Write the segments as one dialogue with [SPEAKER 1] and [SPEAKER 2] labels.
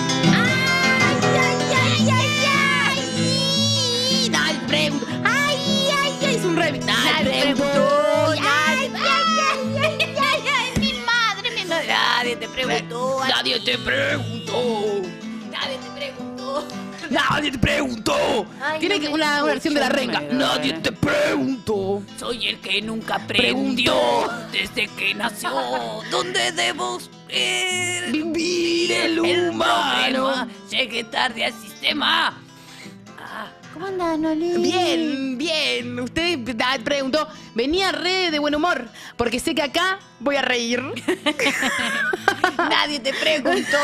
[SPEAKER 1] ¡Ay, ay, ay, ay, ay! ¡Dal prem! ¡Ay, ay, ay! Es un revit. ¡Dal prem! ¡Ay, ay, ay, ay, ay, ay! ¡Mi madre, mi madre! Nadie te preguntó.
[SPEAKER 2] Nadie te preguntó.
[SPEAKER 1] Nadie te preguntó.
[SPEAKER 2] Nadie te preguntó.
[SPEAKER 1] Ay,
[SPEAKER 2] Tiene
[SPEAKER 1] no
[SPEAKER 2] que
[SPEAKER 1] me
[SPEAKER 2] una, una versión de la
[SPEAKER 1] escucho,
[SPEAKER 2] renga.
[SPEAKER 1] me duele.
[SPEAKER 2] Nadie te preguntó.
[SPEAKER 3] Soy el que nunca aprendió
[SPEAKER 2] Preguntó.
[SPEAKER 3] desde que nació. ¿Dónde debo ser?
[SPEAKER 2] Vivir el
[SPEAKER 3] El
[SPEAKER 2] humano.
[SPEAKER 3] problema. Llegué tarde al sistema. Ah,
[SPEAKER 1] ¿Cómo andas, Noli?
[SPEAKER 2] Bien, bien. Usted da- preguntó, venía re de buen humor, porque sé que acá voy a reír.
[SPEAKER 1] Nadie te preguntó.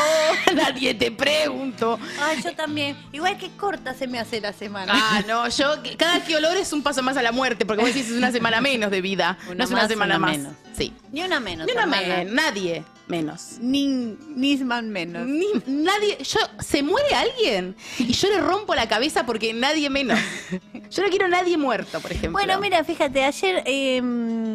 [SPEAKER 2] Nadie te preguntó.
[SPEAKER 1] Ay, yo también. Igual que corta se me hace la semana.
[SPEAKER 2] Ah, no, yo, que- cada que olor es un paso más a la muerte, porque vos decís es una semana menos de vida,
[SPEAKER 3] Una
[SPEAKER 2] no es una
[SPEAKER 3] más,
[SPEAKER 2] semana
[SPEAKER 3] una
[SPEAKER 2] más.
[SPEAKER 3] menos.
[SPEAKER 2] Sí.
[SPEAKER 1] Ni una menos.
[SPEAKER 2] Ni una
[SPEAKER 1] hermana.
[SPEAKER 2] men- nadie menos.
[SPEAKER 1] Nin- Nisman menos.
[SPEAKER 2] Ni- nadie, yo, se muere alguien y yo le rompo la cabeza porque nadie menos. Yo no quiero nadie muerto, por ejemplo.
[SPEAKER 1] Bueno, mira, fíjate, ayer eh,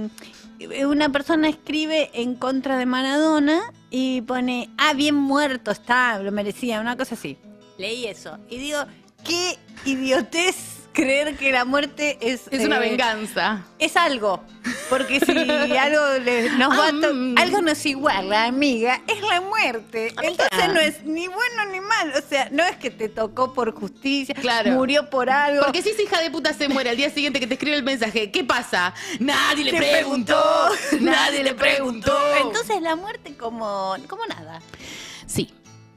[SPEAKER 1] mm, una persona escribe en contra de Maradona y pone, ah, bien muerto está, lo merecía, una cosa así. Leí eso y digo, qué idiotez creer que la muerte es...
[SPEAKER 2] es una
[SPEAKER 1] eh,
[SPEAKER 2] venganza.
[SPEAKER 1] Es algo, porque si algo le- nos va a to-
[SPEAKER 2] Ah, mm.
[SPEAKER 1] algo nos iguala, amiga, es la muerte. Entonces no es ni bueno ni mal, o sea, no es que te tocó por justicia,
[SPEAKER 2] Claro.
[SPEAKER 1] murió por algo.
[SPEAKER 2] Porque si esa hija de puta se muere al día siguiente que te escribe el mensaje, ¿qué pasa? Nadie le
[SPEAKER 1] Te
[SPEAKER 2] preguntó.
[SPEAKER 1] preguntó.
[SPEAKER 2] Nadie le preguntó.
[SPEAKER 1] Entonces la muerte como, como nada.
[SPEAKER 2] sí.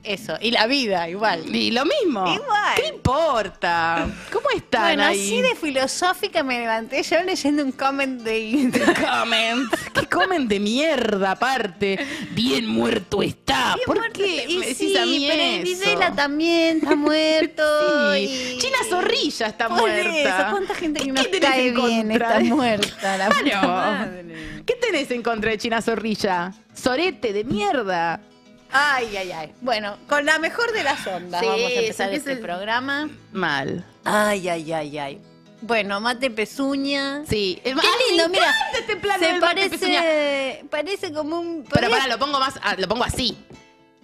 [SPEAKER 1] Eso, y la vida igual.
[SPEAKER 2] Y lo mismo.
[SPEAKER 1] Igual.
[SPEAKER 2] ¿Qué importa? ¿Cómo están
[SPEAKER 1] Bueno,
[SPEAKER 2] ahí?
[SPEAKER 1] así de filosófica me levanté yo leyendo un comment de Instagram.
[SPEAKER 2] Comment. ¿Qué comen de mierda aparte? Bien muerto está. ¿Por qué
[SPEAKER 1] este Y
[SPEAKER 2] me decís a mí
[SPEAKER 1] pero
[SPEAKER 2] eso?
[SPEAKER 1] Gisela también está muerto.
[SPEAKER 2] Sí.
[SPEAKER 1] y-
[SPEAKER 2] China Zorrilla está
[SPEAKER 1] Por eso,
[SPEAKER 2] muerta.
[SPEAKER 1] ¿cuánta gente que
[SPEAKER 2] ¿Qué
[SPEAKER 1] nos
[SPEAKER 2] tenés
[SPEAKER 1] cae
[SPEAKER 2] en
[SPEAKER 1] bien
[SPEAKER 2] contra?
[SPEAKER 1] está muerta? La puta
[SPEAKER 2] Claro.
[SPEAKER 1] madre.
[SPEAKER 2] ¿Qué tenés en contra de China Zorrilla? Sorete de mierda.
[SPEAKER 1] Ay, ay, ay. Bueno, con la mejor de las ondas
[SPEAKER 2] Sí,
[SPEAKER 1] vamos a empezar
[SPEAKER 2] sí,
[SPEAKER 1] este
[SPEAKER 2] es el-
[SPEAKER 1] programa.
[SPEAKER 2] Mal.
[SPEAKER 1] Ay, ay, ay, ay. Bueno, mate pezuña.
[SPEAKER 2] Sí. Qué
[SPEAKER 1] lindo, mira.
[SPEAKER 2] Este plano
[SPEAKER 1] Se
[SPEAKER 2] del Mate Pezuña.
[SPEAKER 1] parece, parece como un.
[SPEAKER 2] Pero
[SPEAKER 1] podría-
[SPEAKER 2] pará, lo pongo más, ah, lo pongo así.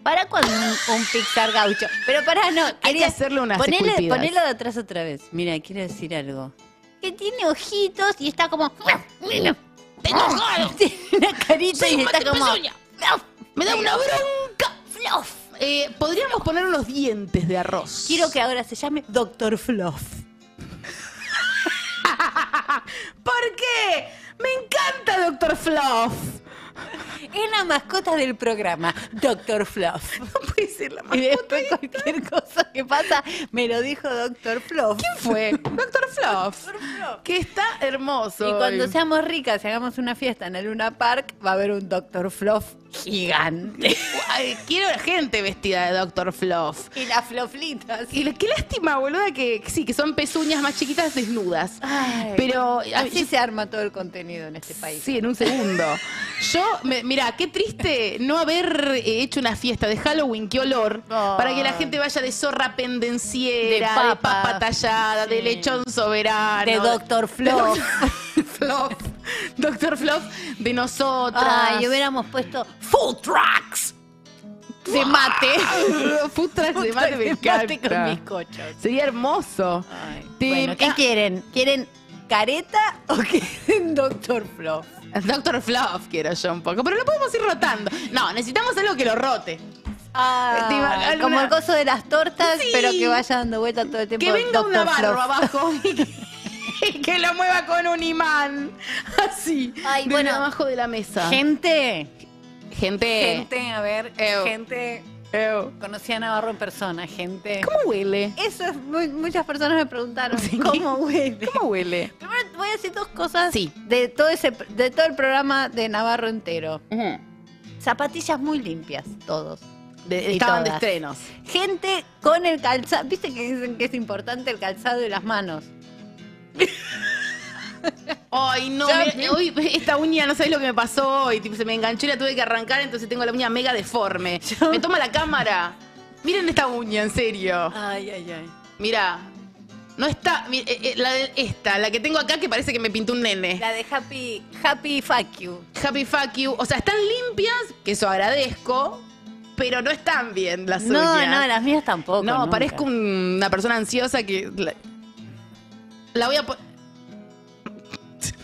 [SPEAKER 1] para cuando un, un Pixar gaucho. Pero para no,
[SPEAKER 2] Hay que
[SPEAKER 1] quería
[SPEAKER 2] hacerle unas
[SPEAKER 1] ponelo,
[SPEAKER 2] esculpidas.
[SPEAKER 1] ponelo de atrás otra vez. Mira, quiero decir algo. Que tiene ojitos y está como.
[SPEAKER 3] ¡Te enojado!
[SPEAKER 1] Tiene una carita
[SPEAKER 3] ¡Soy
[SPEAKER 1] y
[SPEAKER 3] Mate
[SPEAKER 1] está como.
[SPEAKER 3] Pezuña!
[SPEAKER 2] Me da una bronca.
[SPEAKER 1] Fluff.
[SPEAKER 2] Eh, podríamos poner unos dientes de arroz.
[SPEAKER 1] Quiero que ahora se llame Doctor Fluff.
[SPEAKER 2] ¿Por qué? Me encanta Doctor Fluff.
[SPEAKER 1] Es la mascota del programa, Doctor Fluff.
[SPEAKER 2] No puede ser la
[SPEAKER 1] Y
[SPEAKER 2] mascota.
[SPEAKER 1] después cualquier cosa que pasa, me lo dijo Doctor Fluff.
[SPEAKER 2] fue Doctor Fluff, que está hermoso.
[SPEAKER 1] Y cuando
[SPEAKER 2] hoy.
[SPEAKER 1] seamos ricas y hagamos una fiesta en el Luna Park, va a haber un Doctor Fluff gigante.
[SPEAKER 2] Ay, quiero gente vestida de Doctor Fluff.
[SPEAKER 1] y las floflitas.
[SPEAKER 2] Y la- qué lástima, boluda, que que sí, que son pezuñas más chiquitas desnudas.
[SPEAKER 1] Ay.
[SPEAKER 2] Pero a-
[SPEAKER 1] Así se arma todo el contenido en este país.
[SPEAKER 2] Sí, en un segundo. Yo, me- mira, qué triste no haber eh, hecho una fiesta de Halloween, qué olor,
[SPEAKER 1] Ay.
[SPEAKER 2] para que la gente vaya de zorra pendenciera, de
[SPEAKER 1] De
[SPEAKER 2] papa,
[SPEAKER 1] papa.
[SPEAKER 2] tallada, de
[SPEAKER 1] Sí.
[SPEAKER 2] lechón soberano.
[SPEAKER 1] De Dr. Fluff.
[SPEAKER 2] Flop. Doctor Flop de nosotras.
[SPEAKER 1] Ay, hubiéramos puesto Full Tracks de mate.
[SPEAKER 2] Food truck de mate me
[SPEAKER 1] mate con
[SPEAKER 2] encanta.
[SPEAKER 1] bizcochos.
[SPEAKER 2] Sería hermoso. Te-
[SPEAKER 1] Bueno, ¿qué
[SPEAKER 2] ah,
[SPEAKER 1] quieren? ¿Quieren careta o quieren Doctor Fluff?
[SPEAKER 2] Doctor Fluff quiero yo un poco, pero lo podemos ir rotando. No, necesitamos algo que lo rote.
[SPEAKER 1] Ah,
[SPEAKER 2] Te iba- alguna-
[SPEAKER 1] como el coso de las tortas,
[SPEAKER 2] Sí.
[SPEAKER 1] pero que vaya dando vuelta todo el tiempo.
[SPEAKER 2] Que venga
[SPEAKER 1] Dr.
[SPEAKER 2] una
[SPEAKER 1] Fluff.
[SPEAKER 2] barba abajo y que, y que lo mueva con un imán. Así.
[SPEAKER 1] Ay,
[SPEAKER 2] de
[SPEAKER 1] bueno.
[SPEAKER 2] abajo de la mesa.
[SPEAKER 1] Gente,
[SPEAKER 2] gente.
[SPEAKER 1] gente, a ver,
[SPEAKER 2] Ew.
[SPEAKER 1] gente,
[SPEAKER 2] Ew.
[SPEAKER 1] conocí a Navarro en persona, gente.
[SPEAKER 2] Eh. ¿Cómo huele?
[SPEAKER 1] Eso es, muy- muchas personas me preguntaron
[SPEAKER 2] Sí.
[SPEAKER 1] cómo huele.
[SPEAKER 2] ¿Cómo huele?
[SPEAKER 1] Primero te voy a decir dos cosas
[SPEAKER 2] Sí.
[SPEAKER 1] de todo ese de todo el programa de Navarro entero. Zapatillas muy limpias, todos.
[SPEAKER 2] De-
[SPEAKER 1] Y
[SPEAKER 2] estaban de
[SPEAKER 1] todas.
[SPEAKER 2] estrenos.
[SPEAKER 1] Gente con el calzado, viste que dicen que es importante el calzado y las manos.
[SPEAKER 2] Ay, no,
[SPEAKER 1] Ya-
[SPEAKER 2] mira, hoy esta uña, no sabés lo que me pasó hoy. Tipo, se me enganchó y la tuve que arrancar, entonces tengo la uña mega deforme. Me toma la cámara. Miren esta uña, en serio.
[SPEAKER 1] Ay, ay, ay.
[SPEAKER 2] Mira, No está, mi- eh, eh, la de- esta, la que tengo acá que parece que me pintó un nene.
[SPEAKER 1] La de Happy, happy Fuck You.
[SPEAKER 2] Happy fuck you. O sea, están limpias, que eso agradezco, pero no están bien las
[SPEAKER 1] No,
[SPEAKER 2] uñas.
[SPEAKER 1] no, las mías tampoco.
[SPEAKER 2] No,
[SPEAKER 1] nunca.
[SPEAKER 2] parezco un- una persona ansiosa que. La, la voy a po-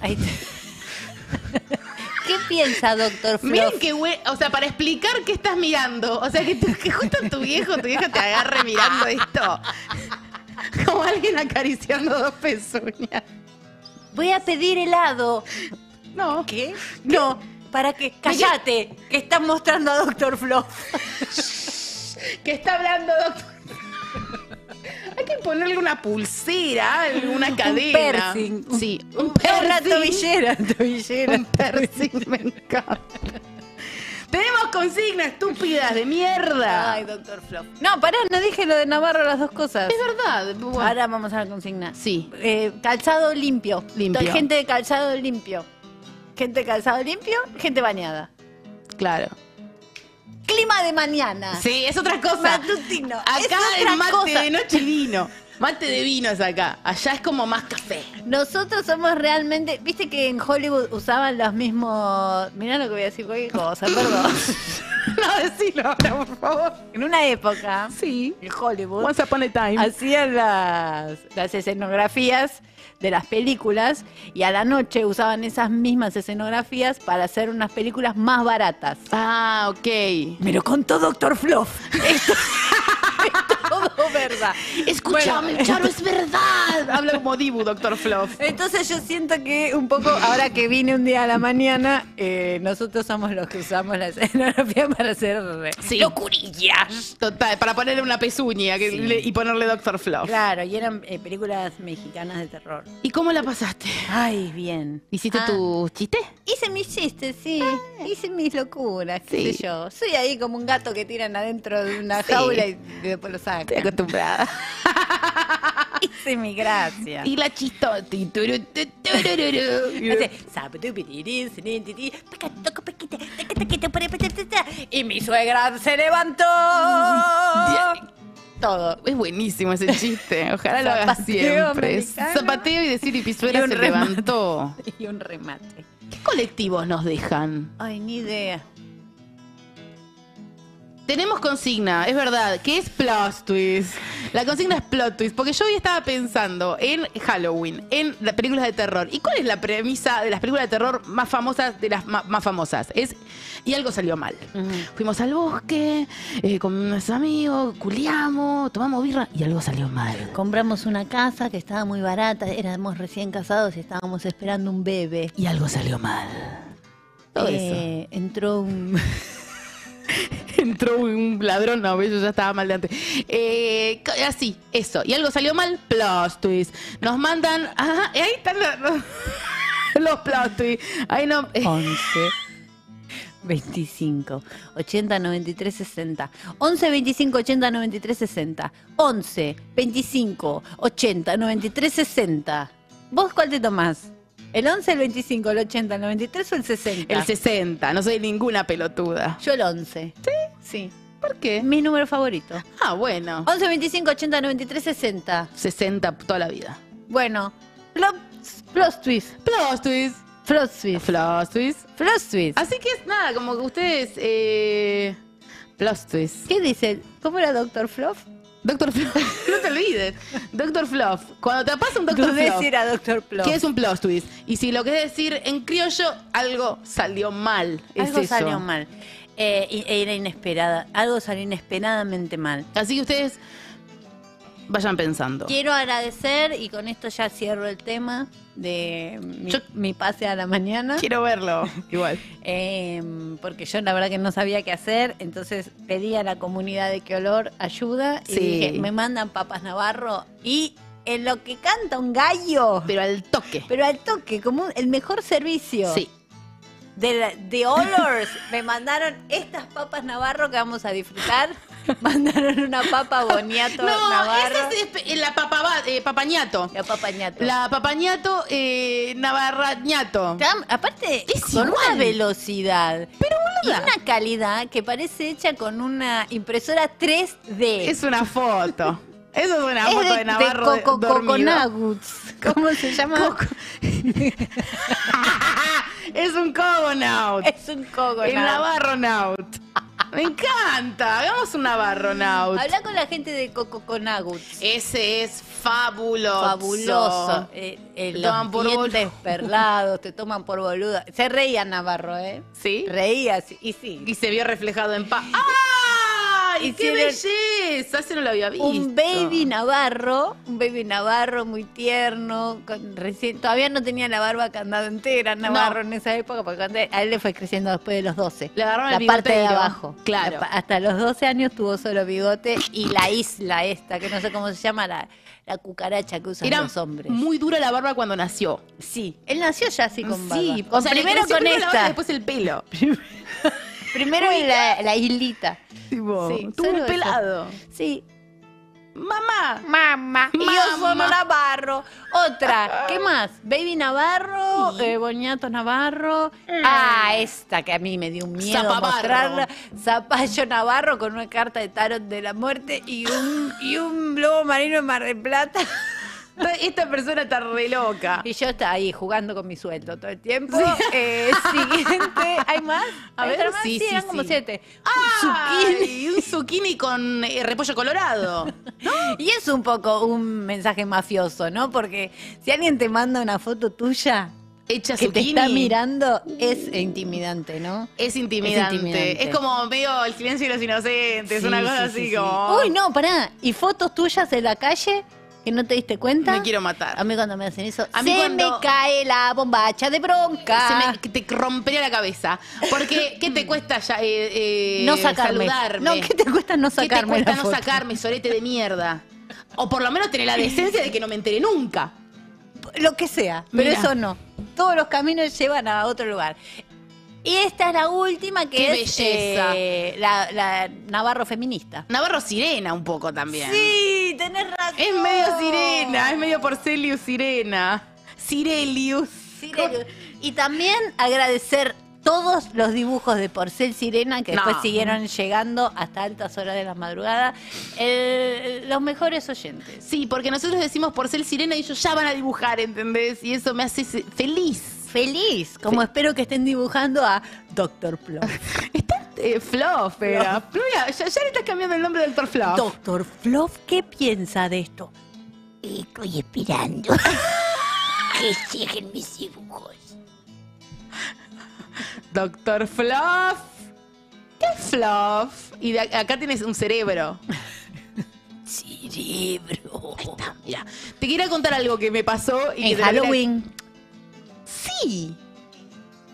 [SPEAKER 1] Ahí te- ¿Qué piensa, doctor Fluff?
[SPEAKER 2] Miren que güey, o sea, para explicar qué estás mirando, o sea, que, tu- que justo tu viejo, tu vieja te agarre mirando esto. Como alguien acariciando dos pezuñas.
[SPEAKER 1] Voy a pedir helado.
[SPEAKER 2] No.
[SPEAKER 1] ¿Qué? No, para que. ¡Cállate! Que están mostrando a Doctor Fluff.
[SPEAKER 2] ¿Qué está hablando, doctor? Hay que ponerle una pulsera, alguna cadena.
[SPEAKER 1] piercing.
[SPEAKER 2] Sí, un
[SPEAKER 1] Una
[SPEAKER 2] piercing.
[SPEAKER 1] tobillera, tobillera.
[SPEAKER 2] Un piercing, me encanta. Tenemos consignas estúpidas de mierda.
[SPEAKER 1] Ay, Doctor Fluff. No, pará, no dije lo de Navarro las dos cosas.
[SPEAKER 2] es verdad. bueno.
[SPEAKER 1] Ahora vamos a la consigna.
[SPEAKER 2] Sí.
[SPEAKER 1] Eh, calzado limpio.
[SPEAKER 2] Limpio.
[SPEAKER 1] To- Gente de calzado limpio. Gente de calzado limpio, gente bañada.
[SPEAKER 2] Claro.
[SPEAKER 1] Clima de mañana.
[SPEAKER 2] Sí, es otra cosa.
[SPEAKER 1] Matutino. Es
[SPEAKER 2] Acá
[SPEAKER 1] otra
[SPEAKER 2] es mate
[SPEAKER 1] cosa.
[SPEAKER 2] de noche y vino. Mate de vino es acá. Allá es como más café.
[SPEAKER 1] Nosotros somos realmente, viste que en Hollywood usaban los mismos, mirá lo que voy a decir, cualquier cosa, perdón.
[SPEAKER 2] No, decilo ahora, por favor.
[SPEAKER 1] en una época,
[SPEAKER 2] Sí.
[SPEAKER 1] en Hollywood
[SPEAKER 2] Once upon a time.
[SPEAKER 1] hacían las, las escenografías de las películas y a la noche usaban esas mismas escenografías para hacer unas películas más baratas.
[SPEAKER 2] Ah, ok.
[SPEAKER 1] Me lo contó Doctor Fluff. Esto es todo verdad.
[SPEAKER 2] Escúchame,
[SPEAKER 1] Bueno,
[SPEAKER 2] Charo, es verdad. Habla como Dibu, doctor Fluff.
[SPEAKER 1] Entonces yo siento que un poco, ahora que vine un día a la mañana, eh, nosotros somos los que usamos la escenografía para hacer...
[SPEAKER 2] Sí.
[SPEAKER 3] ¡Locurillas!
[SPEAKER 2] Total, para ponerle una pezuña que le- y ponerle doctor Fluff.
[SPEAKER 1] Claro, y eran eh, películas mexicanas de terror.
[SPEAKER 2] ¿Y cómo la pasaste?
[SPEAKER 1] Ay, bien.
[SPEAKER 2] ¿Hiciste
[SPEAKER 1] Ah,
[SPEAKER 2] tu chiste?
[SPEAKER 1] Hice mis chistes, sí. Hice mis locuras, qué
[SPEAKER 2] Sí.
[SPEAKER 1] sé yo. Soy ahí como un gato que tiran adentro de una
[SPEAKER 2] Sí.
[SPEAKER 1] jaula y después lo sacan.
[SPEAKER 2] acostumbrada.
[SPEAKER 1] Hice mi gracia.
[SPEAKER 2] Y la chistota. y turu, tu, tururú. Y-
[SPEAKER 1] Hace, "Saputupitirín, sinintití, paca, toco, paquita, taca, taquita, pare, pata, tata". Y mi suegra se levantó. Todo.
[SPEAKER 2] Es buenísimo ese chiste. Ojalá lo hagas
[SPEAKER 1] Zapateo
[SPEAKER 2] siempre.
[SPEAKER 1] americano.
[SPEAKER 2] Zapateo y decir y Pisuera
[SPEAKER 1] Y
[SPEAKER 2] se
[SPEAKER 1] un remate.
[SPEAKER 2] levantó.
[SPEAKER 1] Y un remate.
[SPEAKER 2] ¿Qué colectivos nos dejan?
[SPEAKER 1] Ay, ni idea.
[SPEAKER 2] Tenemos consigna, es verdad, que es plot twist. La consigna es plot twist, porque yo hoy estaba pensando en Halloween, en las películas de terror. ¿Y cuál es la premisa de las películas de terror más famosas de las ma- más famosas? Es y algo salió mal. Fuimos al bosque eh, con unos amigos, culiamos, tomamos birra y algo salió mal.
[SPEAKER 1] Compramos una casa que estaba muy barata, éramos recién casados y estábamos esperando un bebé.
[SPEAKER 2] Y algo salió mal. Todo eso.
[SPEAKER 1] Eh, Entró un...
[SPEAKER 2] Entró un ladrón, no, yo ya estaba mal de antes. Eh, co- así, eso. Y algo salió mal, plot twist. Nos mandan. Ah, y ahí están los, los, los plot twist. Ahí no. eh,
[SPEAKER 1] 11 25 80 93 60 11 25 80 93 60 11 25 80 93 60 ¿Vos cuál te tomás? ¿El 11, el 25, el 80, el 93 o el 60?
[SPEAKER 2] el 60, no soy ninguna pelotuda.
[SPEAKER 1] Yo el 11. ¿Sí? Sí.
[SPEAKER 2] ¿Por
[SPEAKER 1] Es
[SPEAKER 2] qué?
[SPEAKER 1] mi número favorito.
[SPEAKER 2] Ah, bueno.
[SPEAKER 1] 11 25 80 93 60.
[SPEAKER 2] 60 toda la vida.
[SPEAKER 1] Bueno, plop, plot twist,
[SPEAKER 2] Plot twist.
[SPEAKER 1] plot twist,
[SPEAKER 2] Plot twist. Ah,
[SPEAKER 1] plot twist.
[SPEAKER 2] Así que es nada, como que ustedes. Eh, plot twist.
[SPEAKER 1] ¿Qué dice? ¿Cómo era Doctor Fluff?
[SPEAKER 2] Doctor Fluff, no te olvides. Doctor Fluff, cuando te pasa un Doctor
[SPEAKER 1] Dudé
[SPEAKER 2] Fluff.
[SPEAKER 1] si era Doctor Fluff.
[SPEAKER 2] ¿Qué es un plot twist? Y si lo querés decir en criollo, algo salió mal. Es
[SPEAKER 1] Algo
[SPEAKER 2] eso.
[SPEAKER 1] salió mal. Eh, y- era inesperada. Algo salió inesperadamente mal.
[SPEAKER 2] Así que ustedes vayan pensando.
[SPEAKER 1] Quiero agradecer, y con esto ya cierro el tema
[SPEAKER 2] Eh,
[SPEAKER 1] de mi,
[SPEAKER 2] Yo-
[SPEAKER 1] mi pase a la mañana,
[SPEAKER 2] Quiero verlo, igual.
[SPEAKER 1] eh, porque yo la verdad que no sabía qué hacer, entonces pedí a la comunidad de qué olor ayuda y
[SPEAKER 2] Sí.
[SPEAKER 1] dije, me mandan papas Navarro y en lo que canta un gallo,
[SPEAKER 2] Pero
[SPEAKER 1] pero,
[SPEAKER 2] al toque.
[SPEAKER 1] al toque, como un- el mejor servicio.
[SPEAKER 2] Sí.
[SPEAKER 1] de, la- de Olors me mandaron estas papas Navarro que vamos a disfrutar. Mandaron una papa boniato
[SPEAKER 2] No,
[SPEAKER 1] Navarro.
[SPEAKER 2] esa es eh, la papaba- eh, papañato.
[SPEAKER 1] La papa ñato.
[SPEAKER 2] La papañato eh, navarrañato.
[SPEAKER 1] Tam- aparte,
[SPEAKER 2] Es
[SPEAKER 1] con una
[SPEAKER 2] igual.
[SPEAKER 1] velocidad y
[SPEAKER 2] boluda.
[SPEAKER 1] una calidad que parece hecha con una impresora 3D.
[SPEAKER 2] Es una foto. Eso es una
[SPEAKER 1] Es
[SPEAKER 2] foto
[SPEAKER 1] de,
[SPEAKER 2] de Navarro
[SPEAKER 1] de
[SPEAKER 2] de-
[SPEAKER 1] Coco-
[SPEAKER 2] dormido.
[SPEAKER 1] Coconaguts. ¿Cómo se llama?
[SPEAKER 2] Es un cogonaut.
[SPEAKER 1] es un
[SPEAKER 2] El
[SPEAKER 1] coconaut.
[SPEAKER 2] Navarronaut. Me encanta. Hagamos un Navarronaut.
[SPEAKER 1] Habla con la gente de Coconaguts.
[SPEAKER 2] Ese es fabuloso.
[SPEAKER 1] Fabuloso. Eh, eh,
[SPEAKER 2] Te
[SPEAKER 1] los
[SPEAKER 2] toman por
[SPEAKER 1] dientes
[SPEAKER 2] boludo.
[SPEAKER 1] perlados, te toman por boluda. Se reía Navarro, ¿eh?
[SPEAKER 2] ¿Sí?
[SPEAKER 1] Reía, sí, y sí.
[SPEAKER 2] Y se vio reflejado en paz. ¡Ay! ¡Qué
[SPEAKER 1] Hicieron
[SPEAKER 2] belleza! Ese no lo había visto.
[SPEAKER 1] un baby navarro, un baby navarro muy tierno, con recién, todavía no tenía la barba candado entera navarro en esa época, porque antes- a él le fue creciendo después de los 12.
[SPEAKER 2] Le agarraron
[SPEAKER 1] la
[SPEAKER 2] el
[SPEAKER 1] parte de
[SPEAKER 2] bigotero.
[SPEAKER 1] abajo.
[SPEAKER 2] Claro.
[SPEAKER 1] La pa- hasta los 12 años tuvo solo bigote y la isla esta, que no sé cómo se llama, la, la cucaracha que usan
[SPEAKER 2] Era
[SPEAKER 1] los hombres.
[SPEAKER 2] muy dura la barba cuando nació.
[SPEAKER 1] Sí, él nació ya así con barba.
[SPEAKER 2] sí,
[SPEAKER 1] Con-
[SPEAKER 2] o sea, le
[SPEAKER 1] primero
[SPEAKER 2] creció
[SPEAKER 1] con
[SPEAKER 2] primero la barba y
[SPEAKER 1] esta,
[SPEAKER 2] después el pelo.
[SPEAKER 1] primero la, la islita.
[SPEAKER 2] Tipo,
[SPEAKER 1] Sí,
[SPEAKER 2] tuvo
[SPEAKER 1] solo
[SPEAKER 2] un
[SPEAKER 1] eso.
[SPEAKER 2] pelado.
[SPEAKER 1] Sí,
[SPEAKER 2] Mamá.
[SPEAKER 1] Mamá. Ah. Y
[SPEAKER 2] Mamá.
[SPEAKER 1] yo soy Navarro. Otra. ¿Qué más? Baby Navarro, eh, Boñato Navarro. Ah, esta que a mí me dio un miedo
[SPEAKER 2] Zapabarro.
[SPEAKER 1] mostrarla. Zapallo Navarro con una carta de tarot de la muerte y un, y un lobo marino en Mar del Plata.
[SPEAKER 2] Esta- Esta persona está re loca.
[SPEAKER 1] Y yo estaba ahí jugando con mi sueldo todo el tiempo. Eh, siguiente. ¿Hay más?
[SPEAKER 2] A
[SPEAKER 1] ¿Hay
[SPEAKER 2] ver,
[SPEAKER 1] otra más?
[SPEAKER 2] sí, sí,
[SPEAKER 1] eran como
[SPEAKER 2] sí.
[SPEAKER 1] siete. Un zucchini.
[SPEAKER 2] ¡Ay! Un zucchini con eh, repollo colorado.
[SPEAKER 1] Y es un poco un mensaje mafioso, ¿no? Porque si alguien te manda una foto tuya
[SPEAKER 2] Hecha
[SPEAKER 1] que te
[SPEAKER 2] zucchini.
[SPEAKER 1] está mirando, es intimidante, ¿no?
[SPEAKER 2] Es intimidante. es
[SPEAKER 1] Es intimidante.
[SPEAKER 2] como medio el silencio de los inocentes,
[SPEAKER 1] Sí,
[SPEAKER 2] una cosa
[SPEAKER 1] sí, sí,
[SPEAKER 2] así
[SPEAKER 1] sí.
[SPEAKER 2] como.
[SPEAKER 1] Uy, no, pará. ¿Y fotos tuyas en la calle que no te diste cuenta?
[SPEAKER 2] Me quiero matar.
[SPEAKER 1] A mí cuando me hacen eso,
[SPEAKER 2] A mí
[SPEAKER 1] se
[SPEAKER 2] cuando-
[SPEAKER 1] me cae la bombacha de bronca.
[SPEAKER 2] Se me- que te rompería la cabeza. Porque, ¿qué te cuesta ya, eh, eh,
[SPEAKER 1] No sacarme.
[SPEAKER 2] saludarme?
[SPEAKER 1] No, ¿qué te cuesta no
[SPEAKER 2] ¿Qué te
[SPEAKER 1] sacarme
[SPEAKER 2] cuesta
[SPEAKER 1] la
[SPEAKER 2] no
[SPEAKER 1] foto?
[SPEAKER 2] sacarme, sorete de mierda? O por lo menos tener la decencia de que no me enteré nunca.
[SPEAKER 1] Lo que sea, pero
[SPEAKER 2] Mira.
[SPEAKER 1] eso no. Todos los caminos llevan a otro lugar. Y esta es la última que
[SPEAKER 2] Qué
[SPEAKER 1] es
[SPEAKER 2] belleza.
[SPEAKER 1] eh, la, la Navarro feminista.
[SPEAKER 2] Navarro sirena un poco también.
[SPEAKER 1] Sí, tenés razón.
[SPEAKER 2] Es medio sirena, es medio Porcelius sirena. Sirelius.
[SPEAKER 1] Sirena. Y también agradecer todos los dibujos de Porcel Sirena que
[SPEAKER 2] No.
[SPEAKER 1] después siguieron llegando hasta altas horas de la madrugada. El- los mejores oyentes.
[SPEAKER 2] Sí, porque nosotros decimos Porcel sirena y ellos ya van a dibujar, ¿entendés? Y eso me hace se- feliz.
[SPEAKER 1] Feliz, como espero que estén dibujando a Doctor Plum.
[SPEAKER 2] Está eh, Fluff, pero. Pero mira, ya, ya le estás cambiando el nombre del Dr. Fluff.
[SPEAKER 1] Doctor Fluff, ¿qué piensa de esto?
[SPEAKER 4] Estoy esperando que lleguen mis dibujos.
[SPEAKER 2] Doctor Fluff. ¿Qué es Fluff? Y de ac- acá tienes un cerebro.
[SPEAKER 4] Cerebro.
[SPEAKER 2] Ahí está, mira. Te quería contar algo que me pasó y que te lo
[SPEAKER 1] En
[SPEAKER 2] quería-
[SPEAKER 1] Halloween.
[SPEAKER 2] Sí.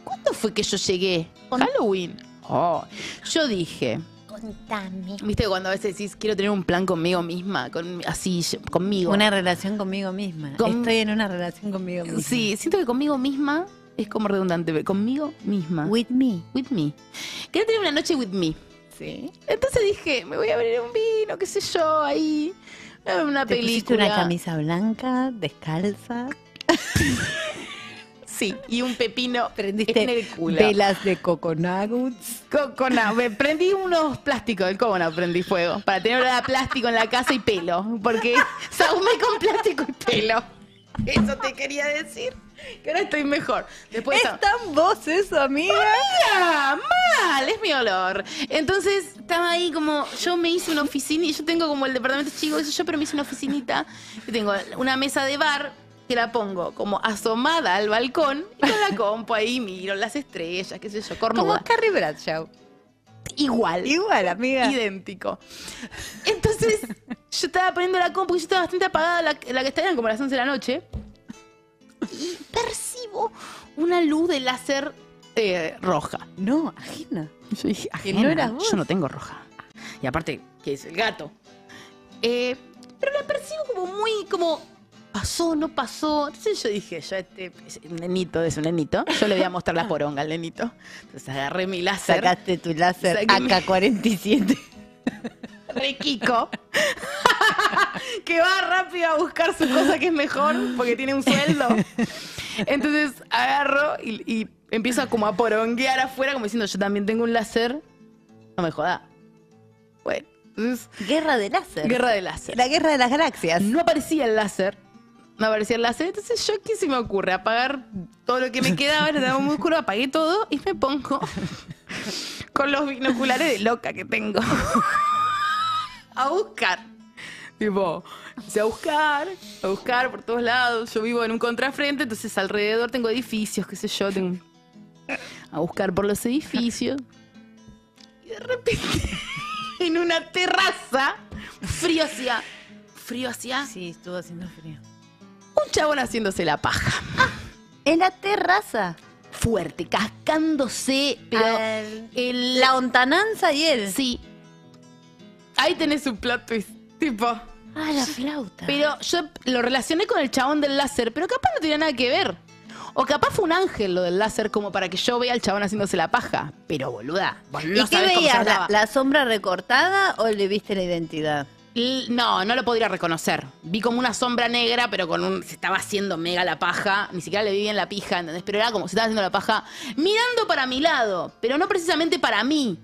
[SPEAKER 2] ¿Cuándo fue que yo llegué? Halloween. Oh. Yo dije.
[SPEAKER 4] Contame.
[SPEAKER 2] Viste cuando a veces decís quiero tener un plan conmigo misma, con, así, yo- conmigo.
[SPEAKER 1] Una relación conmigo misma.
[SPEAKER 2] Con-
[SPEAKER 1] Estoy en una relación conmigo misma.
[SPEAKER 2] Sí, siento que conmigo misma es como redundante, pero conmigo misma.
[SPEAKER 1] With me.
[SPEAKER 2] with me. Quería tener una noche with me.
[SPEAKER 1] Sí.
[SPEAKER 2] Entonces dije, me voy a abrir un vino, qué sé yo, ahí. Voy a ver una
[SPEAKER 1] Te pusiste
[SPEAKER 2] película.
[SPEAKER 1] una camisa blanca, descalza.
[SPEAKER 2] Sí, y un pepino
[SPEAKER 1] Prendiste
[SPEAKER 2] en el culo.
[SPEAKER 1] Este, velas de coconuts.
[SPEAKER 2] Cocona, me prendí unos plásticos del cocona, prendí fuego. Para tener olor a plástico en la casa y pelo. Porque saumé con plástico y pelo. Eso te quería decir. Que ahora estoy mejor. Después.
[SPEAKER 1] ¿Es tan vos eso, amiga?
[SPEAKER 2] ¡Ah, mal! Es mi olor. Entonces estaba ahí como, yo me hice una oficina, yo tengo como el departamento chico, eso yo, pero me hice una oficinita, y tengo una mesa de bar que la pongo como asomada al balcón, y con la compo ahí miro las estrellas, qué sé yo,
[SPEAKER 1] Como
[SPEAKER 2] cornuda.
[SPEAKER 1] Carrie Bradshaw.
[SPEAKER 2] Igual.
[SPEAKER 1] Igual, amiga.
[SPEAKER 2] idéntico. Entonces, yo estaba poniendo la compu y yo estaba bastante apagada, la, la que estaban como a las 11 de la noche. Y percibo una luz de láser eh, roja.
[SPEAKER 1] No, ajena.
[SPEAKER 2] Yo dije,
[SPEAKER 1] Que no
[SPEAKER 2] ajena,
[SPEAKER 1] eras vos.
[SPEAKER 2] yo no tengo roja. Y aparte, que es el gato. Eh, pero la percibo como muy, como, pasó, no pasó. Entonces yo dije, yo a este es un nenito, es un nenito. Yo le voy a mostrar la poronga al nenito. Entonces agarré mi láser.
[SPEAKER 1] Ah. Sacaste tu láser
[SPEAKER 2] Saqué mi-
[SPEAKER 1] AK-47.
[SPEAKER 2] re Kiko. que va rápido a buscar su cosa que es mejor porque tiene un sueldo. Entonces agarro y, y empiezo a como a poronguear afuera como diciendo yo también tengo un láser. No me joda. Bueno, Es
[SPEAKER 1] Guerra de láser.
[SPEAKER 2] guerra de láser.
[SPEAKER 1] La guerra de las galaxias.
[SPEAKER 2] No aparecía el láser. No aparecía el láser. Entonces, yo, ¿qué se me ocurre? Apagar todo lo que me quedaba, era muy oscuro, apagué todo y me pongo con los binoculares de loca que tengo a buscar. Tipo, empecé a buscar, a buscar por todos lados. Yo vivo en un contrafrente, entonces alrededor tengo edificios, qué sé yo. Tengo... A buscar por los edificios. Y de repente, en una terraza, frío hacía, frío hacía,
[SPEAKER 1] Sí, estuvo haciendo frío.
[SPEAKER 2] un chabón haciéndose la paja.
[SPEAKER 1] En la terraza.
[SPEAKER 2] Fuerte, cascándose, pero
[SPEAKER 1] Al-
[SPEAKER 2] el...
[SPEAKER 1] La ontananza y él.
[SPEAKER 2] Sí. Ahí tenés un plot twist, tipo...
[SPEAKER 1] Ah, la flauta.
[SPEAKER 2] Pero yo lo relacioné con el chabón del láser, pero capaz no tenía nada que ver. O capaz fue un ángel lo del láser, como para que yo vea al chabón haciéndose la paja. Pero boluda, vos no
[SPEAKER 1] ¿Y qué
[SPEAKER 2] sabés cómo se
[SPEAKER 1] veías? ¿La,
[SPEAKER 2] hablaba.
[SPEAKER 1] la sombra recortada o le viste la identidad?
[SPEAKER 2] L- No, no lo podría reconocer. Vi como una sombra negra, pero con un. Se estaba haciendo mega la paja. Ni siquiera le vi bien la pija, ¿entendés? Pero era como se estaba haciendo la paja mirando para mi lado. Pero no precisamente para mí,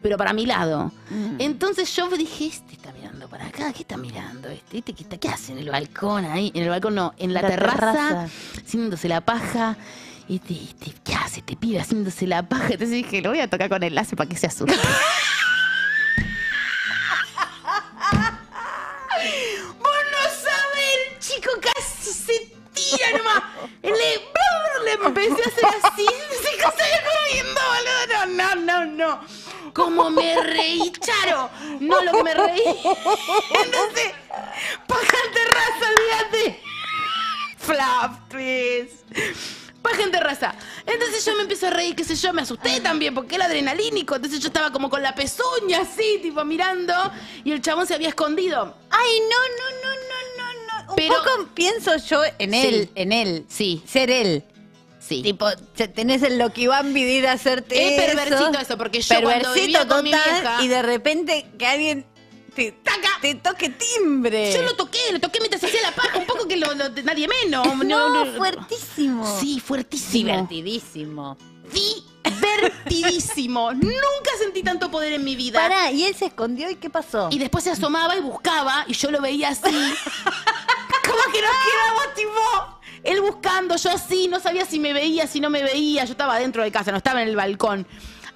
[SPEAKER 2] pero para mi lado.
[SPEAKER 1] Mm.
[SPEAKER 2] Entonces yo dije, este está mirando para acá, ¿qué está mirando este? ¿Este qué, está, qué hace en el balcón ahí? En el balcón no, en la,
[SPEAKER 1] La
[SPEAKER 2] terraza,
[SPEAKER 1] terraza.
[SPEAKER 2] haciéndose la paja. Este, este, ¿qué hace este pibe haciéndose la paja? Entonces dije, lo voy a tocar con el láser para que se asuste. Vos no sabés, el chico casi se tira nomás. Le, le empecé a hacer así, se seguía moviendo, boludo. No, no, no, no. Como me reí, Charo. No lo que me reí. Entonces, paja en terraza, olvídate. Flap, please. Paja en terraza. Entonces yo me empiezo a reír, qué sé yo, me asusté también porque era adrenalínico. Entonces yo estaba como con la pezuña así, tipo mirando, y el chabón se había escondido.
[SPEAKER 1] Ay, no, no, no, no, no, no. Un
[SPEAKER 2] Pero-
[SPEAKER 1] poco pienso yo en
[SPEAKER 2] Sí.
[SPEAKER 1] él, en él.
[SPEAKER 2] Sí.
[SPEAKER 1] Ser él.
[SPEAKER 2] Sí.
[SPEAKER 1] Tipo, se- tenés el Loquibambi de ir a hacerte
[SPEAKER 2] Es
[SPEAKER 1] eso.
[SPEAKER 2] perversito eso, porque yo cuando
[SPEAKER 1] Perversito
[SPEAKER 2] vivía con mi
[SPEAKER 1] total,
[SPEAKER 2] vieja-
[SPEAKER 1] y de repente que alguien te,
[SPEAKER 2] Taca.
[SPEAKER 1] te toque timbre.
[SPEAKER 2] Yo lo toqué, lo toqué mientras hacía la paja, un poco que lo, lo- nadie menos.
[SPEAKER 1] no, fuertísimo.
[SPEAKER 2] Sí, fuertísimo.
[SPEAKER 1] Divertidísimo.
[SPEAKER 2] Divertidísimo. Nunca sentí tanto poder en mi vida.
[SPEAKER 1] Pará, y él se escondió y ¿qué pasó?
[SPEAKER 2] Y después se asomaba y buscaba, y yo lo veía así. Como que nos quedamos, tipo. Él buscando, yo así, no sabía si me veía, si no me veía. Yo estaba dentro de casa, no estaba en el balcón.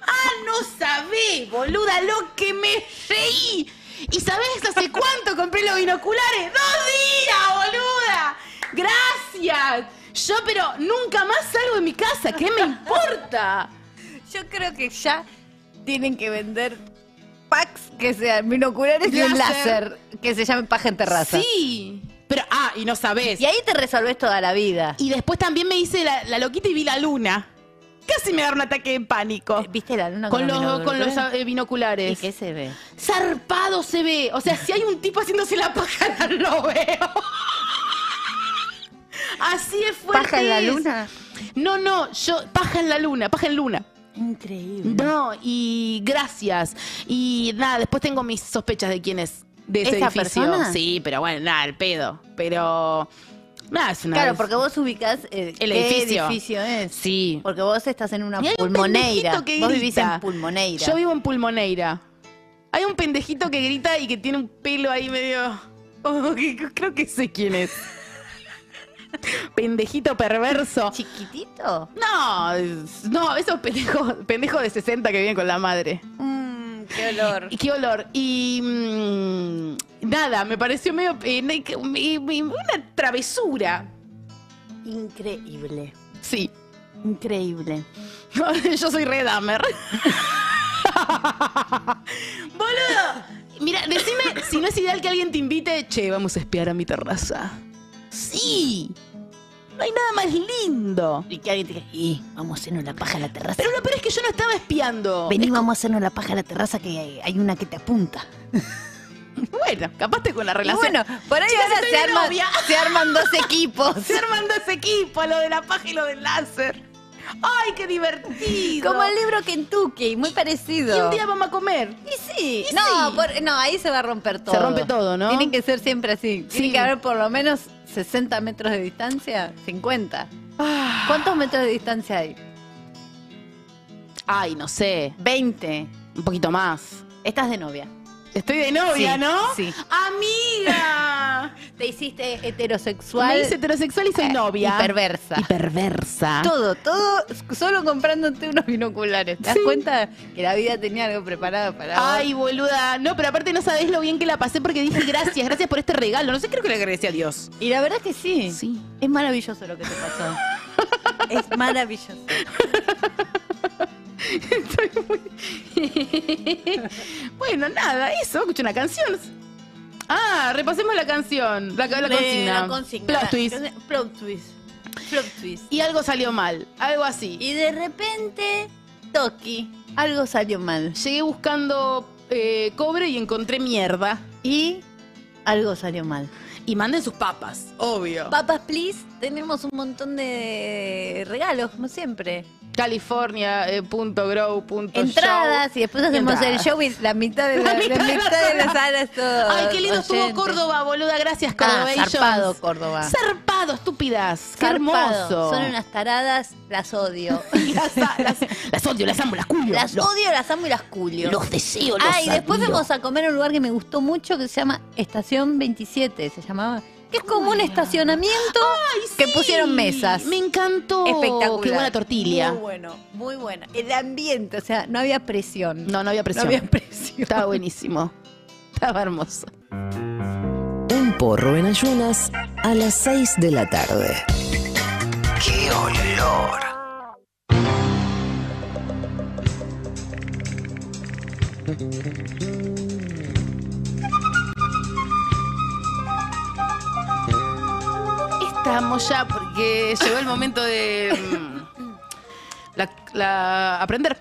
[SPEAKER 2] ¡Ah, no sabés, boluda, lo que me reí! ¿Y sabés hace cuánto compré los binoculares? ¡Dos días, boluda! ¡Gracias! Yo, pero nunca más salgo de mi casa, ¿qué me importa?
[SPEAKER 1] Yo creo que ya tienen que vender packs que sean binoculares y un
[SPEAKER 2] Láser.
[SPEAKER 1] láser que se llame paja en terraza.
[SPEAKER 2] Sí. Pero, ah, y no sabés.
[SPEAKER 1] Y ahí te resolvés toda la vida.
[SPEAKER 2] Y después también me hice la, la loquita y vi la luna. Casi me agarró un ataque de pánico.
[SPEAKER 1] Eh, ¿Viste la luna
[SPEAKER 2] Con los, con los
[SPEAKER 1] binoculares?
[SPEAKER 2] eh,
[SPEAKER 1] ¿Y
[SPEAKER 2] binoculares.
[SPEAKER 1] qué se ve?
[SPEAKER 2] Zarpado se ve. O sea, si hay un tipo haciéndose la paja, no lo veo. Así es fuerte.
[SPEAKER 1] ¿Paja en la
[SPEAKER 2] es.
[SPEAKER 1] luna?
[SPEAKER 2] No, no, yo, paja en la luna, paja en luna.
[SPEAKER 1] Increíble.
[SPEAKER 2] No, y gracias. Y nada, después tengo mis sospechas de quién es de ese
[SPEAKER 1] ¿Esa
[SPEAKER 2] edificio.
[SPEAKER 1] persona?
[SPEAKER 2] Sí, pero bueno, nada, el pedo. Pero. Nada, es una.
[SPEAKER 1] Claro, porque vos ubicás eh,
[SPEAKER 2] El
[SPEAKER 1] qué
[SPEAKER 2] edificio.
[SPEAKER 1] es.
[SPEAKER 2] Sí.
[SPEAKER 1] Porque vos estás en una
[SPEAKER 2] Y hay un
[SPEAKER 1] pulmoneira.
[SPEAKER 2] pendejito que
[SPEAKER 1] vos vivís
[SPEAKER 2] grita.
[SPEAKER 1] en pulmoneira.
[SPEAKER 2] Yo vivo en Pulmoneira. Hay un pendejito que grita y que tiene un pelo ahí medio. Oh, que- que- creo que sé quién es. pendejito perverso.
[SPEAKER 1] ¿Chiquitito?
[SPEAKER 2] No, es- no, esos pendejos, pendejos de 60 que viven con la madre.
[SPEAKER 1] Mmm, qué olor.
[SPEAKER 2] Y Mm, qué olor. Y mm, nada, me pareció medio eh, ne- que- mi- mi- una travesura.
[SPEAKER 1] Increíble.
[SPEAKER 2] Sí.
[SPEAKER 1] Increíble.
[SPEAKER 2] Yo soy Red Hammer. Boludo. Mira, decime si no es ideal que alguien te invite, che, vamos a espiar a mi terraza. Sí. No hay nada más lindo.
[SPEAKER 1] Y que alguien te diga, y vamos a hacernos la paja a la terraza.
[SPEAKER 2] Pero lo peor es que yo no estaba espiando.
[SPEAKER 1] Vení, vamos a hacernos la paja a la terraza que hay, hay una que te apunta.
[SPEAKER 2] Bueno, capaz te con la
[SPEAKER 1] Y
[SPEAKER 2] relación.
[SPEAKER 1] bueno, por ahí
[SPEAKER 2] Chicas,
[SPEAKER 1] ahora
[SPEAKER 2] estoy
[SPEAKER 1] se,
[SPEAKER 2] de
[SPEAKER 1] arman-
[SPEAKER 2] novia.
[SPEAKER 1] se arman dos equipos.
[SPEAKER 2] Se armando ese equipo, lo de la paja y lo del láser. ¡Ay, qué divertido!
[SPEAKER 1] Como el libro Kentucky, muy
[SPEAKER 2] Y
[SPEAKER 1] parecido.
[SPEAKER 2] un día vamos a comer.
[SPEAKER 1] Y sí,
[SPEAKER 2] Y
[SPEAKER 1] no,
[SPEAKER 2] sí.
[SPEAKER 1] por- no, ahí se va a romper todo.
[SPEAKER 2] rompe todo, ¿no?
[SPEAKER 1] Tienen que ser siempre así.
[SPEAKER 2] Sí.
[SPEAKER 1] Tiene que haber por lo menos 60 metros de distancia, 50.
[SPEAKER 2] Ah.
[SPEAKER 1] ¿Cuántos metros de distancia hay?
[SPEAKER 2] Ay, no sé.
[SPEAKER 1] 20.
[SPEAKER 2] Un poquito más.
[SPEAKER 1] Estás de novia.
[SPEAKER 2] Estoy de novia,
[SPEAKER 1] Sí,
[SPEAKER 2] ¿no?
[SPEAKER 1] sí.
[SPEAKER 2] ¡Amiga!
[SPEAKER 1] Te hiciste
[SPEAKER 2] Me
[SPEAKER 1] heterosexual.
[SPEAKER 2] hice heterosexual y soy novia.
[SPEAKER 1] Y perversa.
[SPEAKER 2] Y perversa.
[SPEAKER 1] eh, Todo, todo, solo comprándote unos binoculares. ¿Te das
[SPEAKER 2] Sí.
[SPEAKER 1] cuenta que la vida tenía algo preparado para vos?
[SPEAKER 2] Ay, boluda. No, pero aparte no sabés lo bien que la pasé porque dije gracias, gracias por este regalo. No sé, creo que le agradecí a Dios.
[SPEAKER 1] Y la verdad que sí.
[SPEAKER 2] Sí.
[SPEAKER 1] Es maravilloso lo que te pasó. es maravilloso.
[SPEAKER 2] Bueno, nada, eso. Escuché una canción. Ah, repasemos la canción. La, la
[SPEAKER 1] Le-
[SPEAKER 2] consigna.
[SPEAKER 1] La consigna.
[SPEAKER 2] Plot twist.
[SPEAKER 1] La- Plot twist. Plot twist.
[SPEAKER 2] Y algo salió mal. Algo así.
[SPEAKER 1] Y de repente, Toki, algo salió mal.
[SPEAKER 2] Llegué buscando eh, cobre y encontré mierda.
[SPEAKER 1] Y algo salió mal.
[SPEAKER 2] Y manden sus papas, obvio.
[SPEAKER 1] Papas, please, tenemos un montón de regalos, como siempre.
[SPEAKER 2] California, eh, punto grow, punto show.
[SPEAKER 1] Entradas y después hacemos el
[SPEAKER 2] Entradas.
[SPEAKER 1] show y la mitad de,
[SPEAKER 2] La
[SPEAKER 1] la- la
[SPEAKER 2] mitad de la
[SPEAKER 1] mitad de
[SPEAKER 2] sala.
[SPEAKER 1] las salas todo.
[SPEAKER 2] Ay, qué lindo estuvo
[SPEAKER 1] oyente.
[SPEAKER 2] Córdoba, boluda. Gracias,
[SPEAKER 1] Ah,
[SPEAKER 2] Córdoba.
[SPEAKER 1] zarpado Córdoba.
[SPEAKER 2] Zarpado, estúpidas. Qué hermoso.
[SPEAKER 1] Zarpado. Son unas taradas, las odio.
[SPEAKER 2] las, las- las odio, las amo, las culo.
[SPEAKER 1] Las
[SPEAKER 2] Los-
[SPEAKER 1] odio, las amo y las culio.
[SPEAKER 4] Los deseo, los
[SPEAKER 1] Ah, y después
[SPEAKER 4] admiro.
[SPEAKER 1] vamos a comer a un lugar que me gustó mucho que se llama Estación 27, se llamaba. Que es como un estacionamiento que pusieron mesas.
[SPEAKER 2] Me encantó.
[SPEAKER 1] Espectacular.
[SPEAKER 2] Qué buena tortilla.
[SPEAKER 1] Muy bueno, muy buena. El ambiente, o sea, no había presión.
[SPEAKER 2] No, no había presión.
[SPEAKER 1] había presión.
[SPEAKER 2] Estaba buenísimo. Estaba hermoso.
[SPEAKER 5] Un porro en ayunas a las 6 de la tarde. ¡Qué olor!
[SPEAKER 2] Estamos ya porque llegó el momento de mm, la, la- aprender.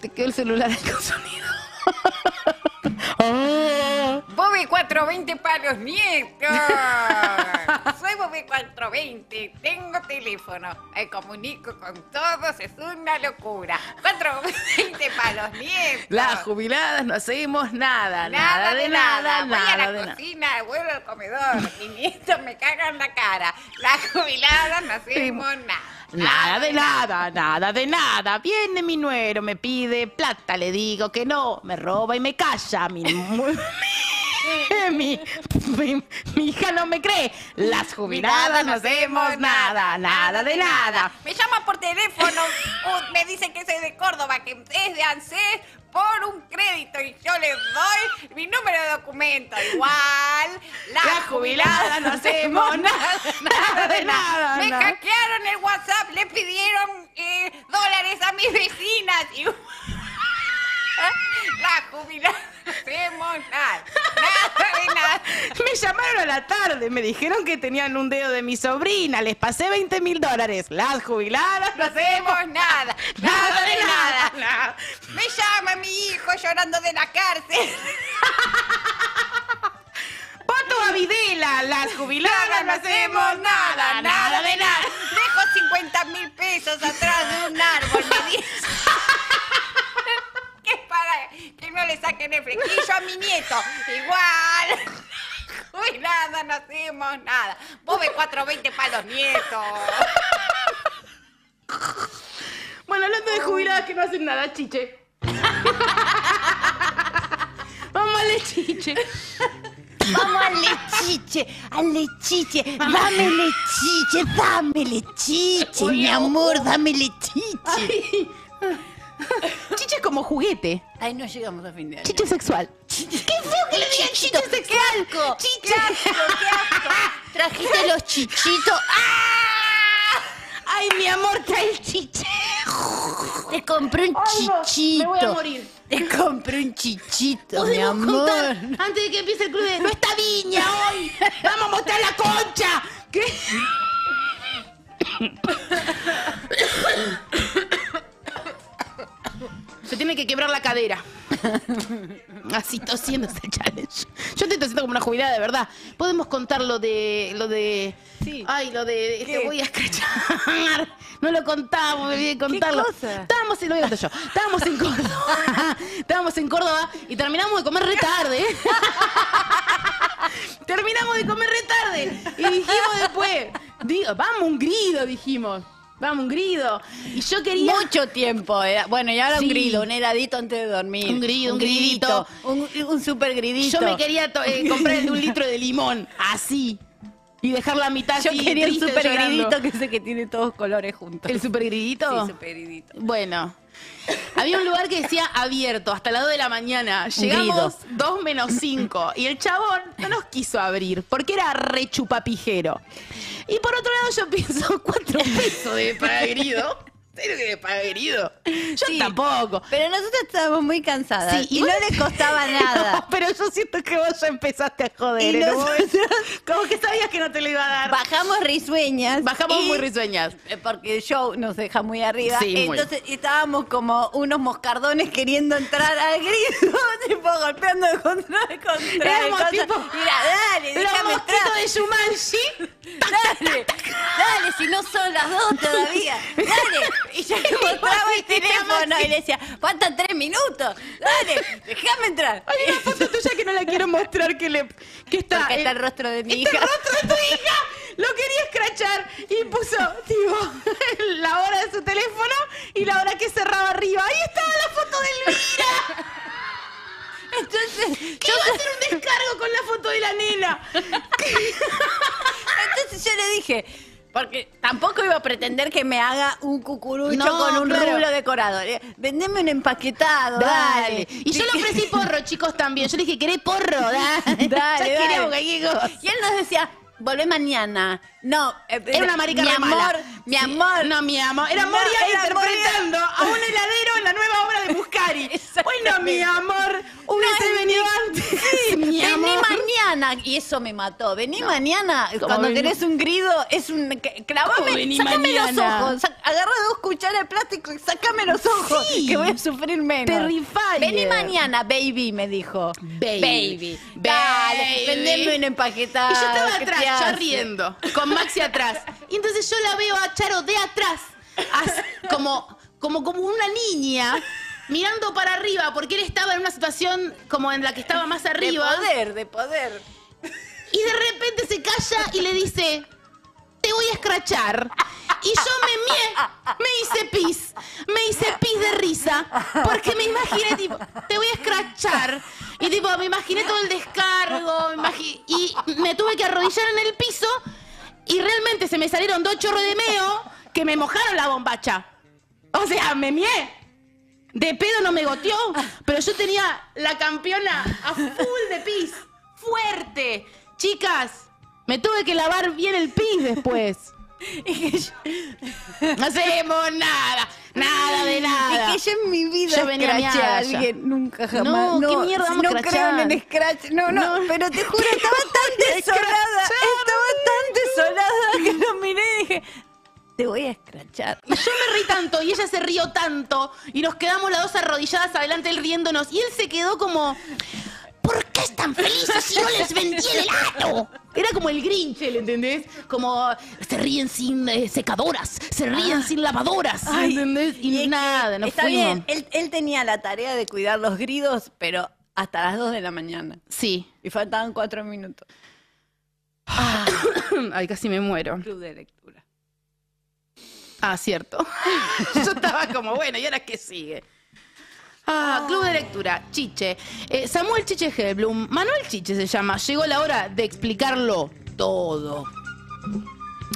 [SPEAKER 2] Te quedó el celular ahí con sonido. Ah.
[SPEAKER 3] Bobby 420 palos nietos. Soy Bobby 420. Tengo teléfono. Me comunico con todos. Es una locura. 420 palos nietos.
[SPEAKER 2] Las jubiladas no hacemos nada, nada,
[SPEAKER 3] Nada
[SPEAKER 2] de nada,
[SPEAKER 3] Voy
[SPEAKER 2] nada
[SPEAKER 3] a
[SPEAKER 2] de
[SPEAKER 3] la
[SPEAKER 2] nada.
[SPEAKER 3] cocina, vuelvo al comedor. Mi nieto me caga en la cara. Las jubiladas no hacemos nada.
[SPEAKER 2] Nada de nada, nada de nada. Viene mi nuero, me pide plata, le digo que no, me roba y me calla. Mi, mi, mi- mi hija no me cree. Las jubiladas no hacemos nada, nada de nada.
[SPEAKER 3] Me llaman por teléfono, uh, me dicen que soy de Córdoba, que es de ANSES, por un crédito y yo les doy mi número de documento. Igual, las
[SPEAKER 2] Las jubiladas no hacemos nada, nada de nada.
[SPEAKER 3] Me
[SPEAKER 2] nada.
[SPEAKER 3] hackearon el WhatsApp, le pidieron eh, dólares a mis vecinas. Y... La jubilada no hacemos nada. Nada de nada.
[SPEAKER 2] Me llamaron a la tarde, me dijeron que tenían un dedo de mi sobrina, les pasé 20 mil dólares. Las jubiladas no
[SPEAKER 3] No
[SPEAKER 2] hacemos
[SPEAKER 3] hacemos nada. Nada de nada. Me llama mi hijo llorando de la cárcel.
[SPEAKER 2] Poto a Videla, las jubiladas
[SPEAKER 3] Nada, no hacemos nada. Nada de nada. Dejo 50 mil pesos atrás de un árbol. Me dice. Que es para que no le saquen el flequillo a mi nieto. Igual. Uy, nada, no hacemos nada. Vos ves 420 para los nietos.
[SPEAKER 2] Bueno, hablando de jubiladas que no hacen nada, chiche. Vamos a la chiche.
[SPEAKER 4] Vamos al lechiche, al lechiche. Dame lechiche, dame lechiche, mi amor, dame lechiche.
[SPEAKER 2] Chiche es como juguete.
[SPEAKER 1] Ay, no llegamos a fin de año.
[SPEAKER 2] Chiche sexual. ¡Qué feo que le digan chiche sexual! ¡Chiche!
[SPEAKER 4] Trajiste los chichitos.
[SPEAKER 2] ¡Ay, mi amor, trae el chiche!
[SPEAKER 4] ¡Ah! Te compré un
[SPEAKER 2] Me voy a
[SPEAKER 4] chichito.
[SPEAKER 2] morir.
[SPEAKER 4] Te compré un chichito, mi
[SPEAKER 2] Podemos
[SPEAKER 4] amor.
[SPEAKER 2] contar antes de que empiece el club de no está viña hoy. Vamos a mostrar la concha. ¿Qué? Se tiene que quebrar la cadera. Así tosiendo este challenge. Yo estoy tosiendo como una jubilada, de verdad. Podemos contar lo de. lo de.
[SPEAKER 1] Sí.
[SPEAKER 2] Ay, lo de.
[SPEAKER 1] ¿Qué?
[SPEAKER 2] Te voy a escrachar. No lo contamos, me olvidé de contarlo.
[SPEAKER 1] cosa?
[SPEAKER 2] Estábamos en, lo voy a contar yo. Estábamos en Córdoba. Estábamos en Córdoba y terminamos de comer re tarde. terminamos de comer re tarde. Y dijimos después, digo, vamos un grido, dijimos. vamos, un grido. Y yo quería.
[SPEAKER 1] Mucho tiempo. era- eh, Bueno, y ahora
[SPEAKER 2] Sí.
[SPEAKER 1] un grido, un heladito antes de dormir.
[SPEAKER 2] Un grido, un gridito.
[SPEAKER 1] Un, un super gridito.
[SPEAKER 2] Yo me quería to- eh, comprar el de un litro de limón, así. Y dejar la mitad
[SPEAKER 1] Yo
[SPEAKER 2] así,
[SPEAKER 1] quería el
[SPEAKER 2] triste,
[SPEAKER 1] super
[SPEAKER 2] llorando.
[SPEAKER 1] gridito que es el que tiene todos colores juntos.
[SPEAKER 2] ¿El super gridito?
[SPEAKER 1] Sí, super gridito.
[SPEAKER 2] Bueno. Había un lugar que decía abierto hasta las 2 de la mañana. Llegamos 2 menos 5. Y el chabón no nos quiso abrir porque era re chupapijero. Y por otro lado, yo pienso 4 pesos de pagrido. ¿Serio que de pagrido? Yo
[SPEAKER 1] Sí.
[SPEAKER 2] tampoco.
[SPEAKER 1] Pero nosotros estábamos muy cansadas
[SPEAKER 2] Sí,
[SPEAKER 1] y,
[SPEAKER 2] y
[SPEAKER 1] no
[SPEAKER 2] vos-
[SPEAKER 1] le costaba
[SPEAKER 2] No,
[SPEAKER 1] nada.
[SPEAKER 2] pero yo siento que vos ya empezaste a joder.
[SPEAKER 1] Y
[SPEAKER 2] en un
[SPEAKER 1] nosotros-
[SPEAKER 2] momento. Como que sabías que no te lo iba a dar.
[SPEAKER 1] Bajamos risueñas.
[SPEAKER 2] Bajamos
[SPEAKER 1] y-
[SPEAKER 2] muy risueñas.
[SPEAKER 1] eh, Porque el show nos deja muy arriba.
[SPEAKER 2] Sí, muy.
[SPEAKER 1] entonces estábamos como unos moscardones queriendo entrar al grito, tipo golpeando contra contra
[SPEAKER 2] Éramos
[SPEAKER 1] cosas.
[SPEAKER 2] tipo-
[SPEAKER 1] Mira, dale,
[SPEAKER 2] Era
[SPEAKER 1] déjame entrar.
[SPEAKER 2] mosquito de Shumanji.
[SPEAKER 1] Dale, dale, si no son las dos todavía. Dale. Y ya le mostraba el teléfono y le decía, faltan tres minutos. Dale, déjame entrar.
[SPEAKER 2] Hay una foto tuya que no la quiero mostrar que le que está,
[SPEAKER 1] Porque está
[SPEAKER 2] eh,
[SPEAKER 1] el rostro de mi
[SPEAKER 2] está
[SPEAKER 1] hija.
[SPEAKER 2] el rostro de tu hija. Lo quería escrachar y puso tipo la hora de su teléfono y la hora que cerraba arriba. Ahí estaba la foto de Elvira.
[SPEAKER 1] Entonces,
[SPEAKER 2] Que iba a hacer un descargo con la foto de la nena.
[SPEAKER 1] entonces yo le dije, porque tampoco iba a pretender que me haga un cucurucho
[SPEAKER 2] No,
[SPEAKER 1] con un
[SPEAKER 2] claro.
[SPEAKER 1] rulo decorado. Le- Vendeme un empaquetado, dale.
[SPEAKER 2] Dale. Y yo le ofrecí porro, chicos, también. Yo le dije, ¿querés porro? Dale.
[SPEAKER 1] Dale,
[SPEAKER 2] Ya
[SPEAKER 1] dale.
[SPEAKER 2] queríamos cualquier cosa.
[SPEAKER 1] Y él nos decía, volvé mañana. No, eh,
[SPEAKER 2] Era una marica
[SPEAKER 1] mi
[SPEAKER 2] re
[SPEAKER 1] amor,
[SPEAKER 2] mala.
[SPEAKER 1] mi
[SPEAKER 2] Sí.
[SPEAKER 1] amor.
[SPEAKER 2] No, mi amor. Era
[SPEAKER 1] No,
[SPEAKER 2] Moria
[SPEAKER 1] era
[SPEAKER 2] interpretando a un heladero en la nueva obra de Buscari.
[SPEAKER 1] Exactamente.
[SPEAKER 2] bueno, mi amor, hubiese venido antes. mi
[SPEAKER 1] Vení
[SPEAKER 2] amor.
[SPEAKER 1] mañana, y eso me mató. Vení mañana, cuando
[SPEAKER 2] vení?
[SPEAKER 1] tenés un grido, es un. que-
[SPEAKER 2] ¿Cómo
[SPEAKER 1] Clavame,
[SPEAKER 2] vení
[SPEAKER 1] sacame los
[SPEAKER 2] mañana?
[SPEAKER 1] ojos. sa- agarrá dos cucharas de plástico y sacame los ojos,
[SPEAKER 2] Sí.
[SPEAKER 1] que voy a sufrir menos.
[SPEAKER 2] Terrifier.
[SPEAKER 1] Vení mañana, baby, me dijo.
[SPEAKER 2] Baby.
[SPEAKER 1] Baby.
[SPEAKER 2] Baby.
[SPEAKER 1] Dale, vendeme un empaquetado.
[SPEAKER 2] Y yo estaba
[SPEAKER 1] ¿qué
[SPEAKER 2] atrás,
[SPEAKER 1] te
[SPEAKER 2] ya
[SPEAKER 1] hace?
[SPEAKER 2] riendo, con Maxi atrás. Y entonces yo la veo a Charo de atrás, as- como, como, como una niña, mirando para arriba, porque él estaba en una situación como en la que estaba más
[SPEAKER 1] De
[SPEAKER 2] arriba.
[SPEAKER 1] poder, de poder.
[SPEAKER 2] Y de repente se calla y le dice, te voy a escrachar. Y yo me mié, me hice pis, me hice pis de risa, porque me imaginé, tipo, te voy a escrachar. Y tipo, me imaginé todo el descargo, me imagi- y me tuve que arrodillar en el piso y realmente se me salieron dos chorros de meo que me mojaron la bombacha. O sea, me mié. De pedo no me goteó, pero yo tenía la campeona a full de pis, fuerte. Chicas, me tuve que lavar bien el pis después. No hacemos nada, nada de nada.
[SPEAKER 1] Es que yo en mi vida
[SPEAKER 2] Yo venía
[SPEAKER 1] escraché a
[SPEAKER 2] miada
[SPEAKER 1] alguien, nunca jamás.
[SPEAKER 2] No, ¿qué mierda vamos a
[SPEAKER 1] No creo
[SPEAKER 2] escrachar?
[SPEAKER 1] en el scratch, no, no,
[SPEAKER 2] No.
[SPEAKER 1] pero te juro, estaba tan desolada, estaba tan desolada que lo miré y dije, te voy a escrachar.
[SPEAKER 2] Y yo me reí tanto y ella se rió tanto y nos quedamos las dos arrodilladas adelante él riéndonos y él se quedó como ¿Por qué están felices si yo les vendí el helado? Era como el Grinch, ¿le entendés? Como se ríen sin eh, secadoras, se ríen sin lavadoras,
[SPEAKER 1] Ah. Ay,
[SPEAKER 2] ¿entendés? Y,
[SPEAKER 1] y es que
[SPEAKER 2] nada, no
[SPEAKER 1] Está
[SPEAKER 2] fuimos.
[SPEAKER 1] bien, él, él tenía la tarea de cuidar los gridos, pero hasta las 2 de la mañana.
[SPEAKER 2] Sí.
[SPEAKER 1] Y faltaban cuatro minutos.
[SPEAKER 2] Ay, casi me muero.
[SPEAKER 1] Club de lectura.
[SPEAKER 2] Ah, cierto. Yo estaba como, bueno, ¿y ahora qué sigue? Ah, club de lectura, Chiche. Eh, Samuel Chiche Helblum, Manuel Chiche se llama. Llegó la hora de explicarlo todo.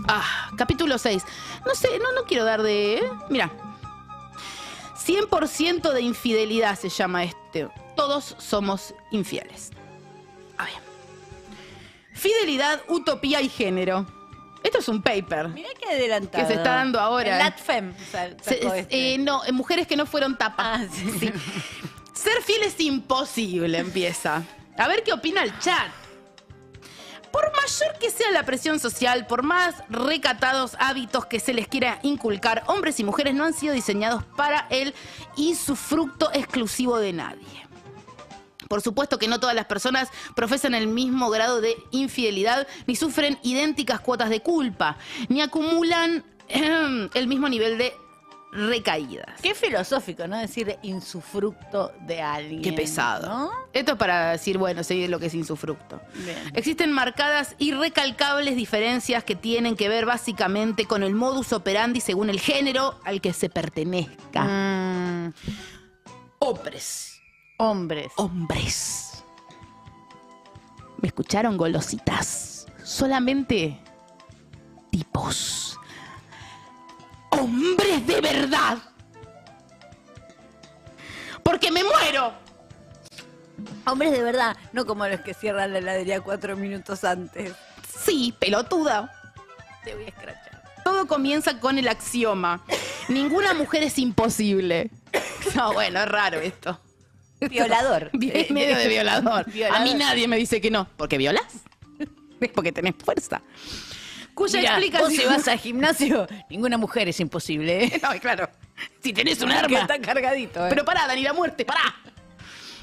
[SPEAKER 2] Ah, capítulo 6. No sé, no, no quiero dar de. ¿eh? Mira. 100% de infidelidad se llama este. Todos somos infieles. A ver. Fidelidad, utopía y género. Esto es un paper.
[SPEAKER 1] Mirá que adelantado.
[SPEAKER 2] Que se está dando ahora. eh.
[SPEAKER 1] El Latfem sal-
[SPEAKER 2] Se-
[SPEAKER 1] sacó este.
[SPEAKER 2] eh, no, eh, mujeres que no fueron tapas.
[SPEAKER 1] Ah, sí.
[SPEAKER 2] Sí. Ser fiel es imposible, empieza. A ver qué opina el chat. Por mayor que sea la presión social, por más recatados hábitos que se les quiera inculcar, hombres y mujeres no han sido diseñados para el insufructo exclusivo de nadie. Por supuesto que no todas las personas profesan el mismo grado de infidelidad, ni sufren idénticas cuotas de culpa, ni acumulan el mismo nivel de recaídas.
[SPEAKER 1] Qué filosófico, ¿no? Decir insufructo de alguien.
[SPEAKER 2] Qué pesado.
[SPEAKER 1] ¿no?
[SPEAKER 2] Esto es para decir, bueno, sé lo que es insufructo.
[SPEAKER 1] Bien.
[SPEAKER 2] Existen marcadas y recalcables diferencias que tienen que ver básicamente con el modus operandi según el género al que se pertenezca.
[SPEAKER 1] Mm,
[SPEAKER 2] Hombres.
[SPEAKER 1] hombres.
[SPEAKER 2] Hombres. ¿Me escucharon golositas? Solamente tipos. Hombres de verdad. Porque me muero.
[SPEAKER 1] Hombres de verdad, no como los que cierran la heladería cuatro minutos antes.
[SPEAKER 2] Sí, pelotuda.
[SPEAKER 1] Te voy a escrachar.
[SPEAKER 2] Todo comienza con el axioma. Ninguna mujer es imposible. No, bueno, es raro esto.
[SPEAKER 1] Violador. Eh,
[SPEAKER 2] Bien, medio de violador.
[SPEAKER 1] Violador.
[SPEAKER 2] A mí nadie me dice que no. Porque violas. Es porque tenés fuerza. Cuya
[SPEAKER 1] Mira,
[SPEAKER 2] explicación.
[SPEAKER 1] vos si vas al gimnasio, ninguna mujer es imposible. ¿eh?
[SPEAKER 2] No, claro. Si tenés un
[SPEAKER 1] Que
[SPEAKER 2] arma.
[SPEAKER 1] está cargadito. ¿eh?
[SPEAKER 2] Pero pará, Dani, la muerte, pará.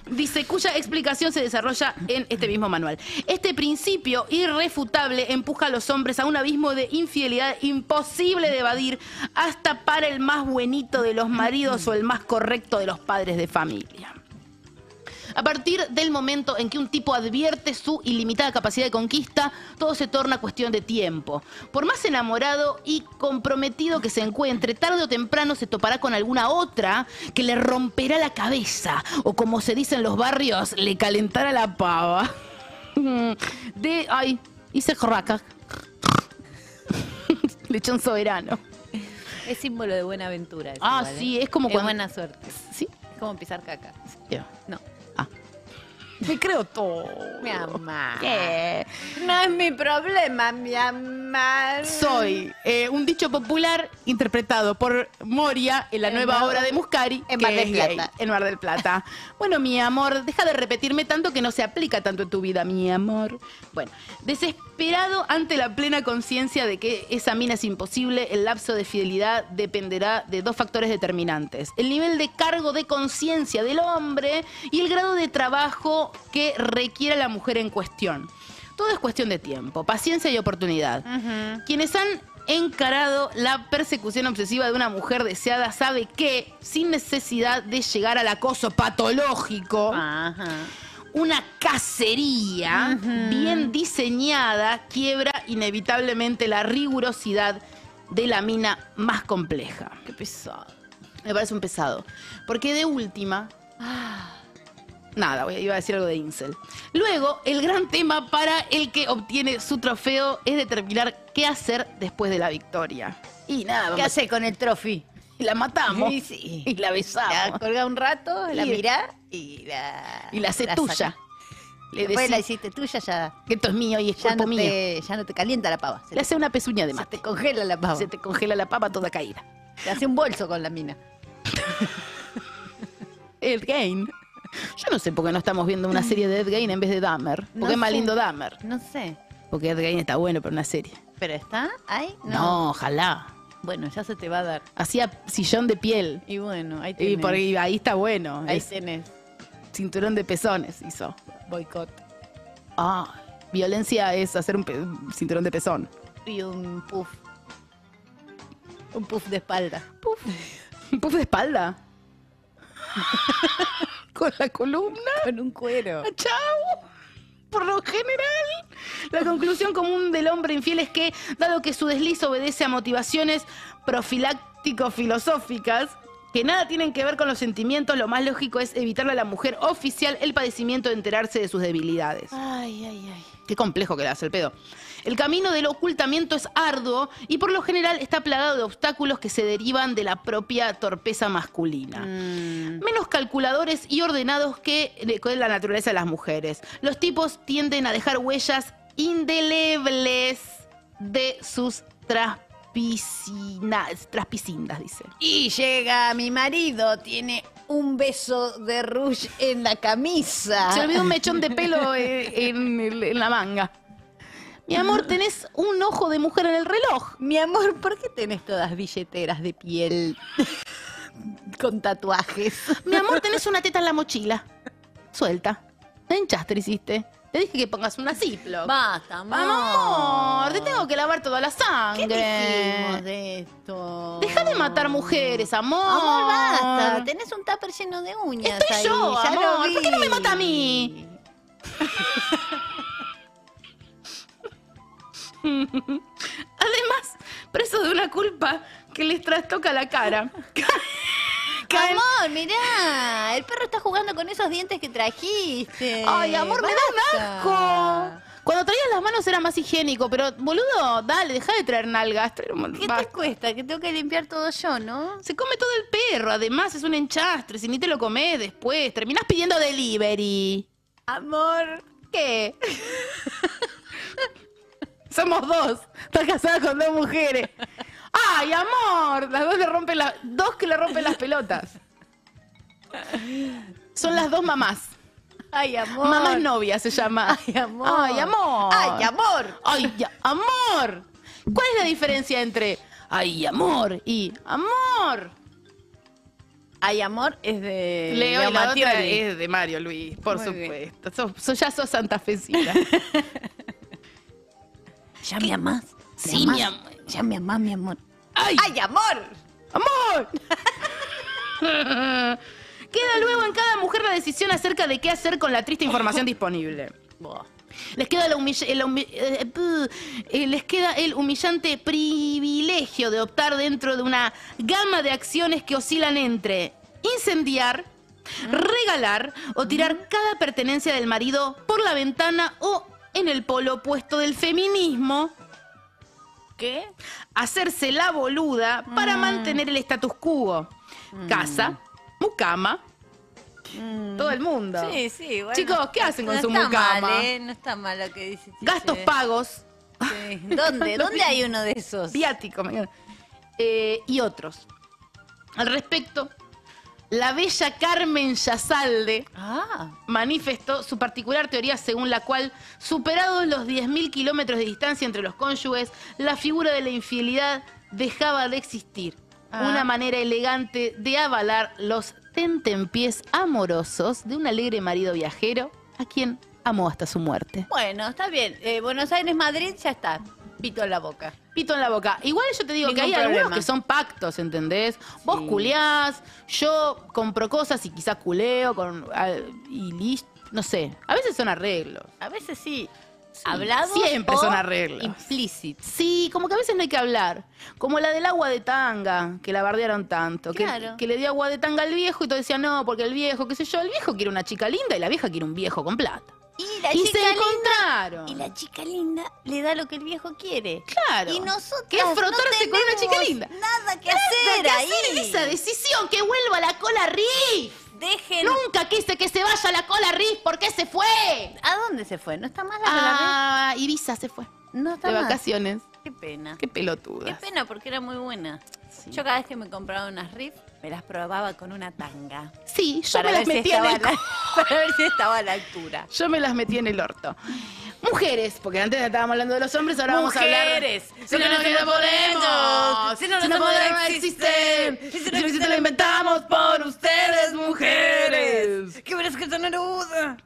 [SPEAKER 2] Dice, cuya explicación se desarrolla en este mismo manual. Este principio irrefutable empuja a los hombres a un abismo de infidelidad imposible de evadir, hasta para el más buenito de los maridos o el más correcto de los padres de familia. A partir del momento en que un tipo advierte su ilimitada capacidad de conquista, todo se torna cuestión de tiempo. Por más enamorado y comprometido que se encuentre, tarde o temprano se topará con alguna otra que le romperá la cabeza o como se dice en los barrios, le calentará la pava. De, ay, hice raca. Lechón soberano.
[SPEAKER 1] Es símbolo de buena aventura. eso,
[SPEAKER 2] Ah,
[SPEAKER 1] igual, ¿eh?
[SPEAKER 2] sí, es como
[SPEAKER 1] Es
[SPEAKER 2] cuando-
[SPEAKER 1] buena suerte.
[SPEAKER 2] ¿Sí?
[SPEAKER 1] Es como pisar caca. No.
[SPEAKER 2] Me creo todo.
[SPEAKER 1] Mi amor.
[SPEAKER 2] Yeah.
[SPEAKER 1] No es mi problema, mi amor.
[SPEAKER 2] Soy eh, un dicho popular interpretado por Moria en la
[SPEAKER 1] En
[SPEAKER 2] nueva
[SPEAKER 1] Mar-
[SPEAKER 2] obra de Muscari.
[SPEAKER 1] en
[SPEAKER 2] que
[SPEAKER 1] Mar del
[SPEAKER 2] es gay,
[SPEAKER 1] Plata.
[SPEAKER 2] en Mar del Plata. bueno, mi amor, deja de repetirme tanto que no se aplica tanto en tu vida, mi amor. Bueno, desesperado ante la plena conciencia de que esa mina es imposible, el lapso de fidelidad dependerá de dos factores determinantes. El nivel de cargo de conciencia del hombre y el grado de trabajo que requiera la mujer en cuestión. Todo es cuestión de tiempo, paciencia y oportunidad. Quienes han encarado la persecución obsesiva de una mujer deseada sabe que, sin necesidad de llegar al acoso patológico,
[SPEAKER 1] Ajá.
[SPEAKER 2] una cacería bien diseñada quiebra inevitablemente la rigurosidad de la mina más compleja.
[SPEAKER 1] Qué pesado.
[SPEAKER 2] Me parece un pesado. Porque de última. Nada, voy- iba a decir algo de Incel. Luego, el gran tema para el que obtiene su trofeo es determinar qué hacer después de la victoria. Y nada,
[SPEAKER 1] ¿Qué
[SPEAKER 2] vamos-
[SPEAKER 1] hace con el trophy?
[SPEAKER 2] y la matamos.
[SPEAKER 1] Y sí.
[SPEAKER 2] Y la besamos.
[SPEAKER 1] La colga un rato, la
[SPEAKER 2] Y-
[SPEAKER 1] mirá y la.
[SPEAKER 2] y la hace
[SPEAKER 1] la
[SPEAKER 2] tuya.
[SPEAKER 1] saca.
[SPEAKER 2] Le
[SPEAKER 1] Después
[SPEAKER 2] decís
[SPEAKER 1] la hiciste tuya, ya,
[SPEAKER 2] que esto es mío y es
[SPEAKER 1] ya,
[SPEAKER 2] cuerpo
[SPEAKER 1] no
[SPEAKER 2] mío.
[SPEAKER 1] te, ya no te calienta la pava. Se,
[SPEAKER 2] Le
[SPEAKER 1] te,
[SPEAKER 2] hace una pezuña de
[SPEAKER 1] se
[SPEAKER 2] mate.
[SPEAKER 1] te congela la pava.
[SPEAKER 2] Se te congela la papa toda caída.
[SPEAKER 1] Te hace un bolso con la mina.
[SPEAKER 2] Ed Gain. Yo no sé por qué no estamos viendo una serie de Ed Gain en vez de Dahmer. Porque
[SPEAKER 1] No
[SPEAKER 2] es más
[SPEAKER 1] sé.
[SPEAKER 2] lindo Dahmer.
[SPEAKER 1] No sé.
[SPEAKER 2] Porque Ed Gain está bueno para una serie.
[SPEAKER 1] ¿Pero está? ¿Ahí?
[SPEAKER 2] No, ojalá.
[SPEAKER 1] Bueno, ya se te va a dar.
[SPEAKER 2] Hacía sillón de piel.
[SPEAKER 1] Y bueno, ahí tenés.
[SPEAKER 2] Y por ahí, ahí está bueno.
[SPEAKER 1] Ahí
[SPEAKER 2] Es
[SPEAKER 1] tenés.
[SPEAKER 2] cinturón de pezones hizo.
[SPEAKER 1] Boicot.
[SPEAKER 2] Ah, violencia es hacer un pe- un cinturón de pezón.
[SPEAKER 1] Y un puff. Un puff de espalda.
[SPEAKER 2] Un puff de espalda. Con la columna.
[SPEAKER 1] Con un cuero.
[SPEAKER 2] Chao. Por lo general, la conclusión común del hombre infiel es que, dado que su desliz obedece a motivaciones profiláctico-filosóficas, que nada tienen que ver con los sentimientos, lo más lógico es evitarle a la mujer oficial el padecimiento de enterarse de sus debilidades.
[SPEAKER 1] Ay, ay, ay.
[SPEAKER 2] Qué complejo que le hace el pedo. El camino del ocultamiento es arduo y por lo general está plagado de obstáculos que se derivan de la propia torpeza masculina. Menos calculadores y ordenados que de- que la naturaleza de las mujeres. Los tipos tienden a dejar huellas indelebles de sus traspicinas, traspicindas, dice.
[SPEAKER 1] Y llega mi marido, tiene un beso de Rush en la camisa.
[SPEAKER 2] Se olvidó un mechón de pelo eh, en, el- en la manga. Mi amor, tenés un ojo de mujer en el reloj.
[SPEAKER 1] Mi amor, ¿por qué tenés todas billeteras de piel con tatuajes?
[SPEAKER 2] Mi amor, tenés una teta en la mochila. Suelta. En chastre hiciste. Te dije que pongas una Ziploc.
[SPEAKER 1] Basta, amor.
[SPEAKER 2] Vamos, amor, te tengo que lavar toda la
[SPEAKER 1] ¿Qué
[SPEAKER 2] sangre.
[SPEAKER 1] dijimos de esto?
[SPEAKER 2] Deja de matar mujeres, amor.
[SPEAKER 1] Amor, basta. Tenés un tupper lleno de uñas.
[SPEAKER 2] Estoy
[SPEAKER 1] ahí,
[SPEAKER 2] yo,
[SPEAKER 1] ya lo
[SPEAKER 2] amor. ¿Por qué no me
[SPEAKER 1] vi.
[SPEAKER 2] mata a mí? Además, preso de una culpa que les trastoca la cara. Caen-
[SPEAKER 1] Amor, mirá, el perro está jugando con esos dientes que trajiste.
[SPEAKER 2] Ay, amor, me da un
[SPEAKER 1] Basta.
[SPEAKER 2] asco. Cuando traías las manos era más higiénico, pero boludo, dale, deja de traer nalgas. traer un-
[SPEAKER 1] ¿Qué te
[SPEAKER 2] basta.
[SPEAKER 1] cuesta? Que tengo que limpiar todo yo, ¿no?
[SPEAKER 2] Se come todo el perro, además es un enchastre, si ni te lo comes después, terminás pidiendo delivery.
[SPEAKER 1] Amor, ¿qué?
[SPEAKER 2] Somos dos. Estás casada con dos mujeres. ¡Ay, amor! Las dos le rompen las. Dos que le rompen las pelotas. Son las dos mamás.
[SPEAKER 1] Ay, amor.
[SPEAKER 2] Mamás novia se llama.
[SPEAKER 1] Ay, amor.
[SPEAKER 2] Ay, amor.
[SPEAKER 1] Ay, amor.
[SPEAKER 2] Ay, ya- amor. ¿Cuál es la diferencia entre ay, amor y amor?
[SPEAKER 1] Ay, amor es de
[SPEAKER 2] Leo
[SPEAKER 1] Leo
[SPEAKER 2] y la otra
[SPEAKER 1] Mattioli.
[SPEAKER 2] es de Mario Luis, por
[SPEAKER 1] Muy bien.
[SPEAKER 2] supuesto. Sos- sos- ya sos santafesina.
[SPEAKER 1] Ya me amás. me
[SPEAKER 2] Sí,
[SPEAKER 1] amás,
[SPEAKER 2] mi amor.
[SPEAKER 1] Ya me amás, mi amor.
[SPEAKER 2] ¡Ay!
[SPEAKER 1] Ay, amor.
[SPEAKER 2] ¡Amor! Queda luego en cada mujer la decisión acerca de qué hacer con la triste información disponible. Les queda, la humilla- el humi- eh, puh, eh, les queda el humillante privilegio de optar dentro de una gama de acciones que oscilan entre incendiar,
[SPEAKER 1] Mm.
[SPEAKER 2] regalar o tirar cada pertenencia del marido por la ventana o en el polo opuesto del feminismo
[SPEAKER 1] ¿Qué? Mm.
[SPEAKER 2] hacerse la boluda para mantener el status quo. Casa, mucama, todo el mundo.
[SPEAKER 1] Mm. Sí, sí, bueno.
[SPEAKER 2] Chicos, ¿qué hacen con
[SPEAKER 1] no
[SPEAKER 2] su
[SPEAKER 1] está
[SPEAKER 2] mucama?
[SPEAKER 1] Mal, ¿eh? No está mal lo que dice. Chiche.
[SPEAKER 2] Gastos pagos,
[SPEAKER 1] eh. Sí. ¿Dónde? ¿Dónde hay uno de esos?
[SPEAKER 2] viático, me encanta. Eh, y otros. Al respecto, la bella Carmen Yazalde
[SPEAKER 1] Ah.
[SPEAKER 2] manifestó su particular teoría según la cual, superados los 10.000 kilómetros de distancia entre los cónyuges, la figura de la infidelidad dejaba de existir.
[SPEAKER 1] Ah.
[SPEAKER 2] Una manera elegante de avalar los tentempiés amorosos de un alegre marido viajero a quien amó hasta su muerte.
[SPEAKER 1] Bueno, está bien. Eh, Buenos Aires, Madrid, ya está. Pito en la boca.
[SPEAKER 2] Pito en la boca. Igual yo te digo
[SPEAKER 1] Ningún
[SPEAKER 2] que hay algunos
[SPEAKER 1] problema.
[SPEAKER 2] que son pactos, ¿entendés? Vos culeás, yo compro cosas y quizá culeo con, al- y listo. No sé, a veces son arreglos.
[SPEAKER 1] A veces sí. Hablados
[SPEAKER 2] Siempre
[SPEAKER 1] o
[SPEAKER 2] son arreglos.
[SPEAKER 1] Implícitos.
[SPEAKER 2] Sí, como que a veces no hay que hablar. Como la del agua de tanga, que la bardearon tanto. que-
[SPEAKER 1] Claro.
[SPEAKER 2] Que, le dio agua de tanga al viejo y todo decía, no, porque el viejo, qué sé yo, el viejo quiere una chica linda y la vieja quiere un viejo con plata.
[SPEAKER 1] Y la
[SPEAKER 2] y se
[SPEAKER 1] chica linda.
[SPEAKER 2] encontraron.
[SPEAKER 1] Y la chica linda le da lo que el viejo quiere.
[SPEAKER 2] Claro.
[SPEAKER 1] Y nosotros.
[SPEAKER 2] Que es frotarse con una chica linda.
[SPEAKER 1] Nada que
[SPEAKER 2] Nada
[SPEAKER 1] hacer
[SPEAKER 2] que
[SPEAKER 1] ahí.
[SPEAKER 2] hacer en Esa decisión, que vuelva la cola Riff.
[SPEAKER 1] Dejen.
[SPEAKER 2] Nunca quise que se vaya la cola Riff, ¿por qué se fue?
[SPEAKER 1] ¿A dónde se fue? ¿No está más la cola
[SPEAKER 2] Ah, Ibiza se fue.
[SPEAKER 1] Red? No está
[SPEAKER 2] De
[SPEAKER 1] más.
[SPEAKER 2] vacaciones.
[SPEAKER 1] Qué pena.
[SPEAKER 2] Qué
[SPEAKER 1] Qué
[SPEAKER 2] pelotuda.
[SPEAKER 1] pena porque era muy buena. Yo cada vez que me compraba unas riff, me las probaba con una tanga.
[SPEAKER 2] Sí, yo me las
[SPEAKER 1] si
[SPEAKER 2] metí en
[SPEAKER 1] estaba
[SPEAKER 2] el
[SPEAKER 1] a la- para ver si estaba a la altura.
[SPEAKER 2] Yo me las metí en el orto. Mujeres, porque antes estábamos hablando de los hombres, ahora vamos a hablar.
[SPEAKER 1] Mujeres, si no nos podemos, si no nos podemos existir, si no existe, lo
[SPEAKER 2] inventamos por ustedes,
[SPEAKER 1] ¿Qué verás que son Neruda?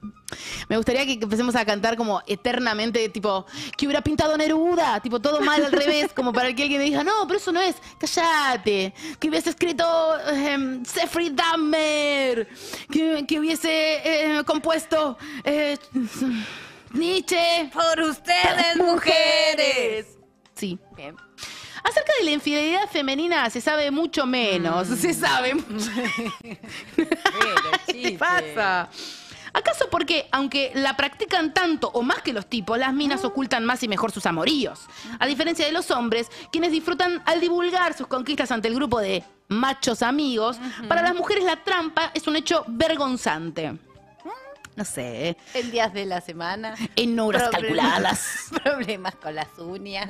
[SPEAKER 2] Me gustaría que que empecemos a cantar como eternamente, tipo, que hubiera pintado Neruda, tipo todo mal al revés, como para que alguien me diga, no, pero eso no es, cállate, que hubiese escrito eh, Jeffrey Dahmer, que, que hubiese eh, compuesto eh, Nietzsche.
[SPEAKER 1] Por ustedes, mujeres.
[SPEAKER 2] Sí. Acerca de la infidelidad femenina se sabe mucho menos.
[SPEAKER 1] Mm.
[SPEAKER 2] Se sabe mucho. ¿Qué te pasa? ¿Acaso porque, aunque la practican tanto o más que los tipos, las minas ocultan más y mejor sus amoríos? A diferencia de los hombres, quienes disfrutan al divulgar sus conquistas ante el grupo de machos amigos, para las mujeres la trampa es un hecho vergonzante. No sé, ¿eh?
[SPEAKER 1] En días de la semana,
[SPEAKER 2] en horas
[SPEAKER 1] Problema.
[SPEAKER 2] calculadas.
[SPEAKER 1] problemas con las uñas.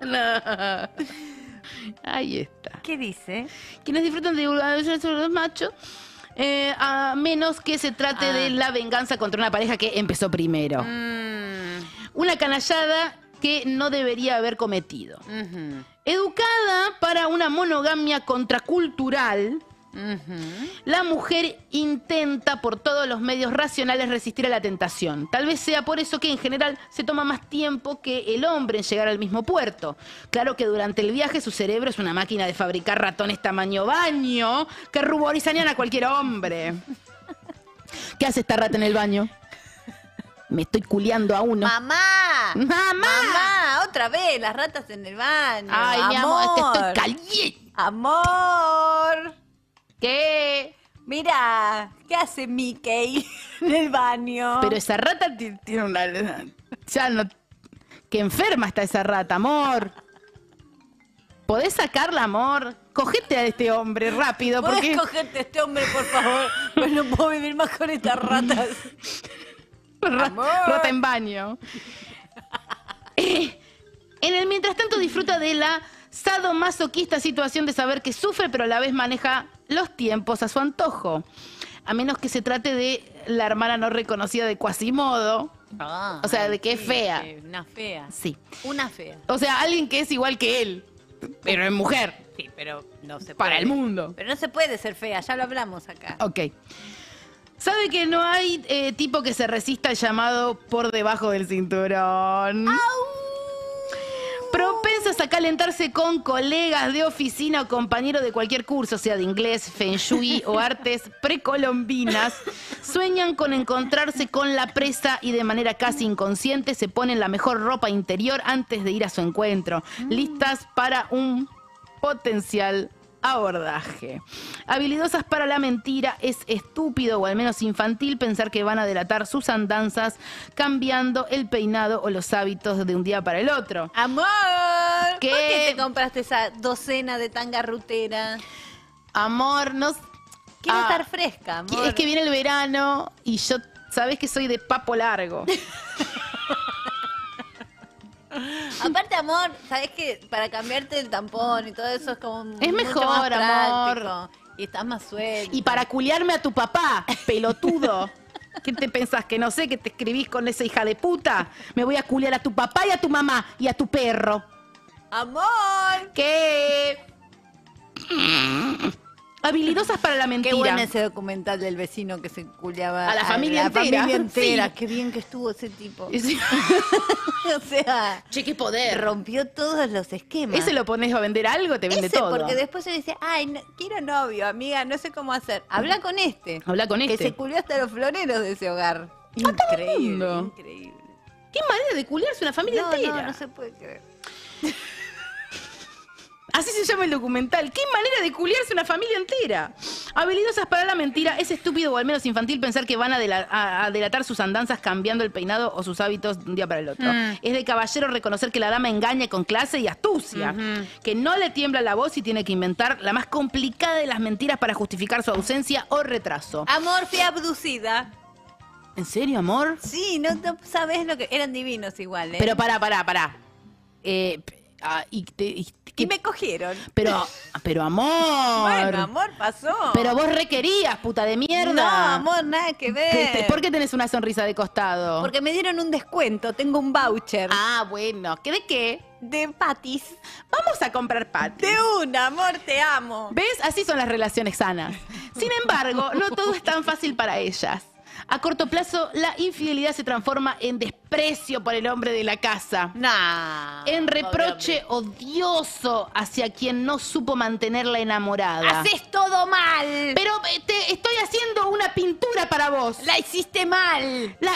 [SPEAKER 2] Ahí está.
[SPEAKER 1] ¿Qué dice?
[SPEAKER 2] Quienes disfrutan de divulgar sobre los machos, eh, a menos que se trate
[SPEAKER 1] Ah.
[SPEAKER 2] de la venganza contra una pareja que empezó primero.
[SPEAKER 1] Mm.
[SPEAKER 2] Una canallada que no debería haber cometido. Educada para una monogamia contracultural, La mujer intenta por todos los medios racionales resistir a la tentación. Tal vez sea por eso que en general se toma más tiempo que el hombre en llegar al mismo puerto. Claro que durante el viaje su cerebro es una máquina de fabricar ratones tamaño baño que ruborizarían a cualquier hombre. ¿Qué hace esta rata en el baño? Me estoy culeando a uno.
[SPEAKER 1] Mamá.
[SPEAKER 2] ¡Mamá!
[SPEAKER 1] Mamá, otra vez, las ratas en el baño.
[SPEAKER 2] Ay, mi amor, es que estoy
[SPEAKER 1] Amor.
[SPEAKER 2] caliente.
[SPEAKER 1] Amor.
[SPEAKER 2] ¿Qué?
[SPEAKER 1] Mira, ¿qué hace Mickey en el baño?
[SPEAKER 2] Pero esa rata ti- tiene una. Ya no. Que enferma está esa rata, amor. ¿Podés sacarla, amor? Cogete a este hombre rápido,
[SPEAKER 1] ¿Puedes
[SPEAKER 2] porque.
[SPEAKER 1] cogerte a este hombre, por favor? Pues no puedo vivir más con estas ratas.
[SPEAKER 2] Ra-
[SPEAKER 3] Amor.
[SPEAKER 2] Rata en baño. Eh, en el mientras tanto disfruta de la sadomasoquista situación de saber que sufre, pero a la vez maneja los tiempos a su antojo. A menos que se trate de la hermana no reconocida de Quasimodo. O sea, de que es fea.
[SPEAKER 1] Ah, Una fea.
[SPEAKER 2] Sí.
[SPEAKER 1] Una fea.
[SPEAKER 2] O sea, alguien que es igual que él, pero es mujer,
[SPEAKER 1] Sí, pero no se puede.
[SPEAKER 2] para el mundo.
[SPEAKER 1] Pero no se puede ser fea, ya lo hablamos acá.
[SPEAKER 2] Ok. Sabe que no hay eh, tipo que se resista al llamado por debajo del cinturón. Propensas a calentarse con colegas de oficina o compañeros de cualquier curso, sea de inglés, feng shui o artes precolombinas, sueñan con encontrarse con la presa y de manera casi inconsciente se ponen la mejor ropa interior antes de ir a su encuentro, listas para un potencial abordaje. Habilidosas para la mentira, es estúpido o al menos infantil pensar que van a delatar sus andanzas cambiando el peinado o los hábitos de un día para el otro.
[SPEAKER 1] Amor,
[SPEAKER 2] ¿Qué?
[SPEAKER 1] ¿por qué te compraste esa docena de tanga rutera?
[SPEAKER 2] Amor, no.
[SPEAKER 1] Quiero
[SPEAKER 2] Ah,
[SPEAKER 1] estar fresca, amor.
[SPEAKER 2] Es que viene el verano y yo, sabes que soy de papo largo.
[SPEAKER 1] Aparte, amor, sabes que para cambiarte el tampón y todo eso es como.
[SPEAKER 2] Es
[SPEAKER 1] mucho
[SPEAKER 2] mejor,
[SPEAKER 1] más
[SPEAKER 2] amor.
[SPEAKER 1] práctico Y estás más suelto.
[SPEAKER 2] Y para culiarme a tu papá, pelotudo. ¿Qué te pensás? Que no sé, que te escribís con esa hija de puta. Me voy a culiar a tu papá y a tu mamá y a tu perro.
[SPEAKER 1] ¡Amor!
[SPEAKER 2] ¿Qué? Habilidosas para la
[SPEAKER 1] Qué
[SPEAKER 2] mentira.
[SPEAKER 1] bueno ese documental del vecino que se culeaba
[SPEAKER 2] A la familia
[SPEAKER 1] la
[SPEAKER 2] entera.
[SPEAKER 1] familia entera.
[SPEAKER 2] Sí.
[SPEAKER 1] Qué bien que estuvo ese tipo.
[SPEAKER 2] Ese-
[SPEAKER 1] o sea,
[SPEAKER 2] Che, qué poder.
[SPEAKER 1] rompió todos los esquemas.
[SPEAKER 2] Ese lo pones a vender algo, te vende
[SPEAKER 1] Ese,
[SPEAKER 2] todo.
[SPEAKER 1] porque después yo decía, ay, no- quiero novio, amiga, no sé cómo hacer. Habla con este.
[SPEAKER 2] Habla con
[SPEAKER 1] Que se
[SPEAKER 2] este.
[SPEAKER 1] culió hasta los floreros de ese hogar. Increíble,
[SPEAKER 2] mundo.
[SPEAKER 1] increíble.
[SPEAKER 2] Qué manera de culiarse una familia
[SPEAKER 1] No,
[SPEAKER 2] entera.
[SPEAKER 1] no, no se puede creer.
[SPEAKER 2] Así se llama el documental. ¡Qué manera de culiarse una familia entera! Habilidosas para la mentira. Es estúpido o al menos infantil pensar que van a, dela- a- a delatar sus andanzas cambiando el peinado o sus hábitos de un día para el otro.
[SPEAKER 1] Mm.
[SPEAKER 2] Es de caballero reconocer que la dama engaña con clase y astucia. Que no le tiembla la voz y tiene que inventar la más complicada de las mentiras para justificar su ausencia o retraso.
[SPEAKER 1] Amor, fui abducida.
[SPEAKER 2] ¿En serio, amor?
[SPEAKER 1] Sí, no, no sabes lo que. Eran divinos igual, ¿eh?
[SPEAKER 2] Pero pará, pará, pará. Eh, p- ah, y te- y-
[SPEAKER 1] y
[SPEAKER 2] que-
[SPEAKER 1] me cogieron.
[SPEAKER 2] Pero, pero amor.
[SPEAKER 1] Bueno, amor, pasó.
[SPEAKER 2] Pero vos requerías, puta de mierda.
[SPEAKER 1] No, amor, nada que ver.
[SPEAKER 2] Este, ¿Por qué tenés una sonrisa de costado?
[SPEAKER 1] Porque me dieron un descuento, tengo un voucher
[SPEAKER 2] Ah, bueno, ¿qué de qué?
[SPEAKER 1] de patis.
[SPEAKER 2] Vamos a comprar patis.
[SPEAKER 1] De una, amor, te amo.
[SPEAKER 2] ¿Ves? Así son las relaciones sanas. Sin embargo, no todo es tan fácil para ellas. A corto plazo, la infidelidad se transforma en desprecio por el hombre de la casa.
[SPEAKER 1] Nah.
[SPEAKER 2] En reproche odioso hacia quien no supo mantenerla enamorada.
[SPEAKER 1] Haces todo mal.
[SPEAKER 2] Pero eh, te estoy haciendo una pintura para vos.
[SPEAKER 1] La hiciste mal.
[SPEAKER 2] La,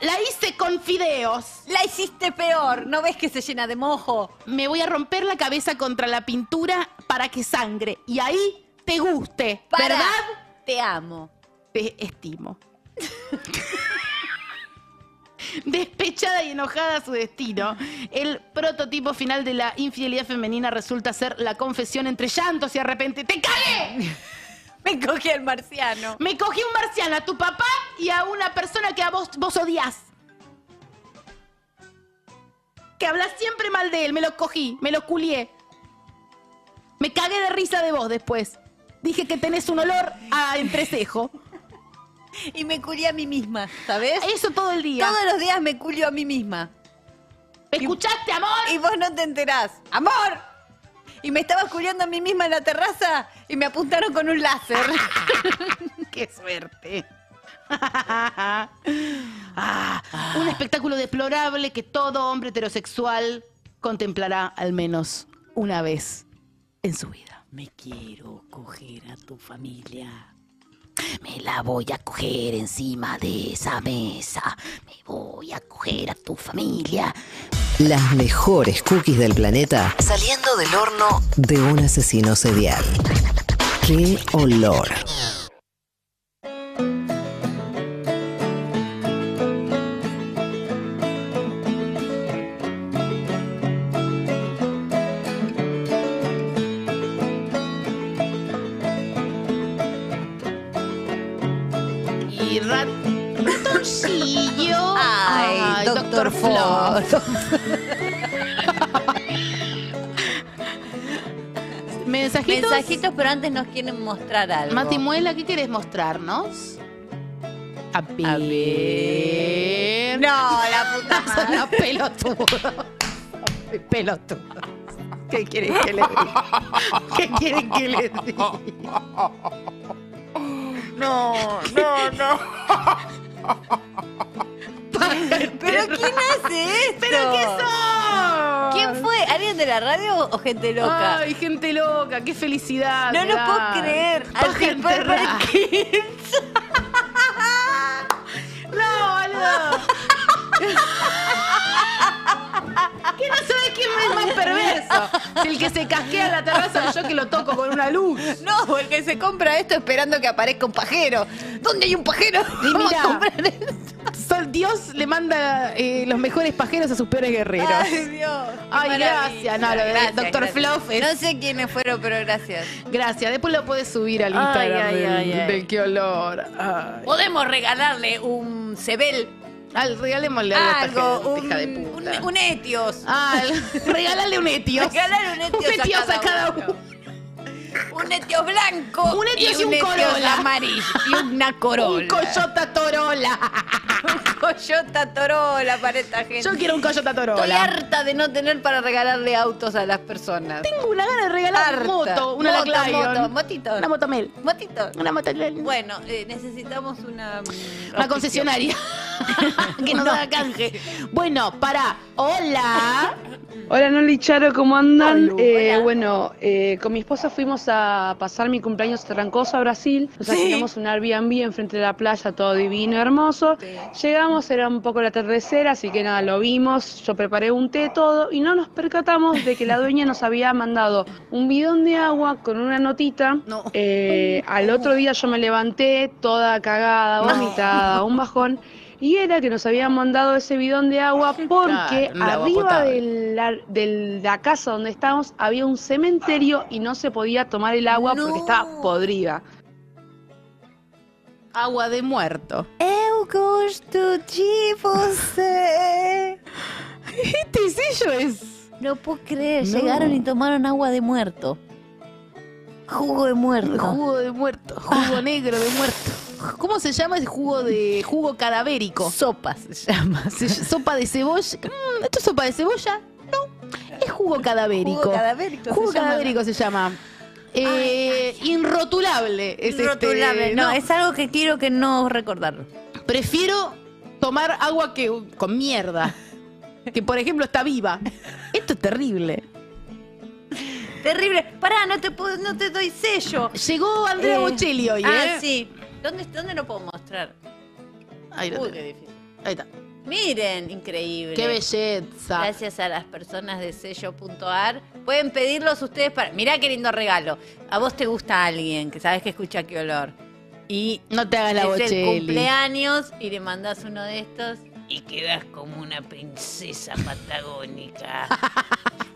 [SPEAKER 2] la hice con fideos.
[SPEAKER 1] La hiciste peor. ¿No ves que se llena de mojo?
[SPEAKER 2] Me voy a romper la cabeza contra la pintura para que sangre. Y ahí te guste.
[SPEAKER 1] Pará.
[SPEAKER 2] ¿Verdad?
[SPEAKER 1] Te amo.
[SPEAKER 2] Te estimo. Despechada y enojada a su destino, el prototipo final de la infidelidad femenina resulta ser la confesión entre llantos y de repente ¡Te cagué!
[SPEAKER 1] Me cogí al marciano.
[SPEAKER 2] Me cogí un marciano, a tu papá y a una persona que a vos, vos odias. Que hablas siempre mal de él, me lo cogí, me lo culié. Me cagué de risa de vos después. Dije que tenés un olor a entrecejo.
[SPEAKER 1] Y me culié a mí misma, ¿sabes?
[SPEAKER 2] Eso todo el día.
[SPEAKER 1] Todos los días me culio a mí misma.
[SPEAKER 2] ¿Me escuchaste, amor?
[SPEAKER 1] Y vos no te enterás. ¡Amor! y me estaba cubriendo a mí misma en la terraza y me apuntaron con un láser.
[SPEAKER 2] ¡Qué suerte! Ah, un espectáculo deplorable que todo hombre heterosexual contemplará al menos una vez en su vida.
[SPEAKER 4] Me quiero coger a tu familia. Me la voy a coger encima de esa mesa. Me voy a coger a tu familia.
[SPEAKER 5] Las mejores cookies del planeta saliendo del horno de un asesino serial. ¡Qué olor!
[SPEAKER 2] Y rat- ratoncillo.
[SPEAKER 1] Ay, Dr.
[SPEAKER 2] Flo. Mensajitos.
[SPEAKER 1] Mensajitos, pero antes nos quieren mostrar algo.
[SPEAKER 2] Mati Muela, ¿qué quieres mostrarnos? A ver.
[SPEAKER 1] A ver. No, la puta
[SPEAKER 2] Son
[SPEAKER 1] madre.
[SPEAKER 2] los pelotudos. Pelotudos. ¿Qué quieren que les diga? ¿Qué quieren que les diga?
[SPEAKER 3] No, no, no.
[SPEAKER 1] ¿Pero quién hace esto?
[SPEAKER 2] ¿Pero qué son?
[SPEAKER 1] ¿Quién fue? ¿Alguien de la radio o gente loca?
[SPEAKER 2] Ay, gente loca, qué felicidad.
[SPEAKER 1] no
[SPEAKER 2] me
[SPEAKER 1] lo
[SPEAKER 2] dan.
[SPEAKER 1] puedo creer.
[SPEAKER 2] Paja
[SPEAKER 1] Anti Purple
[SPEAKER 2] enterrada.
[SPEAKER 1] Kids.
[SPEAKER 2] No, boludo. ¿Qué no sabes quién es más perverso? Si el que se casquea la terraza yo que lo toco con una luz.
[SPEAKER 1] No, el que se compra esto esperando que aparezca un pajero. ¿Dónde hay un pajero?
[SPEAKER 2] Y
[SPEAKER 1] ¿Cómo
[SPEAKER 2] mira.
[SPEAKER 1] comprar esto?
[SPEAKER 2] Sol- Dios le manda eh, los mejores pajeros a sus peores guerreros.
[SPEAKER 1] Ay, Dios. qué
[SPEAKER 2] Ay,
[SPEAKER 1] maravilla.
[SPEAKER 2] gracias. No, lo de
[SPEAKER 1] Gracias,
[SPEAKER 2] Dr.
[SPEAKER 1] gracias.
[SPEAKER 2] Fluff es-
[SPEAKER 1] No sé quiénes fueron, pero gracias.
[SPEAKER 2] Gracias. Después lo puedes subir al
[SPEAKER 1] Ay,
[SPEAKER 2] Instagram
[SPEAKER 1] ay,
[SPEAKER 2] del,
[SPEAKER 1] ay, ay.
[SPEAKER 2] del qué olor. Ay.
[SPEAKER 1] Podemos regalarle un Sebel,
[SPEAKER 2] Al, regalémosle algo, a
[SPEAKER 1] algo,
[SPEAKER 2] esta gente,
[SPEAKER 1] un,
[SPEAKER 2] hija de puta.
[SPEAKER 1] un- un Etios.
[SPEAKER 2] Al- Ah, regálale un etios.
[SPEAKER 1] Regalar un Etios,
[SPEAKER 2] un etios a cada uno.
[SPEAKER 1] Un Etios blanco.
[SPEAKER 2] Un Etios y un Corolla.
[SPEAKER 1] amarillo. Y una
[SPEAKER 2] Un
[SPEAKER 1] Corolla.
[SPEAKER 2] coyota torola.
[SPEAKER 1] Coyota Torola para esta gente.
[SPEAKER 2] Yo quiero un coyota torola.
[SPEAKER 1] Estoy harta de no tener para regalarle autos a las personas.
[SPEAKER 2] Tengo una gana de regalar
[SPEAKER 1] Harta.
[SPEAKER 2] moto, una
[SPEAKER 1] Moto,
[SPEAKER 2] Laclion.
[SPEAKER 1] moto, motito.
[SPEAKER 2] Una motomel.
[SPEAKER 1] Motito.
[SPEAKER 2] Una motomel.
[SPEAKER 1] Bueno, eh, necesitamos una... mm,
[SPEAKER 2] Una concesionaria. que nos haga canje. Bueno, para. Hola.
[SPEAKER 6] Hola Noli Charo, ¿cómo andan?
[SPEAKER 2] Hola.
[SPEAKER 6] Eh, Bueno, eh, con mi esposa fuimos a pasar mi cumpleaños a Trancoso, a Brasil. Nos alquilamos un Airbnb enfrente de la playa, todo divino, hermoso. Llegamos, era un poco la tercera, así que nada, lo vimos. Yo preparé un té, todo, y no nos percatamos de que la dueña nos había mandado un bidón de agua con una notita.
[SPEAKER 2] No.
[SPEAKER 6] Eh, al otro día yo me levanté toda cagada, vomitada, un bajón. Y era que nos habían mandado ese bidón de agua porque
[SPEAKER 2] Claro, un agua
[SPEAKER 6] arriba
[SPEAKER 2] potable.
[SPEAKER 6] del ar- del- de la casa donde estábamos había un cementerio y no se podía tomar el agua porque estaba podrida.
[SPEAKER 2] Agua de muerto.
[SPEAKER 1] Eu É gosto de você.
[SPEAKER 2] Este sello es.
[SPEAKER 1] No puedo creer,
[SPEAKER 2] No.
[SPEAKER 1] llegaron y tomaron agua de muerto. Jugo de muerto. Ah.
[SPEAKER 2] Jugo de muerto. Jugo negro de muerto. ¿Cómo se llama ese jugo de. jugo cadavérico?
[SPEAKER 1] Sopa se llama.
[SPEAKER 2] Se- sopa de cebolla. Mm, ¿Esto es sopa de cebolla? No. Es jugo cadavérico.
[SPEAKER 1] Jugo cadavérico.
[SPEAKER 2] Jugo
[SPEAKER 1] se llama.
[SPEAKER 2] cadavérico se llama. Eh, inrotulable es este-
[SPEAKER 1] Rotulable, no, es algo que quiero que no recordar.
[SPEAKER 2] Prefiero tomar agua que uh, con mierda. Que por ejemplo está viva. Esto es terrible.
[SPEAKER 1] Terrible. Pará, no te puedo, no te doy sello.
[SPEAKER 2] Llegó Andrea
[SPEAKER 1] Eh,
[SPEAKER 2] Bocelli hoy,
[SPEAKER 1] Ah,
[SPEAKER 2] ¿eh?
[SPEAKER 1] sí. ¿Dónde, ¿Dónde lo puedo mostrar?
[SPEAKER 2] Ahí, lo
[SPEAKER 1] Uy,
[SPEAKER 2] tenés.
[SPEAKER 1] qué difícil.
[SPEAKER 2] Ahí está.
[SPEAKER 1] Miren, increíble.
[SPEAKER 2] Qué belleza.
[SPEAKER 1] Gracias a las personas de sello.ar. Pueden pedirlos ustedes para. Mirá qué lindo regalo. A vos te gusta alguien que sabes que escucha qué olor. Y
[SPEAKER 2] No te hagas la
[SPEAKER 1] es el
[SPEAKER 2] Bocelli.
[SPEAKER 1] cumpleaños y le mandás uno de estos.
[SPEAKER 4] Y quedas como una princesa patagónica.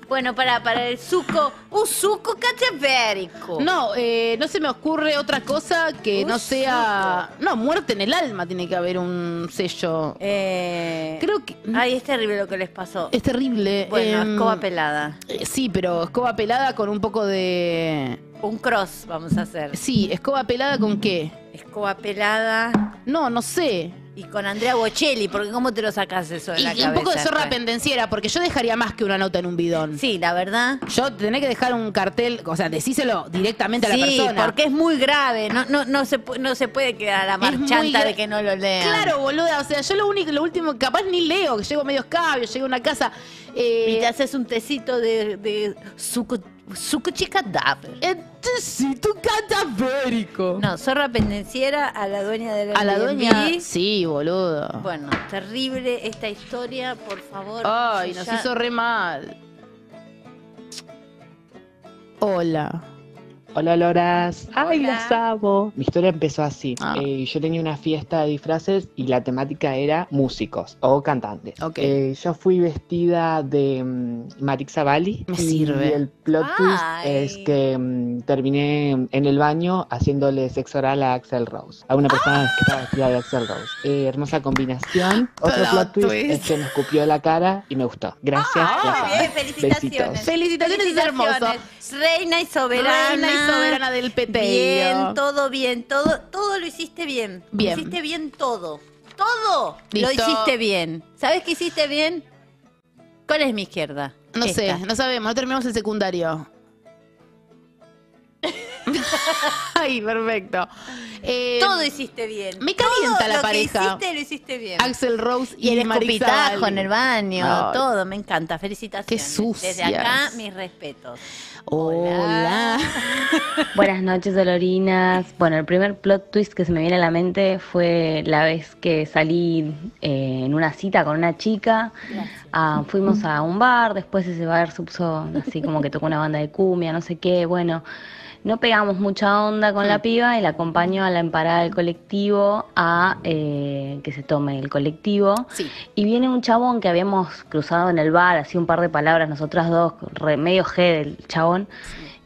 [SPEAKER 1] Bueno, para, para el suco. Un suco cadavérico.
[SPEAKER 2] No, eh, no se me ocurre otra cosa que
[SPEAKER 1] Un
[SPEAKER 2] no sea. No, muerte en el alma tiene que haber un sello.
[SPEAKER 1] Eh,
[SPEAKER 2] Creo que.
[SPEAKER 1] Ay, es terrible lo que les pasó.
[SPEAKER 2] Es terrible.
[SPEAKER 1] Bueno,
[SPEAKER 2] Em,
[SPEAKER 1] escoba pelada.
[SPEAKER 2] eh, Sí, pero escoba pelada con un poco de.
[SPEAKER 1] Un cross vamos a hacer.
[SPEAKER 2] Sí, escoba pelada con qué?
[SPEAKER 1] Escoba pelada.
[SPEAKER 2] No, no sé.
[SPEAKER 1] Y con Andrea Bocelli, porque ¿cómo te lo sacas eso de
[SPEAKER 2] Y,
[SPEAKER 1] la
[SPEAKER 2] y un poco de
[SPEAKER 1] cabeza,
[SPEAKER 2] zorra
[SPEAKER 1] Fer?
[SPEAKER 2] pendenciera, porque yo dejaría más que una nota en un bidón.
[SPEAKER 1] Sí, la verdad.
[SPEAKER 2] Yo tendré que dejar un cartel, o sea, decíselo directamente a la
[SPEAKER 1] sí,
[SPEAKER 2] persona.
[SPEAKER 1] porque es muy grave. No, no, no, se, pu- no se puede quedar a la
[SPEAKER 2] Es muy
[SPEAKER 1] marchanta
[SPEAKER 2] gra-
[SPEAKER 1] de que no lo lean.
[SPEAKER 2] Claro, boluda. O sea, yo lo único, lo último, capaz ni leo, que llego medio escabio, llego a una casa. eh,
[SPEAKER 1] Y te haces un tecito de, de suco, suco chica daver.
[SPEAKER 2] Eh, Entonces, tu cadavérico.
[SPEAKER 1] No, zorra pendenciera a la dueña del
[SPEAKER 2] A la
[SPEAKER 1] Airbnb.
[SPEAKER 2] dueña. Sí, boludo.
[SPEAKER 1] Bueno, terrible esta historia, por favor.
[SPEAKER 2] Ay,
[SPEAKER 1] yo
[SPEAKER 2] nos
[SPEAKER 1] ya-
[SPEAKER 2] hizo re mal. Hola.
[SPEAKER 7] Hola Loras, ay
[SPEAKER 1] Hola.
[SPEAKER 7] las amo. Mi historia empezó así.
[SPEAKER 2] Ah.
[SPEAKER 7] Eh, yo tenía una fiesta de disfraces y la temática era músicos o cantantes.
[SPEAKER 2] Ok.
[SPEAKER 7] Eh, yo fui vestida de mm, Marix Zavalli.
[SPEAKER 2] Me
[SPEAKER 7] y
[SPEAKER 2] sirve.
[SPEAKER 7] el plot twist
[SPEAKER 1] Ay.
[SPEAKER 7] es que mm, terminé en el baño haciéndole sexo oral a Axel Rose. A una persona que estaba vestida de Axel Rose. Eh, hermosa combinación. Otro
[SPEAKER 2] Plot
[SPEAKER 7] plot, twist,
[SPEAKER 2] twist.
[SPEAKER 7] es que me escupió la cara y me gustó. Gracias.
[SPEAKER 1] Muy
[SPEAKER 7] gracias.
[SPEAKER 1] Ah, bien, felicitaciones.
[SPEAKER 7] Besitos.
[SPEAKER 2] Ah. Felicitaciones, es hermoso.
[SPEAKER 1] Reina y soberana.
[SPEAKER 2] Reina y soberana del peteiro.
[SPEAKER 1] Bien, todo bien, todo, todo lo hiciste bien.
[SPEAKER 2] Bien.
[SPEAKER 1] Hiciste bien todo. Todo lo
[SPEAKER 2] Listo.
[SPEAKER 1] hiciste bien. ¿Sabes qué hiciste bien? ¿Cuál es mi izquierda?
[SPEAKER 2] No
[SPEAKER 1] Esta.
[SPEAKER 2] sé, no sabemos, no terminamos el secundario. Ay, perfecto. Eh,
[SPEAKER 1] Todo hiciste bien.
[SPEAKER 2] me calienta
[SPEAKER 1] Todo
[SPEAKER 2] la
[SPEAKER 1] lo
[SPEAKER 2] pareja.
[SPEAKER 1] Que hiciste, lo hiciste bien.
[SPEAKER 2] Axel Rose y,
[SPEAKER 1] Y el
[SPEAKER 2] Marisa
[SPEAKER 1] escupitajo
[SPEAKER 2] Ali.
[SPEAKER 1] en el baño,
[SPEAKER 2] Ay.
[SPEAKER 1] todo, me encanta. Felicitaciones.
[SPEAKER 2] Qué sucias.
[SPEAKER 1] Desde acá, mis respetos.
[SPEAKER 2] Hola.
[SPEAKER 8] Buenas noches, Dolorinas. Bueno, el primer plot twist que se me viene a la mente fue la vez que salí eh, en una cita con una chica. Ah, fuimos a un bar, después ese bar se puso así como que tocó una banda de cumbia, no sé qué. Bueno, no pegamos mucha onda con la piba y la acompaño a la emparada del colectivo a eh, que se tome el colectivo.
[SPEAKER 2] Sí.
[SPEAKER 8] Y viene un chabón que habíamos cruzado en el bar, así un par de palabras, nosotras dos, re- medio G del chabón.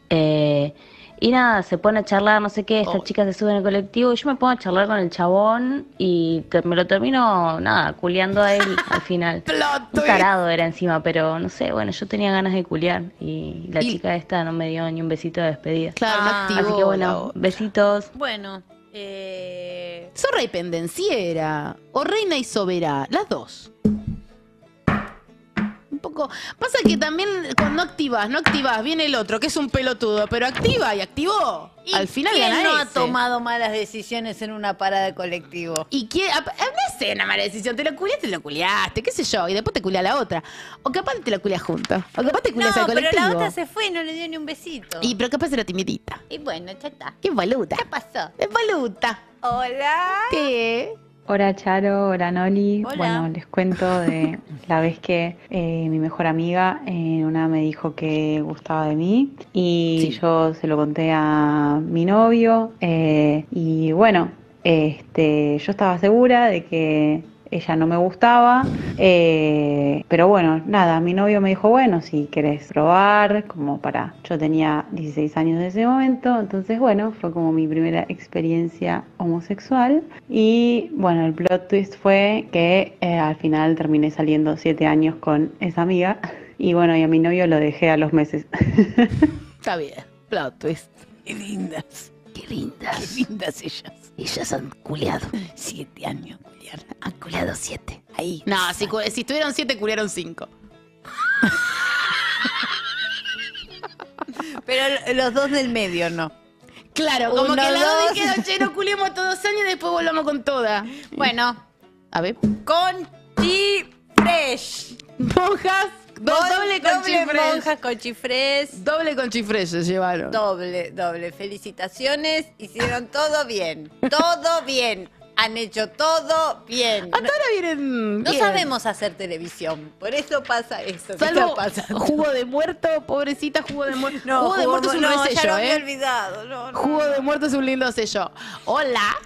[SPEAKER 8] Eh, y nada, se pone a charlar, no sé qué, esta
[SPEAKER 2] Oh.
[SPEAKER 8] chica se sube en el colectivo y yo me pongo a charlar con el chabón y te- me lo termino, nada, culeando a él al final.
[SPEAKER 2] Plot
[SPEAKER 8] Un
[SPEAKER 2] twist.
[SPEAKER 8] tarado era encima, pero no sé, bueno, yo tenía ganas de culear y la
[SPEAKER 2] Y-
[SPEAKER 8] chica esta no me dio ni un besito de despedida.
[SPEAKER 2] Claro, no
[SPEAKER 1] Ah.
[SPEAKER 2] activó
[SPEAKER 8] Así que
[SPEAKER 2] la
[SPEAKER 8] bueno,
[SPEAKER 2] otra.
[SPEAKER 8] besitos.
[SPEAKER 1] Bueno, eh,
[SPEAKER 2] Zorra y pendenciera. O reina y soberá. Las dos. Un poco. Pasa que también cuando activas, no activas, viene el otro, que es un pelotudo, pero activa y activó.
[SPEAKER 1] ¿y
[SPEAKER 2] Al final
[SPEAKER 1] ¿quién
[SPEAKER 2] gana
[SPEAKER 1] no
[SPEAKER 2] ese.
[SPEAKER 1] ha tomado malas decisiones en una parada de colectivo?
[SPEAKER 2] Y que, ap- eh, no sé, una mala decisión. Te lo culiaste, te lo culiaste, qué sé yo. Y después te culia la otra. O capaz te la culias juntos. O capaz te
[SPEAKER 1] No,
[SPEAKER 2] culias al
[SPEAKER 1] pero
[SPEAKER 2] colectivo.
[SPEAKER 1] la otra se fue y no le dio ni un besito.
[SPEAKER 2] Y pero capaz era timidita.
[SPEAKER 1] Y bueno, ya está.
[SPEAKER 2] Qué boluda.
[SPEAKER 1] ¿Qué pasó?
[SPEAKER 2] Es boluda.
[SPEAKER 1] Hola.
[SPEAKER 2] ¿Qué?
[SPEAKER 9] Hola Charo, hola Noli.
[SPEAKER 1] Hola.
[SPEAKER 9] Bueno, les cuento de la vez que eh, mi mejor amiga en una me dijo que gustaba de mí y
[SPEAKER 2] Sí.
[SPEAKER 9] yo se lo conté a mi novio eh, y bueno, este, yo estaba segura de que ella no me gustaba, eh, pero bueno, nada, mi novio me dijo, bueno, si querés probar, como para, yo tenía 16 años en ese momento, entonces bueno, fue como mi primera experiencia homosexual. Y bueno, el plot twist fue que eh, al final terminé saliendo siete años con esa amiga. Y bueno, y a mi novio lo dejé a los meses.
[SPEAKER 2] Está bien. Plot twist.
[SPEAKER 1] Qué lindas,
[SPEAKER 4] Qué lindas.
[SPEAKER 1] lindas ellas.
[SPEAKER 4] Ellas han culeado.
[SPEAKER 1] Siete años, Julián.
[SPEAKER 4] Han culeado siete.
[SPEAKER 1] Ahí.
[SPEAKER 2] No, si, cu- si tuvieron siete, culiaron cinco.
[SPEAKER 1] Pero l- los dos del medio no.
[SPEAKER 2] Claro, como
[SPEAKER 1] Uno,
[SPEAKER 2] que la
[SPEAKER 1] dos.
[SPEAKER 2] dos dijeron, che, no culiemos todos dos años y después volvamos con toda.
[SPEAKER 1] Bueno,
[SPEAKER 2] A ver.
[SPEAKER 1] Conchi Fresh.
[SPEAKER 2] Monjas, dos
[SPEAKER 1] Con-
[SPEAKER 2] doble con chifres.
[SPEAKER 1] monjas con chifres.
[SPEAKER 2] Doble con chifres se llevaron.
[SPEAKER 1] Doble, doble. Felicitaciones. Hicieron todo bien. Todo bien. Han hecho todo bien.
[SPEAKER 2] Hasta ahora Ah, vienen.
[SPEAKER 1] No
[SPEAKER 2] bien.
[SPEAKER 1] sabemos hacer televisión. Por eso pasa esto. que
[SPEAKER 2] Salvo
[SPEAKER 1] está pasando.
[SPEAKER 2] jugo de muerto, pobrecita, jugo de muerto.
[SPEAKER 1] No,
[SPEAKER 2] jugo de
[SPEAKER 1] jugo
[SPEAKER 2] muerto es un
[SPEAKER 1] mu-
[SPEAKER 2] buen
[SPEAKER 1] no, ya
[SPEAKER 2] sello,
[SPEAKER 1] lo había
[SPEAKER 2] ¿eh?
[SPEAKER 1] olvidado. No, no.
[SPEAKER 2] Jugo de muerto es un lindo sello. Hola.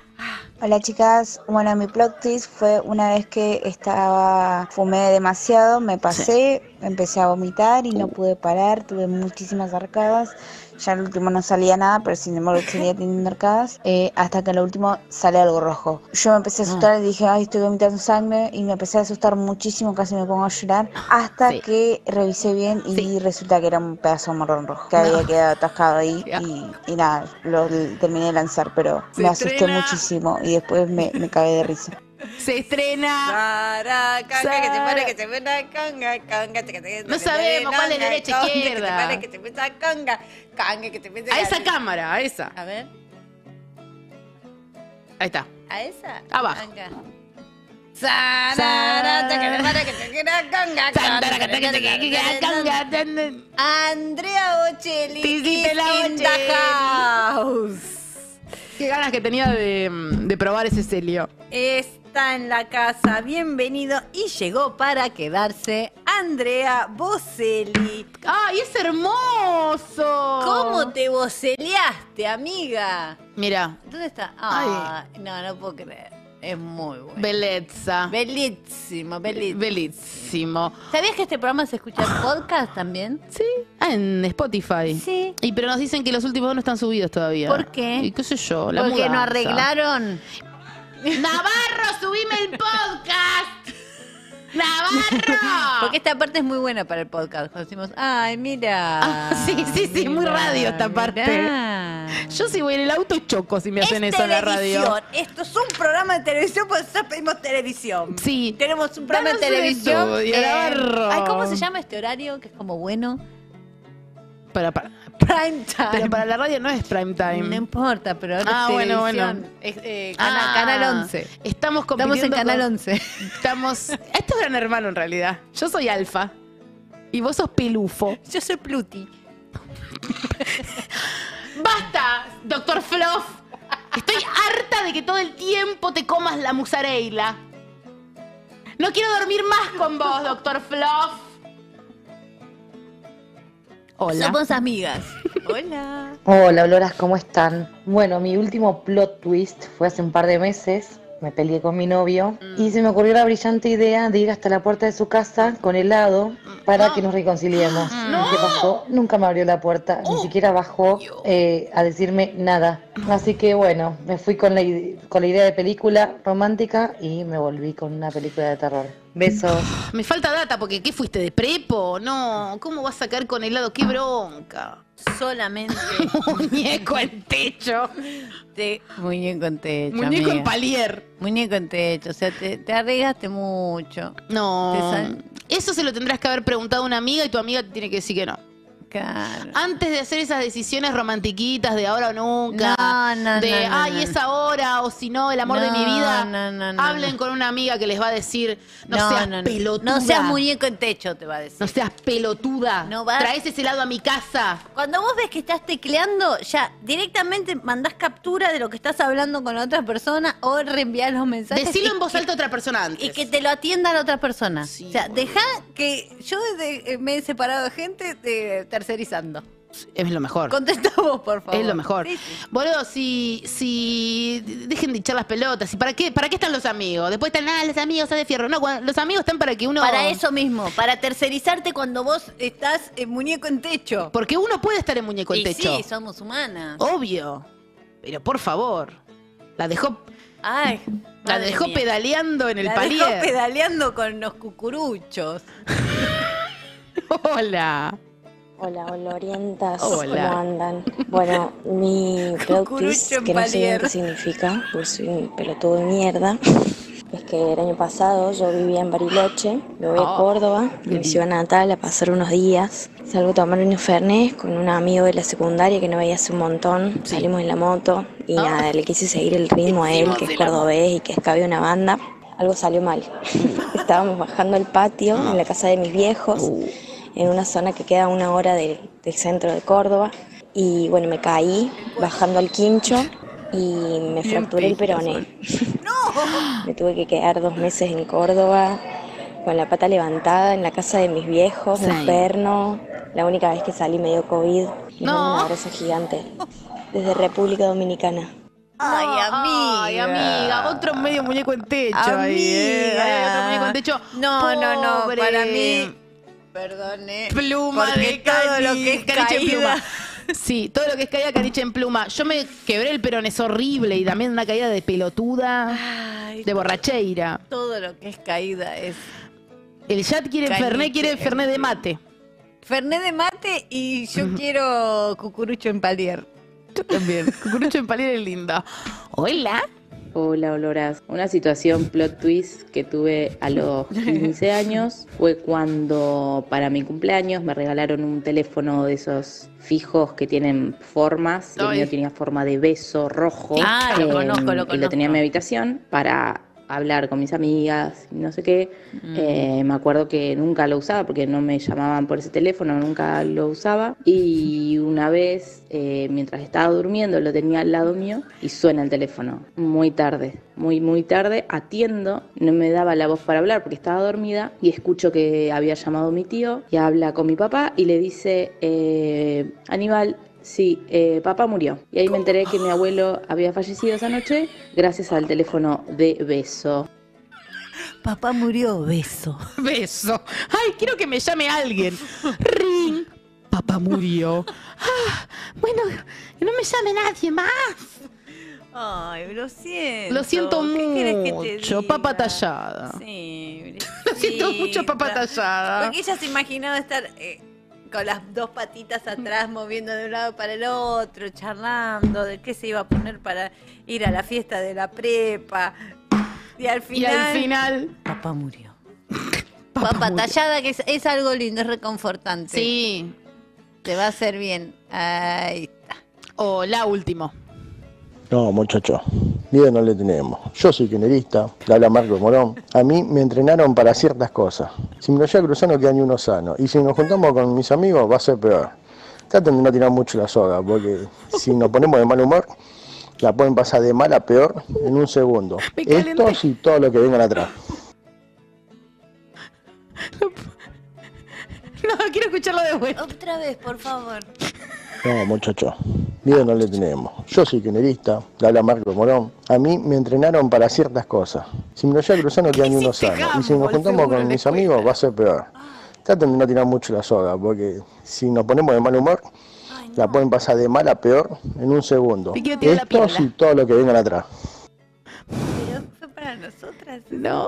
[SPEAKER 10] Hola chicas, bueno mi plot twist fue una vez que estaba, fumé demasiado, me pasé, empecé a vomitar
[SPEAKER 9] Uh.
[SPEAKER 10] y no pude parar, tuve muchísimas arcadas, ya al último no salía nada, pero sin embargo seguía teniendo arcadas, eh, hasta que al último sale algo rojo. Yo me
[SPEAKER 9] Ah.
[SPEAKER 10] empecé a asustar y dije, ay estoy vomitando sangre y me empecé a asustar muchísimo, casi me pongo a llorar, hasta
[SPEAKER 2] Sí.
[SPEAKER 10] que revisé bien y resulta que era un pedazo de marrón rojo, que había quedado atascado ahí
[SPEAKER 2] Qué
[SPEAKER 10] y, y nada, lo terminé de lanzar, pero
[SPEAKER 2] Se
[SPEAKER 10] me asusté
[SPEAKER 2] estrena.
[SPEAKER 10] muchísimo y después me, me cagué de risa.
[SPEAKER 2] se estrena.
[SPEAKER 3] Conga, que te pare, que te meta conga, conga, que te-
[SPEAKER 2] No sabemos cuál es
[SPEAKER 3] conga,
[SPEAKER 2] derecha,
[SPEAKER 3] conga,
[SPEAKER 2] izquierda.
[SPEAKER 3] Que te pare, que te meta conga, conga, que te meta
[SPEAKER 2] A esa cámara, a esa.
[SPEAKER 3] A ver,
[SPEAKER 2] Ahí está.
[SPEAKER 3] a esa.
[SPEAKER 2] Abajo.
[SPEAKER 3] Conga. Sararata, que te pare, que te meta conga, conga, que te meta conga. Andrea Bocelli
[SPEAKER 2] Titi de la
[SPEAKER 3] is in the
[SPEAKER 2] Bocelli.
[SPEAKER 3] house.
[SPEAKER 2] Qué ganas que tenía de, de probar ese celio.
[SPEAKER 1] Está en la casa, bienvenido y llegó para quedarse Andrea Bocelli.
[SPEAKER 2] ¡Ay, es hermoso!
[SPEAKER 1] ¿Cómo te boceleaste, amiga?
[SPEAKER 2] Mira,
[SPEAKER 1] ¿Dónde está? Ah, no, no puedo creer. Es muy bueno.
[SPEAKER 2] belleza.
[SPEAKER 1] Bellísimo, bellísimo.
[SPEAKER 2] Bellísimo.
[SPEAKER 1] ¿Sabías que este programa se escucha en podcast también?
[SPEAKER 2] Sí. Ah, en Spotify.
[SPEAKER 1] Sí.
[SPEAKER 2] Y pero nos dicen que los últimos dos no están subidos todavía.
[SPEAKER 1] ¿Por qué?
[SPEAKER 2] Y qué sé yo, la
[SPEAKER 1] Porque no
[SPEAKER 2] mudanza.
[SPEAKER 1] arreglaron.
[SPEAKER 2] ¡Navarro, subime el podcast! ¡Navarro!
[SPEAKER 1] Porque esta parte es muy buena para el podcast. Cuando decimos, ay, mira.
[SPEAKER 2] sí, sí, sí, muy
[SPEAKER 1] mira,
[SPEAKER 2] radio esta parte.
[SPEAKER 1] mirá.
[SPEAKER 2] Yo si voy en el auto choco si me hacen
[SPEAKER 1] Es
[SPEAKER 2] eso en la radio.
[SPEAKER 1] televisión. Esto es un programa de televisión, por eso pedimos televisión.
[SPEAKER 2] Sí.
[SPEAKER 1] Tenemos un programa de
[SPEAKER 2] Danos un
[SPEAKER 1] televisión. Eh,
[SPEAKER 2] estudio, Navarro.
[SPEAKER 1] ay, ¿Cómo se llama este horario? Que es como bueno.
[SPEAKER 2] Para, para-
[SPEAKER 1] Prime time.
[SPEAKER 2] pero para la radio no es prime time.
[SPEAKER 1] No importa, pero ahora
[SPEAKER 2] Ah,
[SPEAKER 1] es
[SPEAKER 2] bueno,
[SPEAKER 1] televisión.
[SPEAKER 2] bueno.
[SPEAKER 1] Es, eh, cana-
[SPEAKER 2] Ah,
[SPEAKER 1] Canal 11.
[SPEAKER 2] Estamos compitiendo.
[SPEAKER 1] Estamos en Canal
[SPEAKER 2] con-
[SPEAKER 1] 11.
[SPEAKER 2] Estamos. Esto es gran hermano en realidad. Yo soy alfa. Y vos sos pelufo.
[SPEAKER 1] Yo soy Pluti.
[SPEAKER 2] ¡Basta, doctor Fluff! Estoy harta de que todo el tiempo te comas la musareila. No quiero dormir más con vos, doctor Fluff. Hola.
[SPEAKER 1] Somos amigas. Hola.
[SPEAKER 11] Hola, Oloras, ¿cómo están? Bueno, mi último plot twist fue hace un par de meses. Me peleé con mi novio
[SPEAKER 12] Mm.
[SPEAKER 11] y se me ocurrió la brillante idea de ir hasta la puerta de su casa con helado
[SPEAKER 12] Mm.
[SPEAKER 11] para que nos reconciliemos. ¿Y qué pasó? Nunca me abrió la puerta,
[SPEAKER 12] Oh,
[SPEAKER 11] ni siquiera bajó eh, a decirme nada. Así que bueno, me fui con la, ide- con la idea de película romántica y me volví con una película de terror. Besos.
[SPEAKER 2] Me falta data porque ¿qué fuiste de prepo? No, ¿cómo vas a sacar con helado? ¡Qué bronca!
[SPEAKER 1] Solamente
[SPEAKER 2] Muñeco en techo.
[SPEAKER 1] te. Muñeco en techo.
[SPEAKER 2] Muñeco en
[SPEAKER 1] amiga.
[SPEAKER 2] palier.
[SPEAKER 1] Muñeco en techo. O sea, te, te arriesgaste mucho.
[SPEAKER 2] No.
[SPEAKER 1] Te sal-
[SPEAKER 2] Eso se lo tendrás que haber preguntado a una amiga y tu amiga te tiene que decir que no.
[SPEAKER 1] Claro.
[SPEAKER 2] Antes de hacer esas decisiones romantiquitas de ahora o nunca,
[SPEAKER 1] No, no,
[SPEAKER 2] de
[SPEAKER 1] no, no,
[SPEAKER 2] ay,
[SPEAKER 1] no.
[SPEAKER 2] es ahora o si no, el amor de
[SPEAKER 1] No,
[SPEAKER 2] mi vida,
[SPEAKER 1] no, no, no,
[SPEAKER 2] hablen
[SPEAKER 1] no.
[SPEAKER 2] con una amiga que les va a decir, no, seas pelotuda.
[SPEAKER 1] No seas muñeco en techo, te va a decir.
[SPEAKER 2] No seas pelotuda.
[SPEAKER 1] No vas-
[SPEAKER 2] Traes ese lado a mi casa.
[SPEAKER 1] Cuando vos ves que estás tecleando, ya directamente mandás captura de lo que estás hablando con la otra persona o reenviás los mensajes.
[SPEAKER 2] Decilo
[SPEAKER 1] y
[SPEAKER 2] en voz
[SPEAKER 1] que-
[SPEAKER 2] alta a otra persona antes.
[SPEAKER 1] Y que te lo atienda la otra persona.
[SPEAKER 2] Sí,
[SPEAKER 1] o sea,
[SPEAKER 2] boludo.
[SPEAKER 1] deja que yo desde- eh, me he separado de gente eh, tercerizando.
[SPEAKER 2] Es lo mejor.
[SPEAKER 1] Contesta vos, por favor.
[SPEAKER 2] Es lo mejor.
[SPEAKER 1] Sí, sí.
[SPEAKER 2] Boludo, si, si dejen de echar las pelotas, ¿y para qué, para qué están los amigos? Después están, ah, los amigos son de fierro. No, cuando- los amigos están para que uno.
[SPEAKER 1] Para eso mismo, para tercerizarte cuando vos estás eh, muñeco en techo.
[SPEAKER 2] Porque uno puede estar en muñeco en
[SPEAKER 1] y
[SPEAKER 2] techo.
[SPEAKER 1] sí, somos humanas.
[SPEAKER 2] Obvio. Pero por favor. La dejó,
[SPEAKER 1] Ay,
[SPEAKER 2] la
[SPEAKER 1] madre
[SPEAKER 2] dejó
[SPEAKER 1] mía.
[SPEAKER 2] pedaleando en el
[SPEAKER 1] La
[SPEAKER 2] palier.
[SPEAKER 1] dejó pedaleando con los cucuruchos.
[SPEAKER 2] Hola.
[SPEAKER 13] Hola, hola, orientas,
[SPEAKER 2] Hola.
[SPEAKER 13] ¿cómo andan? Bueno, mi plot
[SPEAKER 1] Cucurucho
[SPEAKER 13] twist,
[SPEAKER 1] en
[SPEAKER 13] que no sé bien
[SPEAKER 1] palier.
[SPEAKER 13] qué significa, porque soy un pelotudo de mierda, es que el año pasado yo vivía en Bariloche, me voy
[SPEAKER 2] Ah,
[SPEAKER 13] a Córdoba,
[SPEAKER 2] qué
[SPEAKER 13] mi ciudad natal, a pasar unos días, salgo a tomar unos fernés con un amigo de la secundaria que no veía hace un montón, salimos en la moto y
[SPEAKER 2] Ah.
[SPEAKER 13] nada, le quise seguir el ritmo a él, que es cordobés y que es cabio de una banda, algo salió mal. Estábamos bajando al patio en
[SPEAKER 2] Ah.
[SPEAKER 13] la casa de mis viejos
[SPEAKER 2] Uh.
[SPEAKER 13] en una zona que queda a una hora del, del centro de Córdoba. Y bueno, me caí bajando al quincho y me fracturé el peroné. me tuve que quedar dos meses en Córdoba con la pata levantada en la casa de mis viejos,
[SPEAKER 2] Sí.
[SPEAKER 13] un perno. La única vez que salí me dio COVID. Les
[SPEAKER 2] No.
[SPEAKER 13] mando un abrazo gigante desde República Dominicana.
[SPEAKER 1] Ay, amiga.
[SPEAKER 2] Ay, amiga. Otro medio muñeco en techo.
[SPEAKER 1] Amiga.
[SPEAKER 2] ahí, eh. Ahí, otro muñeco en techo.
[SPEAKER 1] No, no, no.
[SPEAKER 2] Pobre.
[SPEAKER 1] Para mí.
[SPEAKER 2] eh.
[SPEAKER 1] Perdone.
[SPEAKER 2] Pluma
[SPEAKER 1] Porque
[SPEAKER 2] de
[SPEAKER 1] todo
[SPEAKER 2] cani-
[SPEAKER 1] lo que es
[SPEAKER 2] caniche en
[SPEAKER 1] caída.
[SPEAKER 2] pluma. Sí, todo lo que es caída caniche en pluma. Yo me quebré el perón, es horrible. Y también una caída de pelotuda,
[SPEAKER 1] Ay,
[SPEAKER 2] de borracheira.
[SPEAKER 1] todo lo que es caída es.
[SPEAKER 2] El chat quiere
[SPEAKER 1] Caniche
[SPEAKER 2] Fernet, quiere
[SPEAKER 1] en
[SPEAKER 2] Fernet de mate.
[SPEAKER 1] Ferné de mate y yo quiero cucurucho en palier.
[SPEAKER 2] Yo también. Cucurucho en palier es linda. Hola.
[SPEAKER 14] Hola, Oloras. Una situación plot twist que tuve a los 15 años fue cuando para mi cumpleaños me regalaron un teléfono de esos fijos que tienen formas. y El
[SPEAKER 1] Ay.
[SPEAKER 14] mío tenía forma de beso rojo.
[SPEAKER 1] Ah, lo conozco, lo
[SPEAKER 14] eh, Y lo tenía en
[SPEAKER 1] conozco.
[SPEAKER 14] mi habitación para hablar con mis amigas y no sé qué.
[SPEAKER 1] Mm.
[SPEAKER 14] Eh, me acuerdo que nunca lo usaba porque no me llamaban por ese teléfono, nunca lo usaba. Y una vez, eh, mientras estaba durmiendo, lo tenía al lado mío y suena el teléfono. Muy tarde, muy, muy tarde. Atiendo, no me daba la voz para hablar porque estaba dormida y escucho que había llamado mi tío y habla con mi papá y le dice, eh, Aníbal, Sí, eh, papá murió. Y ahí me enteré que mi abuelo había fallecido esa noche gracias al teléfono de beso.
[SPEAKER 1] Papá murió beso.
[SPEAKER 2] Beso. Ay, quiero que me llame alguien. Ring. Papá murió. Ah, bueno, que no me llame nadie más.
[SPEAKER 1] Ay, lo siento.
[SPEAKER 2] Lo siento
[SPEAKER 1] ¿Qué querés que te
[SPEAKER 2] mucho,
[SPEAKER 1] diga?
[SPEAKER 2] papa tallada.
[SPEAKER 1] Sí,
[SPEAKER 2] Lo siento mucho, papa tallada.
[SPEAKER 1] Porque ella se imaginaba estar eh, con las dos patitas atrás,
[SPEAKER 2] Mm.
[SPEAKER 1] moviendo de un lado para el otro, charlando de qué se iba a poner para ir a la fiesta de la prepa. Y al
[SPEAKER 2] Y
[SPEAKER 1] final.
[SPEAKER 2] al final.
[SPEAKER 1] Papá murió. Papa tallada, que es, es algo lindo, es reconfortante.
[SPEAKER 2] Sí.
[SPEAKER 1] Te va a hacer bien. Ahí está.
[SPEAKER 2] O la última.
[SPEAKER 15] No, muchachos, miedo no le tenemos. Yo soy kirchnerista, le habla Marco Morón. A mí me entrenaron para ciertas cosas. Si me lo llevo cruzando queda ni uno sano. Y si nos juntamos con mis amigos va a ser peor. Traten de no tirar mucho la soga, porque si nos ponemos de mal humor, la pueden pasar de mal a peor en un segundo. Estos y todo lo que vengan atrás.
[SPEAKER 2] No, quiero escucharlo de vuelta.
[SPEAKER 1] Otra vez, por favor.
[SPEAKER 15] No, muchachos, miedo no le tenemos. Yo soy kirchnerista, le habla Marco Morón. A mí me entrenaron para ciertas cosas. Si me lo llevo cruzando queda ni uno sano. Y si nos
[SPEAKER 16] Gamble,
[SPEAKER 15] juntamos
[SPEAKER 16] seguro,
[SPEAKER 15] con
[SPEAKER 16] en la
[SPEAKER 15] mis amigos va a ser peor.
[SPEAKER 2] Ah.
[SPEAKER 15] Traten de no tirar mucho la soga, porque si nos ponemos de mal humor, la pueden pasar de mal a peor en un segundo.
[SPEAKER 2] Y que tire la
[SPEAKER 15] Estos
[SPEAKER 2] piola.
[SPEAKER 15] y todo lo que vengan atrás.
[SPEAKER 1] Fue para nosotras.
[SPEAKER 2] No.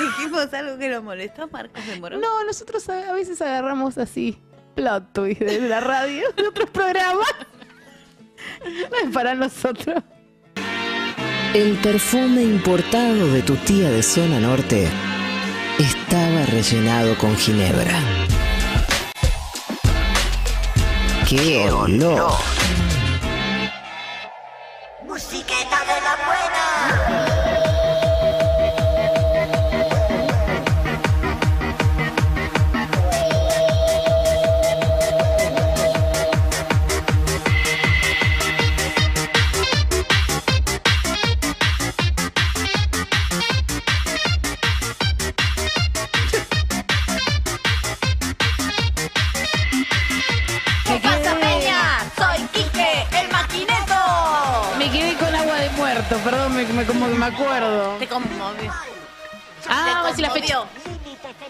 [SPEAKER 1] Dijimos algo que nos molestó a Marcos de Morón.
[SPEAKER 2] No, nosotros a, a veces agarramos así plot twist de la radio, de otros programas. No es para nosotros.
[SPEAKER 5] El perfume importado de tu tía de zona norte estaba rellenado con ginebra. ¡Qué olor!
[SPEAKER 16] Musiqueta de la buena.
[SPEAKER 1] ¿Qué pasa, Peña? Soy Quique, el maquineto.
[SPEAKER 2] Me quedé con agua de muerto, perdón, me, me- como que me acuerdo.
[SPEAKER 1] Te conmovió.
[SPEAKER 2] Ah, vamos a decir la fecha.
[SPEAKER 1] Conmovió.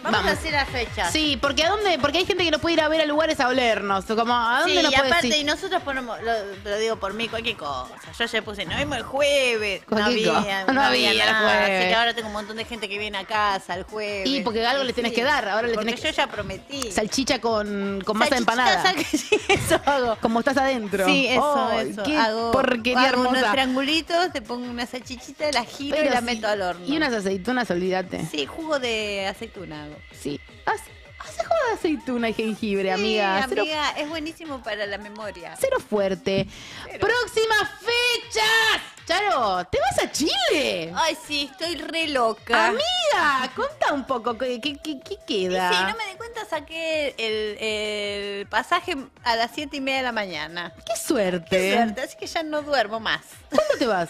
[SPEAKER 1] Vamos, a decir la fecha.
[SPEAKER 2] Sí, porque ¿a dónde? Porque hay gente que no puede ir a ver a lugares a olernos. Como, ¿a dónde
[SPEAKER 1] Sí,
[SPEAKER 2] no
[SPEAKER 1] y
[SPEAKER 2] puede
[SPEAKER 1] aparte,
[SPEAKER 2] ir?
[SPEAKER 1] y nosotros ponemos, lo, te lo digo por mí, cualquier cosa. Yo ya puse, nos vimos el jueves. No
[SPEAKER 2] Cualquier
[SPEAKER 1] había,
[SPEAKER 2] cosa. No había el
[SPEAKER 1] nada, Así
[SPEAKER 2] jueves.
[SPEAKER 1] que ahora tengo un montón de gente que viene a casa el jueves.
[SPEAKER 2] Y porque algo le tenés que dar, ahora le
[SPEAKER 1] porque
[SPEAKER 2] tenés que-
[SPEAKER 1] yo ya prometí.
[SPEAKER 2] Salchicha con, con masa de
[SPEAKER 1] Salchichita,
[SPEAKER 2] empanada.
[SPEAKER 1] sal- eso hago.
[SPEAKER 2] Como estás adentro.
[SPEAKER 1] Sí, eso,
[SPEAKER 2] Ay,
[SPEAKER 1] eso.
[SPEAKER 2] Qué
[SPEAKER 1] hago,
[SPEAKER 2] porquería
[SPEAKER 1] hago unos
[SPEAKER 2] hermosa.
[SPEAKER 1] triangulitos, te pongo una salchichita, la giro y
[SPEAKER 2] Pero
[SPEAKER 1] la
[SPEAKER 2] sí,
[SPEAKER 1] meto al horno.
[SPEAKER 2] Y unas aceitunas, olvídate.
[SPEAKER 1] Sí, jugo de aceituna hago.
[SPEAKER 2] Sí. Hace, hace jugo de aceituna y jengibre,
[SPEAKER 1] Sí,
[SPEAKER 2] amiga. Cero,
[SPEAKER 1] amiga, es buenísimo para la memoria.
[SPEAKER 2] cero fuerte. Próximas fechas. Charo, ¿te vas a Chile?
[SPEAKER 1] Ay, sí, estoy re loca.
[SPEAKER 2] Amiga, contá un poco, ¿qué, qué- qué- qué
[SPEAKER 1] Y
[SPEAKER 2] queda?
[SPEAKER 1] sí, no me di cuenta, saqué el, el pasaje a las siete y media de la mañana.
[SPEAKER 2] Qué suerte.
[SPEAKER 1] Qué suerte, así que ya no duermo más.
[SPEAKER 2] ¿Cuándo te vas?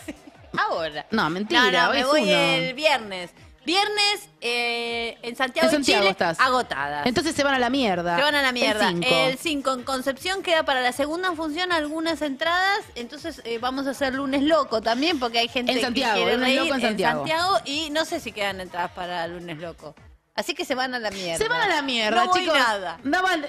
[SPEAKER 1] Ahora.
[SPEAKER 2] No, mentira,
[SPEAKER 1] No, no,
[SPEAKER 2] hoy
[SPEAKER 1] me
[SPEAKER 2] es
[SPEAKER 1] voy
[SPEAKER 2] uno.
[SPEAKER 1] el viernes. Viernes eh, en Santiago,
[SPEAKER 2] En
[SPEAKER 1] de
[SPEAKER 2] Santiago
[SPEAKER 1] Chile,
[SPEAKER 2] estás.
[SPEAKER 1] agotadas.
[SPEAKER 2] Entonces se van a la mierda.
[SPEAKER 1] Se van a la mierda.
[SPEAKER 2] El 5.
[SPEAKER 1] El 5 en Concepción queda para la segunda función algunas entradas. Entonces eh, vamos a hacer lunes loco también porque hay gente
[SPEAKER 2] En Santiago,
[SPEAKER 1] que quiere
[SPEAKER 2] lunes
[SPEAKER 1] reír
[SPEAKER 2] loco en Santiago.
[SPEAKER 1] y no sé si quedan entradas para lunes loco. Así que se van a la mierda.
[SPEAKER 2] Se van a la mierda,
[SPEAKER 1] no voy
[SPEAKER 2] chicos.
[SPEAKER 1] nada.
[SPEAKER 2] No, van-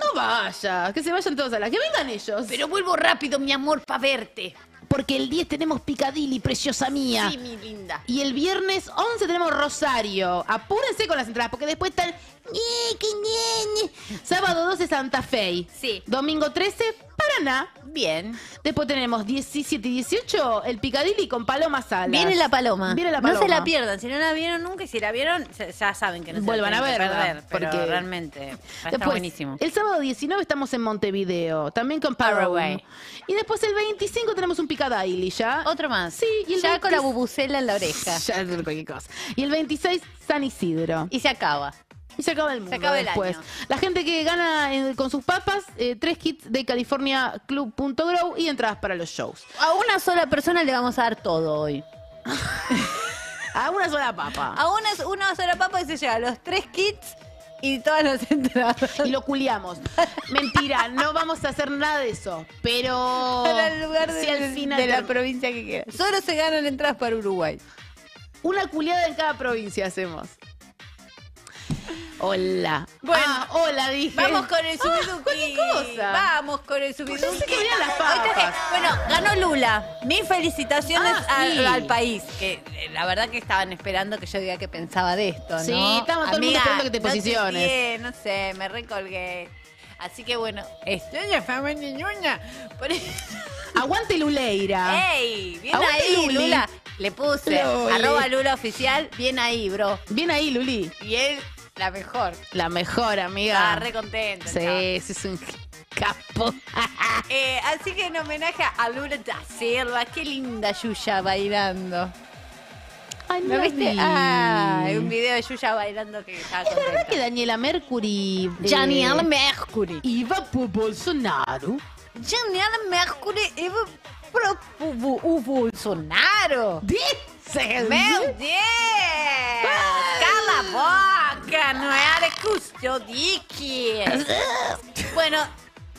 [SPEAKER 2] no vayas, que se vayan todos a la que vengan ellos.
[SPEAKER 1] Pero vuelvo rápido, mi amor, para verte.
[SPEAKER 2] Porque el 10 tenemos Picadilly, preciosa mía.
[SPEAKER 1] Sí, mi linda.
[SPEAKER 2] Y el viernes 11 tenemos Rosario. Apúrense con las entradas porque después están... "Eh, Sábado 12 Santa Fe.
[SPEAKER 1] Sí.
[SPEAKER 2] Domingo 13 para mañana. Bien. Después tenemos 17 y 18, el Picadilly con Paloma Salas.
[SPEAKER 1] Viene la paloma.
[SPEAKER 2] Viene la
[SPEAKER 1] No se
[SPEAKER 2] paloma.
[SPEAKER 1] la pierdan. Si no la vieron nunca y si la vieron, se- ya saben que no se
[SPEAKER 2] Vuelvan
[SPEAKER 1] la
[SPEAKER 2] a
[SPEAKER 1] tienen que
[SPEAKER 2] verla,
[SPEAKER 1] perder, pero
[SPEAKER 2] porque-
[SPEAKER 1] realmente va a estar
[SPEAKER 2] Después,
[SPEAKER 1] buenísimo.
[SPEAKER 2] El sábado 19 estamos en Montevideo, también con Paraguay. Y después el 25 tenemos un Picadilly ya.
[SPEAKER 1] Otro más.
[SPEAKER 2] Sí, y el
[SPEAKER 1] Ya con la
[SPEAKER 2] bubucela en
[SPEAKER 1] la oreja.
[SPEAKER 2] Ya, cualquier cosa. Y el 26 San Isidro.
[SPEAKER 1] Y se acaba.
[SPEAKER 2] Y se acaba el mundo.
[SPEAKER 1] acaba el
[SPEAKER 2] después.
[SPEAKER 1] año.
[SPEAKER 2] La gente que gana eh, con sus papas, eh, tres kits de californiaclub.grow y entradas para los shows.
[SPEAKER 1] A una sola persona le vamos a dar todo hoy.
[SPEAKER 2] A una sola papa.
[SPEAKER 1] A una, una sola papa que se lleva los tres kits y todas las entradas.
[SPEAKER 2] Y lo culiamos. Mentira, no vamos a hacer nada de eso. Pero.
[SPEAKER 1] Para el lugar
[SPEAKER 2] si
[SPEAKER 1] de-
[SPEAKER 2] al final
[SPEAKER 1] de la
[SPEAKER 2] term-
[SPEAKER 1] provincia que queda. Solo se ganan entradas para Uruguay.
[SPEAKER 2] Una culiada en cada provincia hacemos. Hola.
[SPEAKER 1] Bueno,
[SPEAKER 2] Ah, hola, dije.
[SPEAKER 1] Vamos con el
[SPEAKER 2] Ah,
[SPEAKER 1] subiduki.
[SPEAKER 2] cualquier cosa.
[SPEAKER 1] Vamos con el subiduki.
[SPEAKER 2] Pues Yo pensé que venían las papas.
[SPEAKER 1] Hoy traje- Bueno, ganó Lula. Mis felicitaciones
[SPEAKER 2] Ah,
[SPEAKER 1] al-
[SPEAKER 2] sí.
[SPEAKER 1] al, país. Que eh, la verdad que estaban esperando que yo diga que pensaba de esto, ¿no?
[SPEAKER 2] Sí, estaba todo el mundo
[SPEAKER 1] Amiga,
[SPEAKER 2] esperando que te
[SPEAKER 1] no
[SPEAKER 2] posiciones.
[SPEAKER 1] tuiteé, No, sé, me recolgué. Así que bueno, estoy ya fama niñuña. Por eso-
[SPEAKER 2] Aguante Luleira.
[SPEAKER 1] ¡Ey! Bien
[SPEAKER 2] Aguante,
[SPEAKER 1] Eh, ahí,
[SPEAKER 2] Luli.
[SPEAKER 1] Lula. Le puse
[SPEAKER 2] Luli.
[SPEAKER 1] arroba Lula oficial. Bien ahí, bro.
[SPEAKER 2] Bien ahí, Luli. Ah,
[SPEAKER 1] Y él, la mejor.
[SPEAKER 2] La mejor, amiga.
[SPEAKER 1] Estaba re contento.
[SPEAKER 2] Sí,
[SPEAKER 1] chao.
[SPEAKER 2] ese es un capo.
[SPEAKER 1] Eh, así que en homenaje a Lula da Silva, qué linda Yuya bailando.
[SPEAKER 2] Ay,
[SPEAKER 1] ¿No
[SPEAKER 2] la
[SPEAKER 1] viste?
[SPEAKER 2] vi.
[SPEAKER 1] Ay, un video de Yuya bailando que estaba
[SPEAKER 2] Es verdad
[SPEAKER 1] contenta.
[SPEAKER 2] que Daniela Mercury. eh,
[SPEAKER 1] Daniela Mercury.
[SPEAKER 2] Iba por Bolsonaro.
[SPEAKER 1] Daniela Mercury iba pro bu- bu- Bolsonaro.
[SPEAKER 2] Dices.
[SPEAKER 1] Meu Deus! Cala a boca, não era que eu disse. Bueno,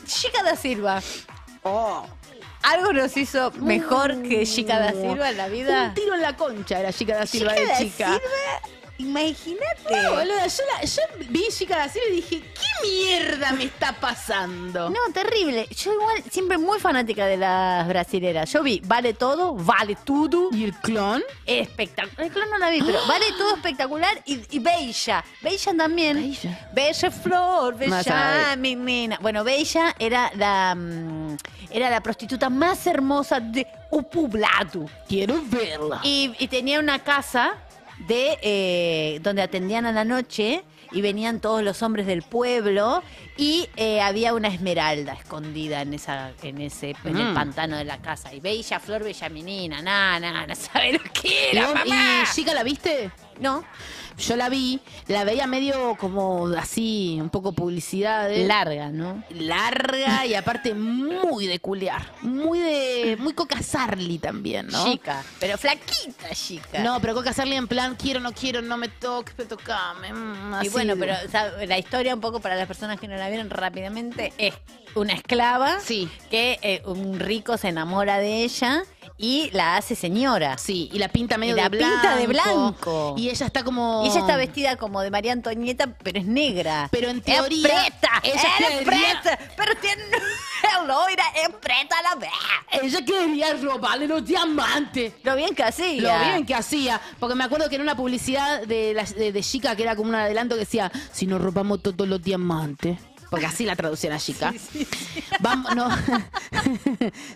[SPEAKER 1] Chica da Silva. Oh, Algo nos hizo mejor que Chica da Silva en la vida.
[SPEAKER 2] Mm. Un tiro en la concha era Chica da Silva
[SPEAKER 1] Chica
[SPEAKER 2] de
[SPEAKER 1] da
[SPEAKER 2] chica.
[SPEAKER 1] Silva, Eh. imagínate.
[SPEAKER 2] No, boluda, yo, la- yo vi Chica da Silva y dije, ¿qué mierda me está pasando?
[SPEAKER 1] No, terrible. Yo igual siempre muy fanática de las brasileras. Yo vi Vale Todo, Vale Tudo.
[SPEAKER 2] ¿Y el clon?
[SPEAKER 1] Espectacular. El clon no la vi, pero Vale Todo espectacular y, y Bella. Bella también. Bella. Flor,
[SPEAKER 2] No sabe.
[SPEAKER 1] Bella menina. Bueno, Bella era la, mm, era la prostituta más hermosa de o poblado.
[SPEAKER 2] Quiero verla.
[SPEAKER 1] Y, y tenía una casa de eh, donde atendían a la noche y venían todos los hombres del pueblo y eh, había una esmeralda escondida en esa en ese en el
[SPEAKER 2] Mm.
[SPEAKER 1] pantano de la casa y bella flor bella menina na na no sabe lo que
[SPEAKER 2] Y-
[SPEAKER 1] era mamá
[SPEAKER 2] ¿Y Chica la viste?
[SPEAKER 1] No.
[SPEAKER 2] Yo la vi, la veía medio como así, un poco publicidad.
[SPEAKER 1] Larga, ¿no?
[SPEAKER 2] Larga y aparte muy de culiar. Muy de. Muy Coca Sarli también, ¿no?
[SPEAKER 1] chica pero flaquita chica
[SPEAKER 2] No, pero Coca Sarli en plan, quiero, no quiero, no me toques, pero tocame. mm,
[SPEAKER 1] y
[SPEAKER 2] así
[SPEAKER 1] bueno
[SPEAKER 2] de-
[SPEAKER 1] pero o sea, la historia un poco para las personas que no la vieron rápidamente es una esclava que eh, un rico se enamora de ella y la hace señora
[SPEAKER 2] sí y la pinta medio
[SPEAKER 1] la
[SPEAKER 2] de
[SPEAKER 1] pinta de
[SPEAKER 2] blanco.
[SPEAKER 1] blanco
[SPEAKER 2] Y ella está como.
[SPEAKER 1] Y ella está vestida como de María Antonieta, pero es negra.
[SPEAKER 2] Pero en teoría,
[SPEAKER 1] ¡Es preta!
[SPEAKER 2] ella
[SPEAKER 1] ¡Era
[SPEAKER 2] quería-
[SPEAKER 1] preta! Pero tiene... Es loira, es preta a la vez.
[SPEAKER 2] Ella quería robarle los diamantes.
[SPEAKER 1] Lo bien que hacía.
[SPEAKER 2] Lo bien que hacía. Porque me acuerdo que en una publicidad de, la- de, de Chica, que era como un adelanto, que decía, si nos robamos todos los diamantes. Porque así la traducían a Chica. Vamos, no.